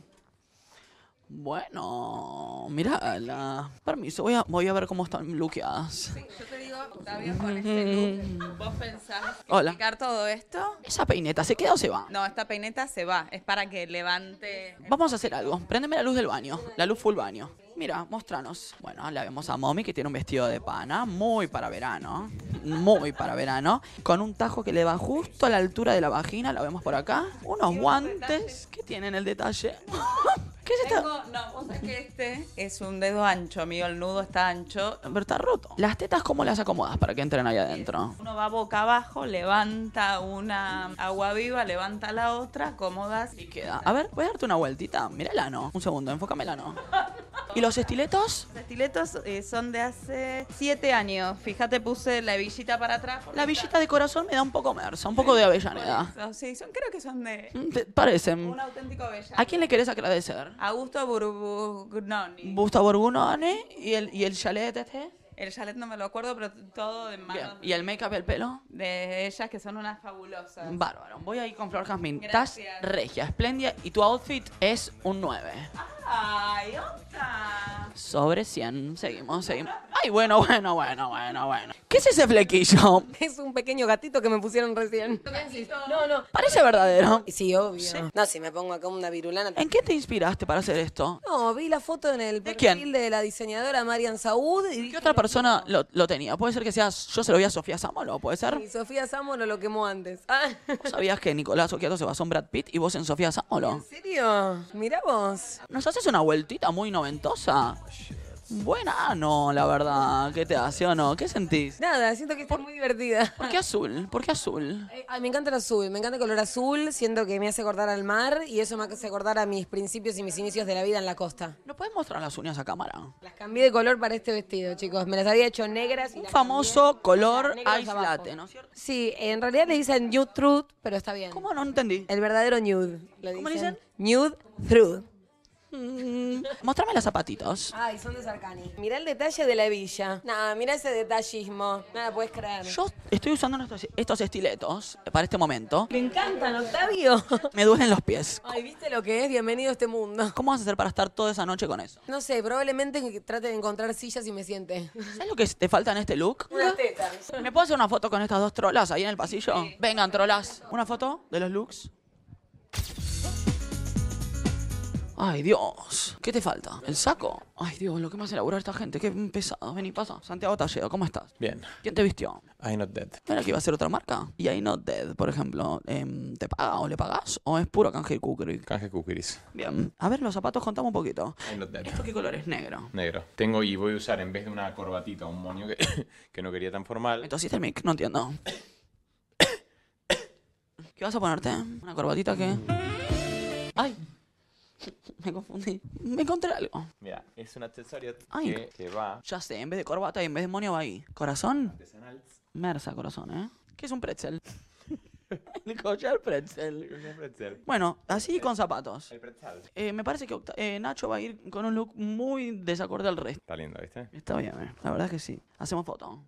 Bueno, mira, la... permiso, voy a, voy a ver cómo están luqueadas.
Yo te digo, Octavio, con este look, ¿vos pensás
Mm-hmm. Hola.
explicar todo esto?
¿Esa peineta se queda o se va?
No, esta peineta se va. Es para que levante.
Vamos a hacer algo. Préndeme la luz del baño, la luz full baño. Mira, mostranos. Bueno, la vemos a Mommy que tiene un vestido de pana, muy para verano, muy para verano, con un tajo que le va justo a la altura de la vagina, la vemos por acá, unos guantes que tienen el detalle. ¿Qué es esto?
no, vos sabés que este es un dedo ancho, amigo. El nudo está ancho.
Pero está roto. ¿Las tetas cómo las acomodas para que entren ahí adentro?
Uno va boca abajo, levanta una agua viva, levanta la otra, acomodas y
Queda. A ver, voy a darte una vueltita. Mira el ano. Un segundo, enfócame el ano. ¿Y los estiletos?
Los estiletos eh, son de hace siete años. Fíjate, puse la hebillita para atrás. porque
La villita de corazón me da un poco merza, un poco de avellaneda.
son- Sí, son, creo que son de
Mm, te- Parecen.
un auténtico bella.
¿A quién le querés agradecer?
Augusto Burbugnoni.
Gustavo Borgunone y el, y el chalet este.
El chalet no me lo acuerdo, pero todo de manos
¿Y el make-up, el pelo?
de ellas que son unas fabulosas.
Bárbaro. Voy a ir con Flor Jazmín. Estás
Gracias.
regia, espléndida y tu outfit es un 9.
Ay, onda.
Sobre 100. Seguimos, seguimos. Ay, bueno, bueno, bueno, bueno, bueno. ¿Qué es ese flequillo?
Es un pequeño gatito que me pusieron recién. No, no.
Parece verdadero.
Sí, obvio. No, si me pongo acá una virulana.
¿En qué te inspiraste para hacer esto?
No, vi la foto en el perfil
quién?
de la diseñadora Marian Saúd y
¿Qué otra persona lo, lo tenía? Puede ser que seas. Yo se lo vi a Sofía Samolo, ¿puede ser?
y Sofía Sámolo lo quemó antes. Ah,
¿Vos sabías que Nicolás Oquiato se basó en Brad Pitt y vos en Sofía Samolo?
¿En serio? Mirá vos.
¿Nos haces una vueltita muy noventosa? Buena, no, la verdad. ¿Qué te hace o no? ¿Qué sentís?
Nada, siento que está muy divertida.
¿Por qué azul? ¿Por qué azul?
Eh, ay, me encanta el azul, me encanta el color azul, siento que me hace acordar al mar y eso me hace acordar a mis principios y mis inicios de la vida en la costa.
¿No puedes mostrar las uñas a cámara?
Las cambié de color para este vestido, chicos. Me las había hecho negras. Y
Un
las
famoso color
negros
ice
abajo.
latte, ¿no es cierto?
Sí, en realidad le dicen nude truth, pero está bien. ¿Cómo
no entendí?
El verdadero nude.
¿Cómo le dicen?
Nude truth.
Mostrame las zapatitos.
Ay, son de Sarcani. Mirá el detalle de la hebilla. Nada, mirá ese detallismo. Nada, puedes creer.
Yo estoy usando estos, estos estiletos para este momento.
Me encantan, Octavio.
Me duelen los pies.
Ay, ¿viste lo que es? Bienvenido a este mundo.
¿Cómo vas a hacer para estar toda esa noche con eso?
No sé, probablemente que trate de encontrar sillas y me siente.
¿Sabes lo que te falta en este look?
Unas tetas.
¿Me puedo hacer una foto con estas dos trolas ahí en el pasillo? Vengan, trolas. ¿Una foto de los looks? Ay, Dios. ¿Qué te falta? ¿El saco? Ay, Dios, lo que me hace laburar esta gente. Qué pesado. Vení, pasa. Santiago Talledo, ¿cómo estás?
Bien.
¿Quién te vistió?
I'm not dead.
¿No era que iba a ser otra marca? Y ahí Not Dead, por ejemplo, em, ¿te paga o le pagás? ¿O es puro canje y kukri?
Canje cucuris.
Bien. A ver, los zapatos, contame un poquito.
I'm not dead.
¿Esto qué color es? Negro.
Negro. Tengo y voy a usar en vez de una corbatita un moño que, [laughs] que no quería tan formal.
Entonces, el este mic, no entiendo. ¿Qué vas a ponerte? ¿Una corbatita que...? ¡Ay! Me confundí. Me encontré algo.
Mira, es un accesorio
Ay.
que, que va
Ya sé, en vez de corbata y en vez de moño va ahí. ¿Corazón?
artesanal.
Mersa, corazón, ¿eh? ¿Qué es un
[laughs]
pretzel? El collar pretzel. Bueno, así y con zapatos.
El pretzel.
Eh, me parece que Octa- eh, Nacho va a ir con un look muy desacorde al resto.
Está lindo, ¿viste?
Está bien, eh. la verdad es que sí. Hacemos foto.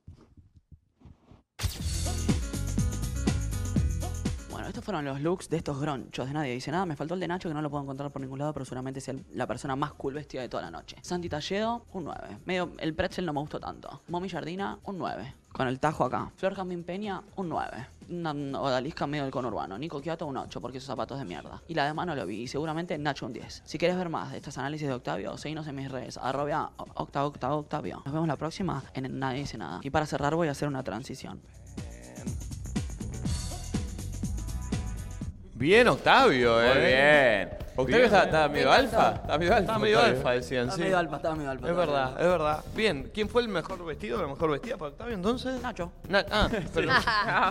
Bueno, estos fueron los looks de estos gronchos. De nadie dice nada. Me faltó el de Nacho que no lo puedo encontrar por ningún lado, pero seguramente es el- la persona más cool vestida de toda la noche. Santi Talledo, un 9. Medio, el pretzel no me gustó tanto. Momi Jardina, un 9. Con el tajo acá. Flor Jazmín Peña, un 9. Una una odalisca medio del conurbano. Nico Quiato, un 8, porque esos zapatos de mierda. Y la de mano lo vi. Y seguramente Nacho, un 10. Si quieres ver más de estos análisis de Octavio, seguinos en mis redes. Arroba Octa Octa Octavio. Nos vemos la próxima en Nadie Dice Nada. Y para cerrar voy a hacer una transición.
Bien, Octavio,
Muy
eh.
bien. Octavio está- está medio Me encantó. alfa, está medio alfa,
Está medio
Octavio.
alfa, decían,
Está
sí.
medio alfa, está medio alfa,
Es
está
verdad,
medio
es verdad. Bien, ¿quién fue el mejor vestido, la mejor vestida para Octavio entonces?
Nacho.
ah, [laughs]
[laughs]
pero,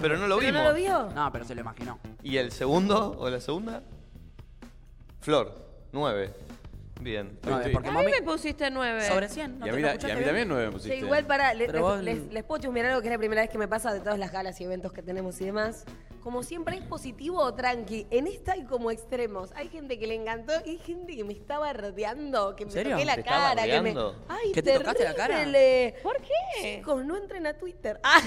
pero no lo vimos.
vio?
No, pero se lo imaginó.
¿Y el segundo o la segunda? Flor, 9. Bien.
Nueve,
Estoy-
porque
A mí me pusiste nueve.
Sobre cien,
no Y a te- mí ¿no ta- y a escuchaste mí bien? también nueve me pusiste.
Sí, igual para. le-
Pero
les,
vos-
les- les puedo chusmear algo que es la primera vez que me pasa de todas las galas y eventos que tenemos y demás. Como siempre, es positivo o tranqui. En esta hay como extremos. Hay gente que le encantó y hay gente que me estaba rodeando, que me
serio?
toqué la
¿Te estaba
cara. Que me...
rodeando?
Ay,
¿Que te tocaste la cara?
terrible. ¿Por qué? Chicos, no entren a Twitter. Ah,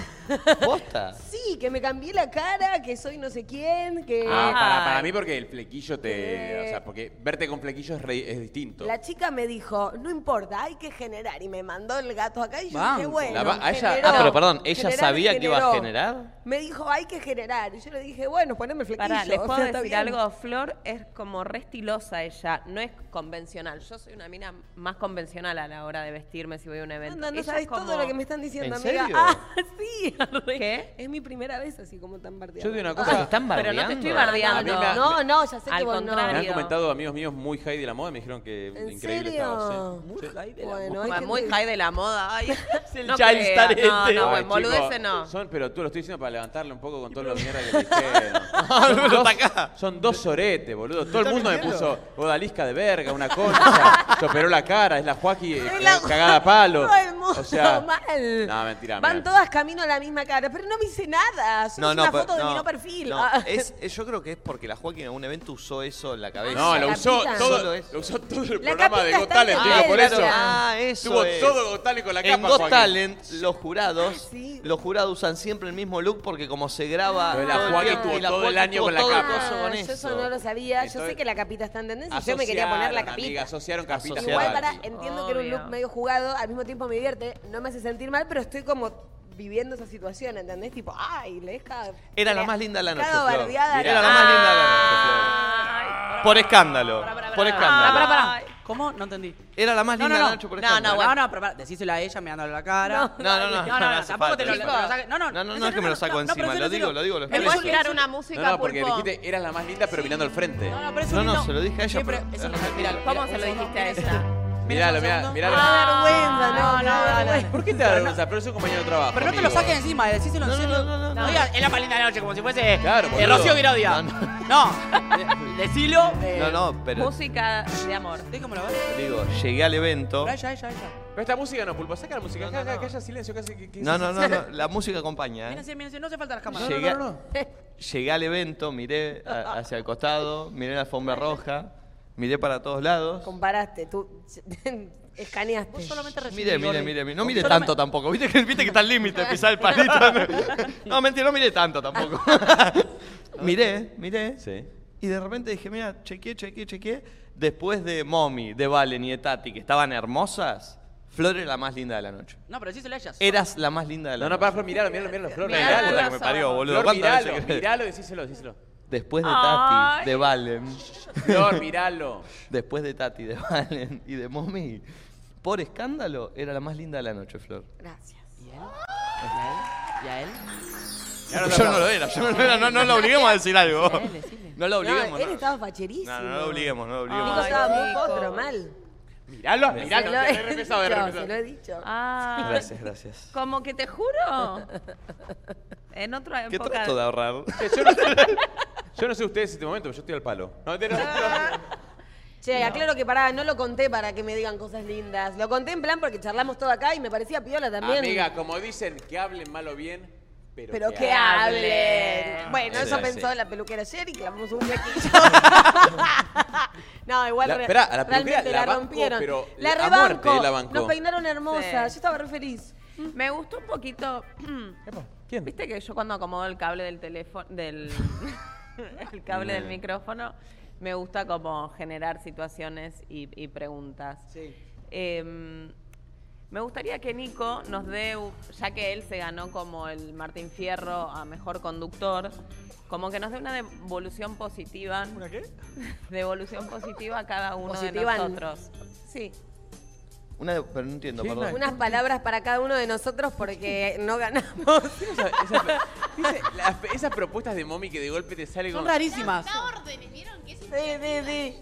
¿Posta?
sí, que me cambié la cara, que soy no sé quién, que...
Ah, para, para mí porque el flequillo te... O sea, porque verte con flequillo es, re- es distinto.
La chica me dijo, no importa, hay que generar. Y me mandó el gato acá y yo dije,
Banco.
bueno.
La va- a ella-
generó.
ah, pero perdón,
¿ella
Generar,
sabía que iba a
generó.
generar?
Me dijo, hay que generar. Y yo le dije, bueno, poneme el flequillo.
Pará, les
o
puedo
sea, está
decir
bien.
algo. Flor es como re estilosa ella, no es convencional. Yo soy una mina más convencional a la hora de vestirme si voy a un evento.
No, no
Ella
sabes
es como-
todo lo que me están diciendo,
¿En
amiga.
serio?
[laughs] Ah, sí. ¿Qué? Es mi primera vez así como tan bardeada.
Yo de una cosa...
Ah.
Pero no te estoy bardeando.
A mí me ha-
No, no, ya sé que
Al
vos no.
Me han comentado amigos míos muy high de la moda, me dijeron que ¿eh?
¿En
increíble
serio?
estaba.
Muy
high de
Bueno,
Bueno, muy high de la
[laughs]
moda. Ay,
Child
no creas.
star este.
No, no,
Ay,
buen boludo
chico,
ese no.
Son, pero tú lo estoy diciendo para levantarle un poco con todo lo mierda que le dijeron. son, dos, son dos soretes, boludo. Todo el mundo me puso odalisca de verga, una concha, [laughs] se operó la cara, es la Joaquí eh, cagada a palo.
Todo el mundo
o sea,
mal.
no, mentira.
Van
mirá.
todas camino a la misma cara, pero no me hice nada. Solo es una
pero-
foto de mi no perfil. Ah. [laughs]
Es, es- yo creo que es porque la Joaquín en algún evento usó eso en la cabeza.
No, lo
La
usó
capita.
todo,
Solo
lo usó todo el
La
programa de
capita
Got
está
Talent,
en
digo,
la
por
cabeza.
eso.
Ah, eso
Tuvo
es.
todo Got Talent con la capa,
En Got
Joaquín.
Talent, los jurados, los jurados usan siempre el mismo look porque como se graba.
Pero la
todo el
Joaquín
tiempo,
tuvo
y la
todo el
Joaquín
año
tuvo
con la
todo el
capa.
coso con
Ah, yo
eso.
eso no lo sabía. Yo
Entonces-
sé que la capita está en tendencia y yo me quería poner la
Asociaron, amiga,
capita.
asociaron capita.
Igual para,
Joaquín.
entiendo que era un look medio jugado, al mismo tiempo me divierte, no me hace sentir mal, pero estoy como viviendo esa situación, ¿entendés? Tipo, ay, le deja.
Era la más linda de la noche.
Cada
Flor.
bardeada
Era Ah.
de-
la más linda de
Ah.
la noche. Flor. Por escándalo. Por escándalo.
Ah. Pará, pará, pará. ¿Cómo? No entendí.
Era la más
No,
linda
no,
de
no.
la noche, por
No,
escándalo.
no, bueno, no, pero pará, decíselo a ella mirándole la cara.
No, no, no, no, no hace
tampoco te lo,
falta.
te lo saques. No, no,
No, no, no es que me lo saco encima.
pero
Lo
eso no
digo,
se
lo digo, lo
¿Me
expreso.
puedes tirar una música,
No, no, porque
Pulpo?
dijiste, eras la más linda, pero mirando al frente. No, no,
pero
No, no, se lo dije a ella. pero-
[laughs]
¿Cómo se lo dijiste a ella?
Miralo, miralo, miralo.
vergüenza,
no, no, no,
¿Por qué te da vergüenza? Pero es un compañero de trabajo.
Pero no te lo
amigo.
saques encima, decíselo en serio. No digas, es la más linda de la noche, como si fuese
Claro,
eh,
boludo.
Rocío Virodia.
No,
No,
[laughs]
decilo. eh,
No, no, pero-
Música de amor.
Déjamelo ver.
Digo, llegué al evento.
Pero ella, ella, ella.
Pero esta música no, Pulpo, saca la música. acá, acá, acá haya silencio, casi que... que-
No, no, no, [laughs] no, la música acompaña. ¿eh?
Mírense, mírense, no hace falta las cámaras. [laughs]
Llegué, llegué al evento, miré a- hacia el costado, miré la alfombra roja, miré para todos lados.
Comparaste, tú [laughs] escaneaste. Vos solamente
Mire, mire, mire, mire. No mire tanto tampoco. Viste que, viste que está al [laughs] límite, pisar el palito. No, mentira, no miré tanto [laughs] tampoco. miré, miré. Y de repente dije, mira, chequeé, chequeé, chequeé. Después de Mommy, de Valen y de Tati, que estaban hermosas, Flor era la más linda de la noche.
No, pero decíselo a ella.
Eras la más linda de la
No,
noche.
no, pará, Flor, miralo, miralo, miralo, Flor.
Mirá, la puta que me parió, boludo.
Flor,
¿Cuántas veces
miralo,
que-
miralo y decíselo, decíselo.
Después de
Ay.
Tati, de Valen.
Flor, miralo.
Después de Tati, de Valen y de Mommy, por escándalo, era la más linda de la noche, Flor.
Gracias.
¿Y a él?
Yo no lo era, yo no lo era, no, no lo obliguemos a decir algo. No lo obliguemos.
eh, él
No,
estaba facherísimo.
no, no lo obliguemos, no lo
Nico
obliguemos.
estaba muy potro, mal.
Miralo,
Se
miralo.
lo
te
he
re repesado, te re
dicho,
repesado.
se lo he dicho.
Ah.
Gracias, gracias.
Como que te juro. En otra
¿Qué
época.
trato
de ahorrar?
Eh, Yo no, yo no sé [laughs] ustedes en este momento, pero yo estoy al palo. No, te- no,
Che, aclaro que pará, no lo conté para que me digan cosas lindas. Lo conté en plan porque charlamos todo acá y me parecía piola también.
Amiga, como dicen, que hablen mal o bien, pero,
Pero que hablen. Bueno,
Sí,
eso
sí.
pensó la peluquera ayer y clavamos un
[laughs]
flequillo. no, igual
La-
re-
esperá, a la peluquera
realmente
la
la,
bancó,
rompieron.
pero
la
a muerte
rebanco.
la bancó.
Nos peinaron hermosa.
Sí.
Yo estaba re feliz.
Me gustó un poquito. [clears throat] Viste que yo cuando acomodo el cable del teléfono, del [laughs] el cable del
Mm.
micrófono, me gusta como generar situaciones y, y preguntas. Em, me gustaría que Nico nos dé, u- ya que él se ganó como el Martín Fierro a mejor conductor, como que nos dé una devolución positiva. ¿Una qué? [laughs] Devolución positiva a cada uno
Positivan.
de nosotros. Sí.
Una de- pero no entiendo, perdón.
Unas palabras para cada uno de nosotros porque no ganamos.
Las- esas propuestas de mommy que de golpe te salen
Son
con...
rarísimas. Sí, sí, sí.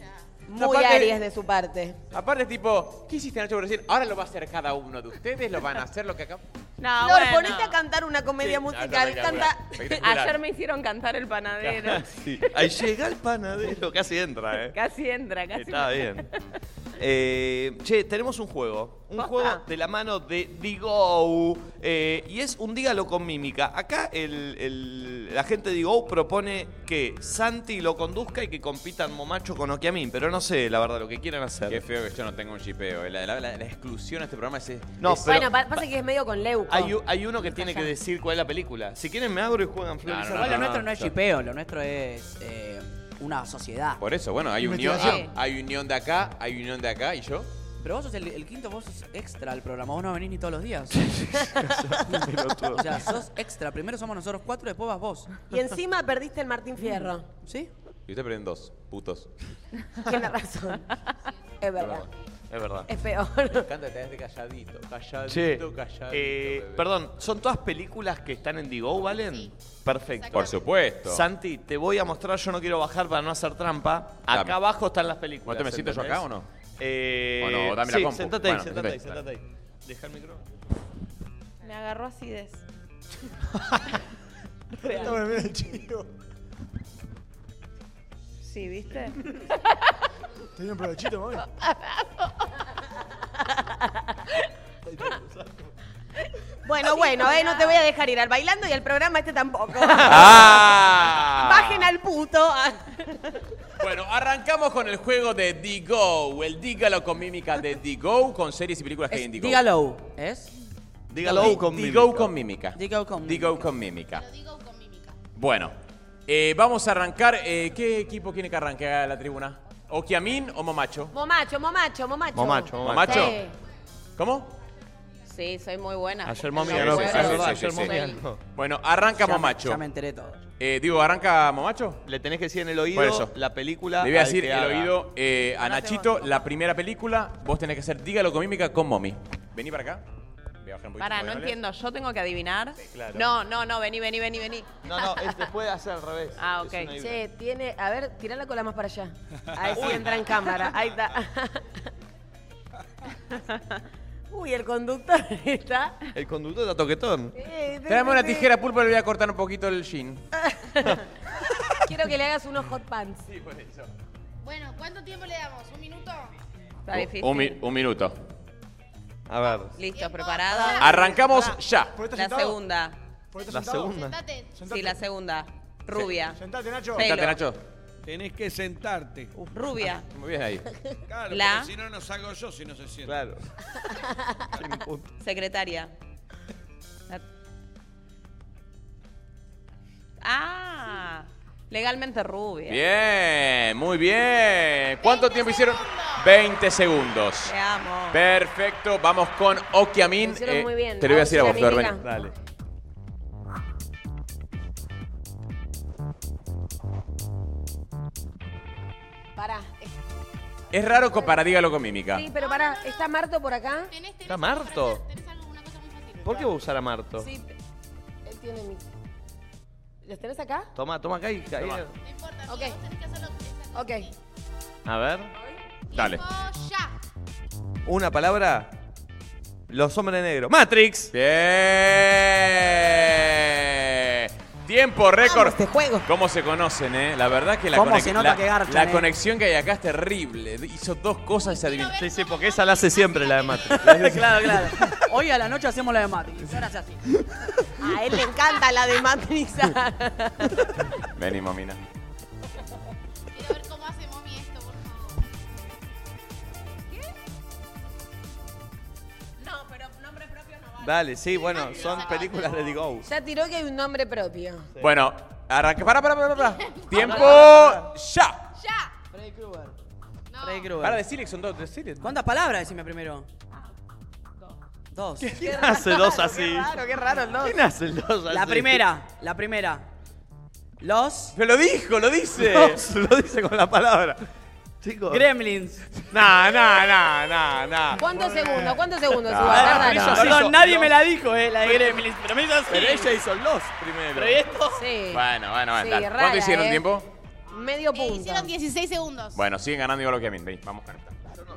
Muy
Aparte-
Aries de su parte.
Aparte, tipo, ¿qué hiciste Nacho por decir? Ahora lo va a hacer cada uno de ustedes, lo van a hacer lo que acá.
No,
Flor,
bueno.
ponete a cantar una comedia
Sí, no,
musical.
espectacular,
Canta.
espectacular.
Ayer me hicieron cantar el panadero.
Sí. Ahí llega el panadero, casi entra, ¿eh?
Casi entra, casi.
Está bien. Eh, che, tenemos un juego. Un juego de la mano de Digou. eh, y es un dígalo con mímica. Acá el, el- la gente de Digou propone que Santi lo conduzca y que compitan Momacho con Okiamin. Pero no sé, la verdad, lo que quieran hacer.
Qué feo que yo no tenga un chipeo. eh. La, la- la- la exclusión a este programa es.
No,
es-
pero-
Bueno, pa- pasa que es medio con Leuco.
Hay,
Oh.
u- hay uno que tiene que decir cuál es la película. Si quieren me abro y juegan Flor y Cerro.
Igual lo nuestro no es chipeo, lo nuestro es eh, una sociedad.
Por eso, bueno, hay unión,
Investigación.
ah, hay unión de acá, hay unión de acá y yo.
Pero vos sos el, el quinto, vos sos extra al programa, vos no venís ni todos
[laughs]
los días.
pelotudo.
o sea, sos extra. Primero somos nosotros cuatro, después vas vos.
Y encima perdiste el Martín Fierro.
Mm.
¿Sí?
Y ustedes prenden dos, putos.
Tiene razón. Es verdad.
Es verdad.
Es peor.
Me encanta, te de calladito, calladito,
Che,
calladito.
eh, perdón, ¿son todas películas que están en Digo, Valen? Perfecto.
Por supuesto.
Santi, te voy a mostrar, yo no quiero bajar para no hacer trampa. Acá
Dame.
abajo están las películas.
¿Vos te me siento yo acá o no?
Eh,
O no, dame la
sí,
compu.
sentate ahí,
Bueno,
sentate ahí,
sentate.
sentate ahí. Deja el micrófono.
Me agarró acidez.
Estaba en medio del chivo.
Sí, ¿viste?
Tenía un provechito, mami.
Bueno, bueno, eh, no te voy a dejar ir al bailando y al programa este tampoco.
[laughs] Ah.
Bajen al puto.
Bueno, arrancamos con el juego de D-Go, el dígalo con mímica de D-Go, con series y películas que hay en D-Go.
Dígalo, [laughs]
[laughs]
¿es?
Dígalo con mímica. Dígalo con mímica.
Dígalo con mímica.
Dígalo con mímica. Bueno, eh, vamos a arrancar. eh, ¿Qué equipo quiere que arranque a la tribuna? ¿Okiamin o Momacho?
Momacho, momacho, momacho.
Momacho, momacho.
Sí.
¿Cómo?
Sí, soy muy
Ah,
buena.
Sí, sí, sí, sí, sí, sí. Bueno, arranca
Ya me-
Momacho.
ya me enteré todo.
Eh, digo, arranca Momacho.
Le tenés que decir en el oído
Por eso.
la película.
Le voy a
al
decir
que
el
haga.
oído eh, a Nachito, la primera película. Vos tenés que hacer Dígalo con mímica con Momi. Vení para acá. Voy a bajar un poquito
Para,
los
no
niveles.
entiendo. ¿Yo tengo que adivinar?
claro.
No, no, no, vení, vení, vení, vení.
No, no, este puede hacer al revés.
Ah, ok.
Che, tiene. A ver, tirá la cola más para allá.
[laughs]
Ahí sí entra en cámara. Ahí está.
[laughs]
Uy, el conductor está.
El conductor está toquetón.
Eh,
Tráeme una tijera pulpa y le voy a cortar un poquito el jean.
[laughs] Quiero que le hagas unos hot pants.
Sí, por eso.
Bueno, ¿cuánto tiempo le damos? ¿Un minuto?
Está difícil.
minuto.
A ver.
Listo, preparada.
Arrancamos ya.
La segunda.
La sentado? segunda.
Sí, la segunda. Rubia.
Sentate,
Nacho.
Sentate, Nacho.
Tenés que sentarte.
Rubia.
Ah,
Muy bien ahí.
Claro,
La-
porque si no, no salgo yo si no se siente. Claro.
Secretaria. La- Ah, legalmente rubia.
Bien, muy bien. ¿Cuánto tiempo hicieron? 20 segundos.
Te amo.
Perfecto, vamos con Okiamin.
Lo hicieron muy bien.
Te lo voy a decir a vos,
Vamos a la
Flor, vení.
mímica.
Dale.
Pará.
Es raro con para dígalo con mímica.
Sí, pero pará, ¿está Marto por acá?
¿Está Marto? ¿Por qué voy a usar a Marto?
Sí, él tiene mi. ¿Los tenés acá?
Toma, toma acá y caí.
Toma.
Ok. Ok.
A ver.
Dale.
Una palabra. Los hombres negros. ¡Matrix!
Bien. Tiempo récord.
Este juego.
¿Cómo se conocen, eh? La verdad que la,
¿Cómo
conex-
se nota
la-
que garchan,
la
eh?
conexión que hay acá es terrible. Hizo dos cosas y se adivinó.
Sí, sí, porque esa la hace siempre, la
[laughs]
de Matrix.
claro, claro. Hoy a la noche hacemos la de Matrix. Ahora se hace así.
A él le encanta la de Matrix.
[laughs]
Vení, momina.
No, pero nombre propio no.
Dale, sí, bueno, son películas de The Go.
Ya tiró que hay un nombre propio.
Bueno, arranca. Para, para, para, para. Tiempo ya.
Freddy Krueger.
Para decirle que son dos, decirle.
¿Cuántas palabras decime primero? Dos. Dos.
¿Quién hace dos así?
qué raro el dos.
¿Quién hace el dos así?
La primera, la primera. Los.
Pero lo dijo, lo dice.
Dos, [laughs] lo dice con la palabra. Chicos.
Gremlins.
Nah, nah, nah, nah, nah.
¿Cuántos segundos? ¿Cuántos segundos?
Ah,
Suba?
ah,
Tardan.
ah,
Perdón,
hizo
nadie
los-
me la dijo, eh, la de Gremlins. Pero me hizo así.
Pero ella hizo los primero.
Pero ¿y esto?
Sí.
Bueno, bueno, bueno.
Sí,
dale.
rara,
¿Cuánto hicieron
eh.
tiempo?
Medio punto.
Eh, hicieron 16 segundos.
Bueno, siguen ganando igual que a mí. Vení, vamos con esta.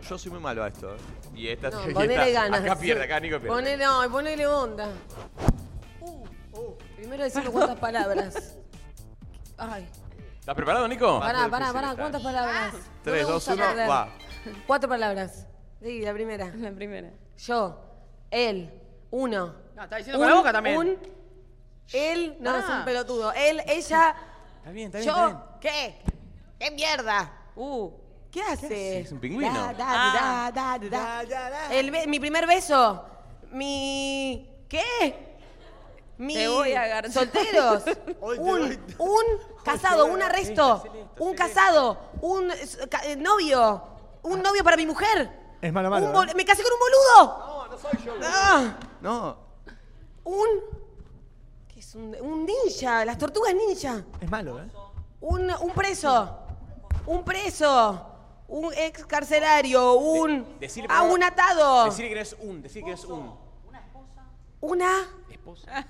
Yo soy muy malo a esto. ¿eh?
Y esta
No,
y
ponele
esta-
ganas.
Acá pierde, acá Nico pierde. Uh,
Ponele, no, ponele onda. Primero decirle cuántas palabras. Ay,
¿Estás preparado, Nico?
pará, pará, pará, cuántas palabras.
Ah. Tres,
No me
dos,
gusta
uno,
perder.
va.
Cuatro palabras. Sí, la primera.
La primera.
Yo, él, uno.
No, está diciendo con la boca también.
Un, él, no,
Pará.
es un pelotudo. Él, ella,
Está bien,
yo, ¿qué? ¿Qué mierda? Uh, ¿qué hace?
Es un pingüino.
Da, da, da, da, da, da. El be- mi primer beso. Mi. ¿Qué? Mi.
Te voy a agarrar.
Solteros. un, un casado, un arresto. Un casado. Un eh, ca- eh, novio.
Ah.
Un novio para mi mujer.
Es malo, ¿eh?
Un
¿eh?
malo.
bol- me casé con un boludo. Ah,
No.
un. ¿Qué es un, un ninja? Las tortugas ninja.
Es malo, ¿eh?
Un, un preso. Un preso. Un ex carcelario. Un.
Decirle,
ah, un atado.
Decir que eres un, decir que eres un.
Una.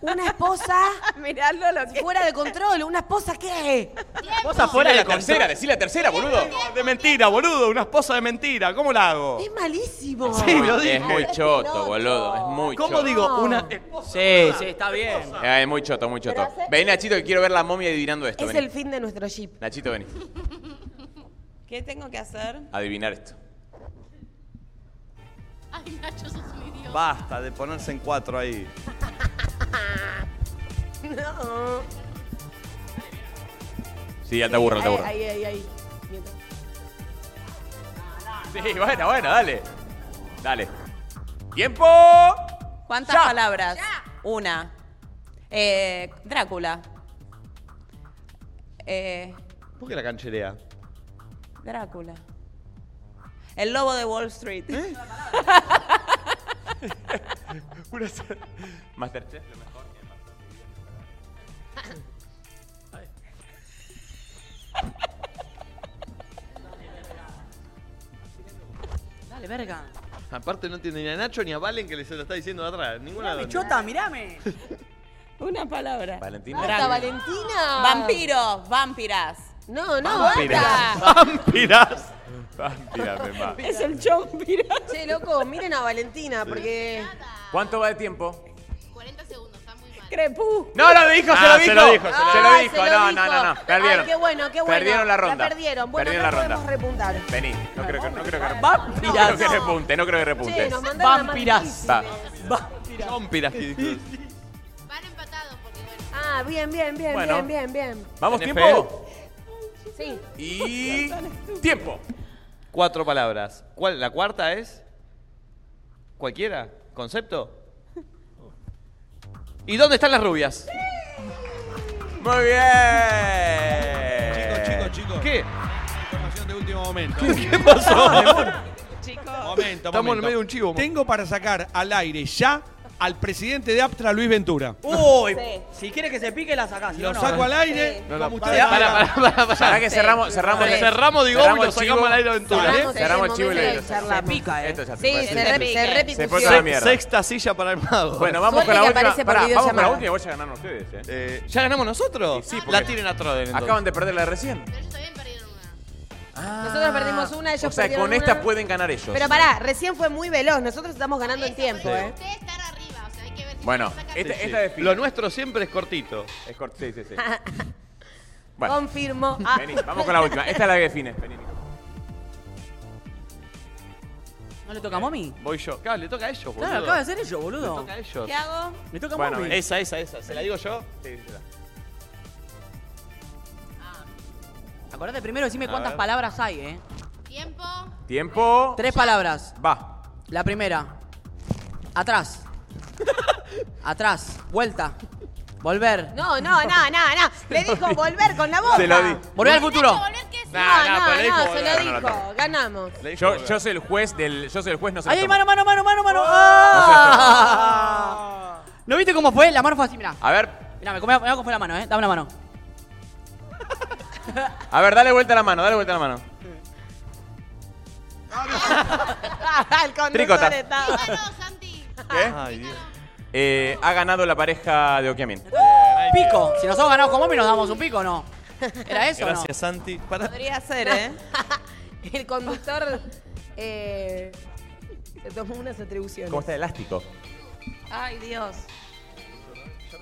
Una esposa.
Mirando lo que.
Fuera de control. ¿Una esposa qué?
Esposa
fuera de control. la tercera, boludo.
De mentira, boludo, una esposa de mentira, ¿cómo la hago?
Es malísimo.
Sí, lo dije.
Es muy choto, boludo. Es muy
¿Cómo
choto.
digo? Una.
Sí,
sí, está bien.
Ah, es muy choto, muy choto. Vení, Nachito, que quiero ver la momia adivinando esto.
Es
vení.
el fin de nuestro jeep. [laughs]
Nachito, vení.
[laughs]
¿Qué tengo que hacer?
Adivinar esto.
Ay, Nacho, sos un idiota.
Basta de ponerse en cuatro ahí.
No.
Sí, ya te aburro, te aburro.
Ahí, ahí, ahí. Mientras-
Sí, bueno, bueno, dale. Dale. ¡Tiempo!
¿Cuántas palabras? Una. Eh, Drácula. Eh,
¿Por qué la cancherea?
Drácula. El lobo de Wall Street. [laughs]
Masterchef, lo mejor.
Dale, verga.
Aparte no entiende ni a Nacho ni a Valen que les lo está diciendo de atrás. Ninguna de las dos.
Chota, mirame.
[laughs]
Una palabra.
Valentina.
Drácula.
Valentina.
Vampiros, vampiras.
No, no,
Vampiras.
basta.
Vampiras. Vampiras, me va.
Es el chompira. Che, loco, miren a Valentina, porque.
¿Cuánto va de tiempo?
Crepú.
No, lo dijo, se
Ah,
lo
se
dijo.
lo dijo, se
Se
lo dijo.
Ah,
lo
Ay,
dijo.
se lo
No,
dijo.
no, no, no. Perdieron.
Ay, qué bueno, qué bueno.
Perdieron la ronda.
La perdieron. Bueno,
Perdieron
no
la ronda.
podemos repuntar.
Vení, no creo que, no creo que,
Vampiras.
no creo que repunte, no creo que repunte.
Che, nos mandaron la más
Va.
Vampiras.
Ah, bien, bien, bien,
Bueno.
bien, bien, bien.
Vamos,
NFL.
tiempo.
Sí.
Y.
[laughs]
Tiempo.
Cuatro palabras. ¿Cuál? ¿La cuarta es? ¿Cualquiera? ¿Concepto? ¿Y dónde están las rubias?
Muy bien.
Chicos, chicos, chicos.
¿Qué?
Información de último momento. Ah,
¿Qué pasó?
Momento,
Estamos en el medio de un chivo.
Tengo para sacar al aire ya al presidente de Aptra, Luis Ventura.
Uh.
Uy, si quieres que se pique, la sacás. ¿sí
Lo
o no?
saco al aire,
No, no,
como
pará,
ustedes
pará,
quieran.
pará, pará, pará.
Ahora que cerramos, cerramos,
Sí.
Cerramos, digamos, y lo
el
sacamos
chivo.
al aire aventura,
Cerramos-
¿eh?
Cerramos, el chivo y lo- lo Se pica, ¿eh? Esto ya
Sí,
pica,
se re- se re
Se
picució.
puso la mierda.
Sexta silla para el mago.
Bueno, vamos con la última.
Suerte que aparece por
Pará, vamos con la
videollamada.
última. Voy a ganar
[laughs]
ustedes, ¿eh?
¿Ya ganamos nosotros?
Sí, porque
La tiren a Troden. entonces.
Acaban de perder la de recién.
Nosotros perdimos una, ellos
O sea,
perdieron
con esta
una.
pueden ganar ellos.
Pero pará, recién fue muy veloz. Nosotros estamos ganando en
Sí.
tiempo, ¿eh?
Bueno, esta, esta es
Lo nuestro siempre es cortito.
Es corto, sí, sí, sí. Bueno.
Confirmo. Ah.
Vení, vamos con la última. Esta es la que define.
[laughs]
Vení, Nico.
¿No le toca a Momi?
Voy yo. Claro, le toca a ellos, boludo.
Claro, acaba de hacer ellos, boludo.
Le toca a ellos.
¿Qué hago?
Le
toca a
bueno,
Momi.
Esa, esa, esa. ¿Se la digo yo?
Sí, sí,
Acordate primero, decime
A
cuántas
ver.
[laughs]
palabras hay, ¿eh?
Tiempo.
Tiempo.
Tres palabras.
Va.
La primera. Atrás. Atrás. Vuelta. Volver.
No, no, no, no, no. Le
[laughs]
dijo volver con la boca.
Se lo di. Volver al futuro.
No,
Nah, nah,
no,
pero le dijo
no, se
volver. No,
lo
no,
dijo.
no,
Ganamos.
Yo, yo soy el juez del. Yo soy el juez, no sé.
Ahí hay mano, mano, mano, mano, mano. ¡Ah! ¿No viste cómo fue? La mano fue así, mirá.
A ver,
Mirá, me comí, me comí la mano, ¿eh? Dame la mano.
a ver, dale vuelta la mano, dale vuelta la mano.
el conductor
Tricota.
estaba.
¿Qué? Eh, ha ganado la pareja de Okiamin.
Pico. Si nosotros ganamos con Momi, nos damos un pico, o ¿no?
[laughs]
¿Era eso o no?
Gracias, Santi. Pará.
Podría ser, ¿eh? [laughs] el conductor eh, se tomó unas atribuciones.
¿Cómo está elástico?
Ay, Dios.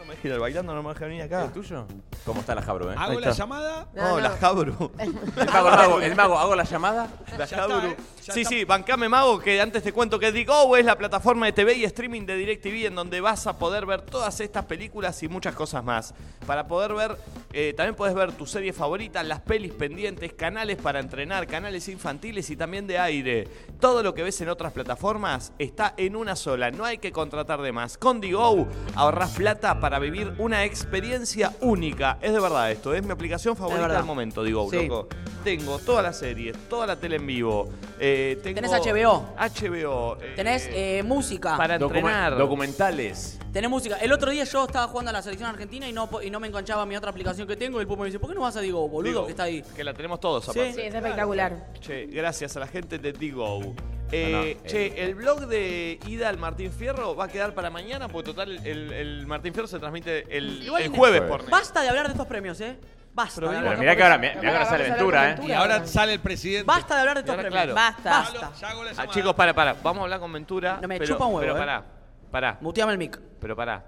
me dejes ir bailando, no me dejes venir acá. ¿El
tuyo?
¿Cómo está la Jabro, eh?
Ahí
¿Hago la
está.
llamada?
No, la Jabro.
El mago, el mago, el mago, ¿hago la llamada?
La Jabru. Sí, sí, bancame mago, que antes te cuento que Digo es la plataforma de TV y streaming de DirecTV en donde vas a poder ver todas estas películas y muchas cosas más. Para poder ver, eh, también puedes ver tus series favoritas, las pelis pendientes, canales para entrenar, canales infantiles y también de aire. Todo lo que ves en otras plataformas está en una sola, no hay que contratar de más. Con Digo ahorras plata para vivir una experiencia única. Es de verdad esto, es mi aplicación favorita
verdad.
del momento, Digo,
Sí.
loco. Tengo todas las series, toda la tele en vivo. eh, tengo
Tenés HBO.
HBO. eh,
Tenés eh, música.
para entrenar.
Documentales.
Tenés música. El otro día yo estaba jugando a la selección argentina y no, po- y no me enganchaba mi otra aplicación que tengo. Y el pulpo me dice, ¿por qué no vas a Digo, boludo,
Digo,
que está ahí?
Que la tenemos todos,
Sí.
aparte.
Sí, es espectacular.
Che, gracias a la gente de Digo. Eh,
No, no,
che, el blog de ida al Martín Fierro va a quedar para mañana, porque total, el, el Martín Fierro se transmite el,
Igual
el
ni-
jueves por net.
Basta de hablar de estos premios, ¿eh? Basta.
Pero
de
venimos
hablar.
acá por eso.
eh.
eh.
Y ahora sale el presidente.
Basta de hablar de estos
ahora,
premios.
claro.
Basta. Basta.
Ah, chicos, para, para. Vamos a hablar con Ventura.
No me
pero,
chupa un huevo,
Pero
eh.
pará, pará.
Muteame el mic.
Pero pará.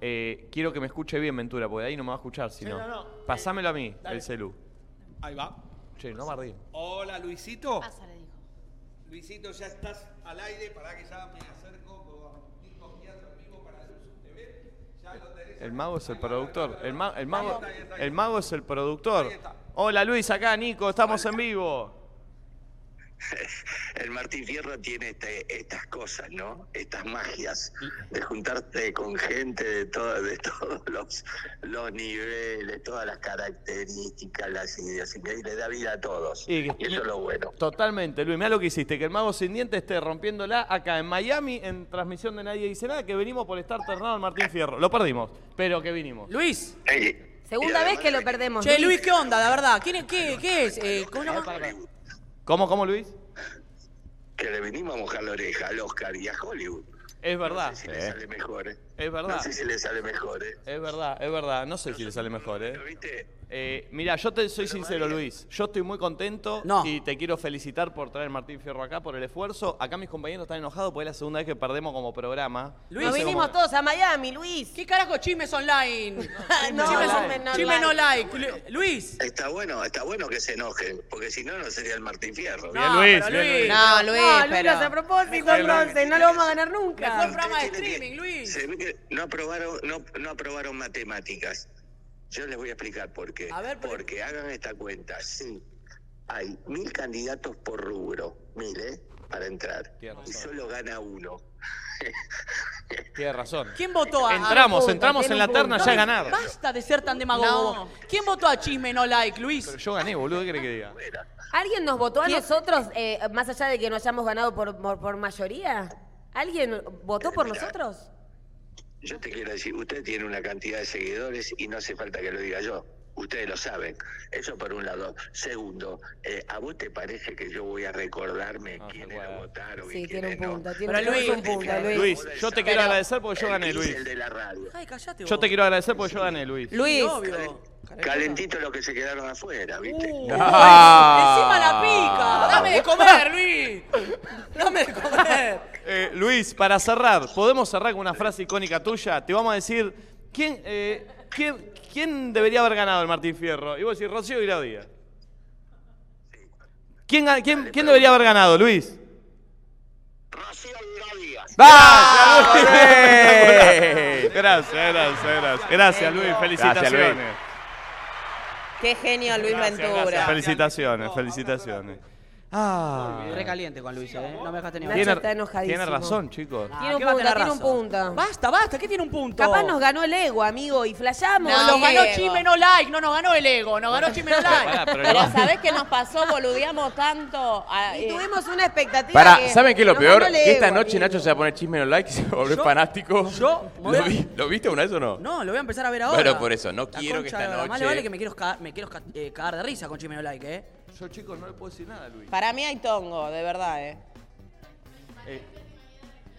Eh, quiero que me escuche bien Ventura, porque de ahí no me va a escuchar, si
Sí,
no.
no, no.
Pasámelo a mí,
Dale.
el celu.
Ahí va.
Che, no bardí.
Hola, Luisito. Luisito, ya estás al aire. Pará que ya me acerco con Nico Giatro en vivo para Luz TV. Ya lo tenés.
El mago es el productor. El, ma- el mago, el mago es el productor. Hola Luis, acá Nico, estamos en vivo.
El Martín Fierro tiene este- estas cosas, ¿no? Estas magias de juntarte con gente de, todo- de todos [laughs] los, los niveles, todas las características, las ideas, y que ahí le da vida a todos.
Y-
Y eso es lo bueno.
Totalmente, Luis, mirá lo que hiciste, que el mago sin dientes esté rompiéndola acá en Miami en transmisión de Nadie Dice Nada, que venimos por estar ternado al Martín Fierro. Lo perdimos, pero que vinimos.
Luis.
Segunda vez que lo perdemos.
Che, Luis, ¿qué onda? La verdad, ¿Quién es- qué, qué es? Eh, ¿Cómo se llama?
¿Cómo, cómo Luis?
Que le venimos a mojar la oreja al Oscar y a Hollywood.
Es verdad.
No sé si le sale mejor, ¿eh?
Es verdad.
No sé si le sale mejor, ¿eh?
Es verdad, es verdad. No sé si le sale mejor, ¿eh? Eh, mira, yo te soy sincero, Luis. Yo estoy muy contento y te quiero felicitar por traer Martín Fierro acá, por el esfuerzo. Acá mis compañeros están enojados porque es la segunda vez que perdemos como programa.
Luis,
No
Nos
sé cómo-
vinimos todos a Miami, Luis.
¿Qué carajo chismes online? [laughs]
no,
Chismes
no,
online.
no
Chisme
like.
no like. Lu- Luis.
Está bueno, está bueno que se enojen, porque si no, no sería el Martín Fierro.
Bien, No, Luis, pero bien, Luis. Luis.
No,
No,
Luis,
Luis,
lo
pero-
hace a propósito,
Mejor
entonces. No lo vamos a ganar nunca.
Mejor programa de streaming, Luis.
Se ve que no aprobaron, no, no aprobaron matemáticas. Yo les voy a explicar por qué. Porque hagan esta cuenta. Sí, hay mil candidatos por rubro, mil, ¿eh? Para entrar. Y solo gana uno. [laughs]
Tienes razón.
¿Quién votó a
Entramos,
a-
entramos en la terna ya
No,
ganar.
Basta de ser tan demagogo.
No.
¿Quién votó a chisme no like, Luis?
Pero yo gané, boludo, ¿qué querés que diga?
¿Alguien nos votó a nosotros, eh, más allá de que no hayamos ganado por, por, por mayoría? ¿Alguien votó por nosotros?
Yo te quiero decir, usted tiene una cantidad de seguidores y no hace falta que lo diga yo. Ustedes lo saben. Eso por un lado. Segundo, eh, ¿a vos te parece que yo voy a recordarme quiénes lo votaron?
Sí, tiene un punto. Tiene tiene
Pero Luis-
un punto, Luis.
Luis, yo te quiero agradecer porque yo gané, Luis. Yo te quiero agradecer porque yo gané, Luis.
Luis.
Calentito los que se quedaron afuera, ¿viste?
Uh,
Ah.
Encima la pica. Dame de comer, Luis. Dame de comer.
Eh, Luis, para cerrar, podemos cerrar con una frase icónica tuya. Te vamos a decir quién, eh, quién, quién debería haber ganado el Martín Fierro. Y vos decís Rocío y Graudía. ¿Quién, ga- quién- quién debería haber ganado, Luis? Rocío Gracias, Luis. Gracias, gracias, gracias. Gracias, Luis. Felicitaciones.
Gracias, Luis.
Qué genio Luis Ventura.
Felicitaciones, felicitaciones. Ah.
Recaliente con Luis, ¿eh? No me dejaste ni
Nacho
Tiene,
está enojadísimo.
tiene razón, chicos.
Ah,
Tiene un
¿qué va a
punto,
tener
tiene un
razón?
punto.
Basta, basta, ¿qué tiene un punto?
Capaz nos ganó el ego, amigo, y flasheamos.
No, nos ganó chisme no like, no nos ganó el ego, nos ganó chisme no
[laughs]
like.
pero ¿sabés qué nos pasó? Boludeamos tanto. eh,
Y tuvimos una expectativa.
Para,
que
¿saben qué es lo
nos
peor?
ganó el
Que esta
ego,
noche
amigo.
Nacho se va a poner chisme en el like y se va a volver
Yo-
fanático.
Yo,
¿Lo, vi- lo viste una vez o no?
No, lo voy a empezar a ver ahora.
Bueno, por eso, no quiero
concha
que esta
de la- Más
noche-
le vale que me quiero, esca- me quiero esca- eh, cagar de risa con chisme no like, ¿eh?
Yo, chicos, no le puedo decir nada, Luis.
Para mí hay tongo, de verdad, ¿eh?
Eh,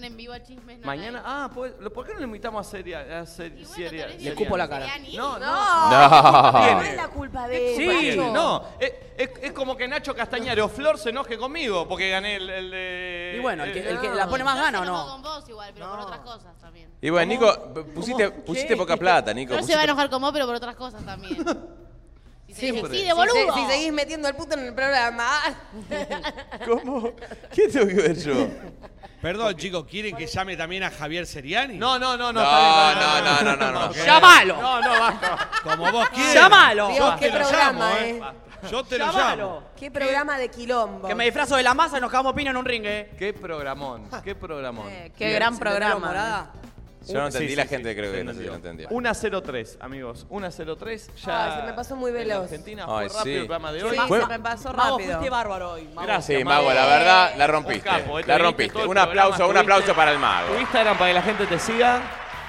En vivo a chismes. no
Mañana, ah, pues, lo- ¿por qué no le invitamos a serie? A ser- serie-
Le
serie-
escupo la cara.
No, no.
No.
No es la culpa de él.
Sí.
Nacho.
No, eh, es, Es, es como que Nacho Castañaro Flor se enoje conmigo porque gané el, el de. Ah.
Y bueno, el que, el que
No.
la pone más gana o no.
Con vos igual, pero por otras cosas también.
Y bueno, Nico, p- pusiste, pusiste poca plata, Nico.
No se
pusiste-
va a enojar con vos, pero por otras cosas
[laughs]
también. Si se dice,
Siempre.
sí,
Si
de
se-
boludo.
si seguís metiendo el puto en el programa.
¿Cómo? ¿Qué tengo que ver yo?
Perdón, chicos, ¿quieren que llame también a Javier Seriani? No,
no, no,
No, no, no, no, no, no.
¡Llámalo!
No, no, basta.
Como vos quieras.
Ah. ¡Llámalo!
Dios,
Yo
qué
te lo
programa,
llamo,
eh.
Yo te lo
Llámalo.
llamo.
Qué programa de quilombo.
Que me disfrazo de la masa y nos cagamos pino en un ring, ¿eh?
Qué programón, qué programón.
qué gran programa.
Yo no entendí,
Uh, Sí, sí,
la
sí,
gente
sí,
creo
se
que no,
entendió.
no entendió.
1-0-3, amigos. 1-0-3. Ya.
Ay, se me pasó muy
en
veloz.
Argentina
Ay,
fue rápido
sí.
el programa de
Sí,
hoy.
se Fue-
me pasó
Mago,
rápido.
fuiste bárbaro hoy. Mago.
Gracias,
Sí, Mago, la verdad, la rompiste.
Un capo,
la
eh, tuviste
rompiste.
todo el
Un
programa,
aplauso, un
tuviste-
aplauso para el mago.
Tu Instagram para que la gente te siga.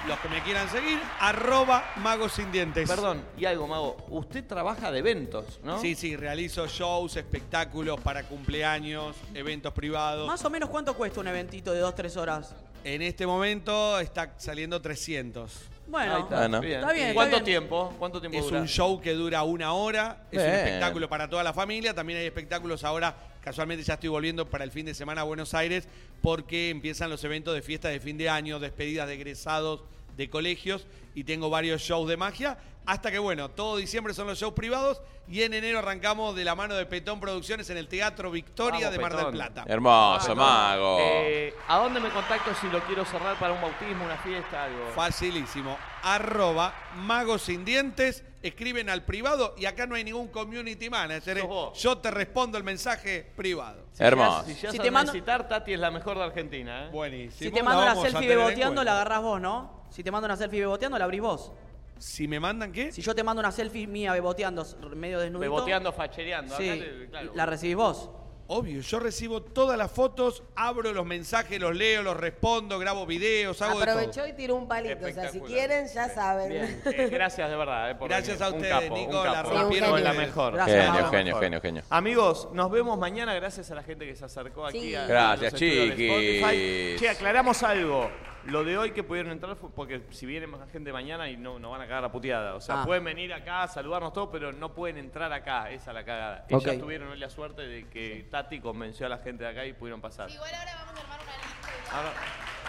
Los que me quieran seguir, arroba magos sin dientes.
Perdón, y algo, Mago. Usted trabaja de eventos, ¿no?
Sí, sí, realizo shows, espectáculos para cumpleaños, eventos privados.
Más o menos, ¿cuánto cuesta un eventito de 2-3 horas?
En este momento está saliendo 300.
Bueno, Ahí está,
¿no? bien.
está bien, está
¿Cuánto
bien.
tiempo? ¿Cuánto tiempo
Es
dura?
un show que dura una hora, es un
Bien.
espectáculo para toda la familia. También hay espectáculos ahora, casualmente ya estoy volviendo para el fin de semana a Buenos Aires, porque empiezan los eventos de fiesta de fin de año, despedidas de egresados de colegios y tengo varios shows de magia. Hasta que, bueno, todo diciembre son los shows privados y en enero arrancamos de la mano de Petón Producciones en el Teatro Victoria
Vamos,
de Mar del
Petón.
Plata.
Hermoso,
Oh.
mago.
Eh, ¿A dónde me contacto si lo quiero cerrar para un bautismo, una fiesta, algo?
Facilísimo. Arroba magos sin dientes. Escriben al privado y acá no hay ningún community manager. eh. Yo te respondo el mensaje privado.
Hermoso.
Si,
Si
te
te mando-
necesitar, Tati es la mejor de Argentina. ¿eh?
Buenísimo.
Si te mando una selfie beboteando, la agarrás vos, ¿no? Si te mando una selfie beboteando, la abrís vos.
Si me mandan qué?
Si yo te mando una selfie mía beboteando, s- medio desnudito.
Beboteando, fachereando.
Sí.
Acá te- claro.
¿La recibís vos?
Obvio, yo recibo todas las fotos, abro los mensajes, los leo, los respondo, grabo videos, hago de todo.
Aprovechó y tiró un palito. O sea, si quieren, ya saben.
Eh, gracias de verdad. eh, por
Gracias
venir.
a
Un
ustedes,
capo,
Nico,
un
la
capo.
rompieron
Con la
ustedes.
mejor.
Gracias,
Genio,
Mago.
genio, genio, genio.
Amigos, nos vemos mañana. Gracias a la gente que se acercó aquí.
Sí.
a-
Gracias,
a los estudios de
chiquis.
Spotify. Che, aclaramos algo. Lo de hoy que pudieron entrar fue porque si viene más gente mañana y no, no van a cagar la puteada. O sea,
Ah.
pueden venir acá, saludarnos todos, pero no pueden entrar acá. Esa es la cagada.
Ok.
Ellas tuvieron hoy la suerte de que Tati convenció a la gente de acá y pudieron pasar. igual ahora vamos a armar una lista.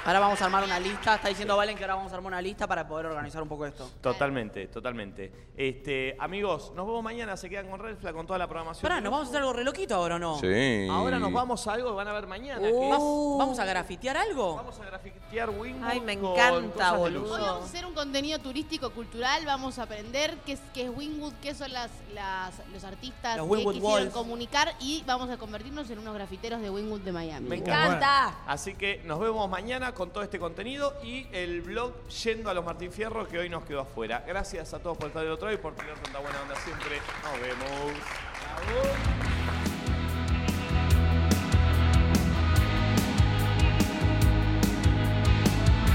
Ahora vamos a armar una lista. Está diciendo Valen que ahora vamos a armar una lista para poder organizar un poco esto.
Totalmente, totalmente. Este, amigos, nos vemos mañana. Se quedan con Redfla con toda la programación.
Pará, ¿nos vamos a hacer algo re loquito ahora o no?
Sí.
Ahora nos vamos a algo que van a ver mañana. que
¿Vas-
es-
¿Vamos a grafitear algo?
Vamos a grafitear Wingwood.
Ay, me
con
encanta,
cosas de
boludo.
luz.
Hoy vamos a hacer un contenido turístico, cultural, vamos a aprender qué es, qué es Wingwood, qué son las, las- los artistas
Los
que
Wingwood
quisieron
Walls.
comunicar y vamos a convertirnos en unos grafiteros de Wingwood de Miami.
Me Bueno, Así que nos vemos mañana con todo este contenido y el blog yendo a los Martín Fierro que hoy nos quedó afuera. Gracias a todos por estar del otro lado y por tener tanta buena onda siempre. Nos vemos.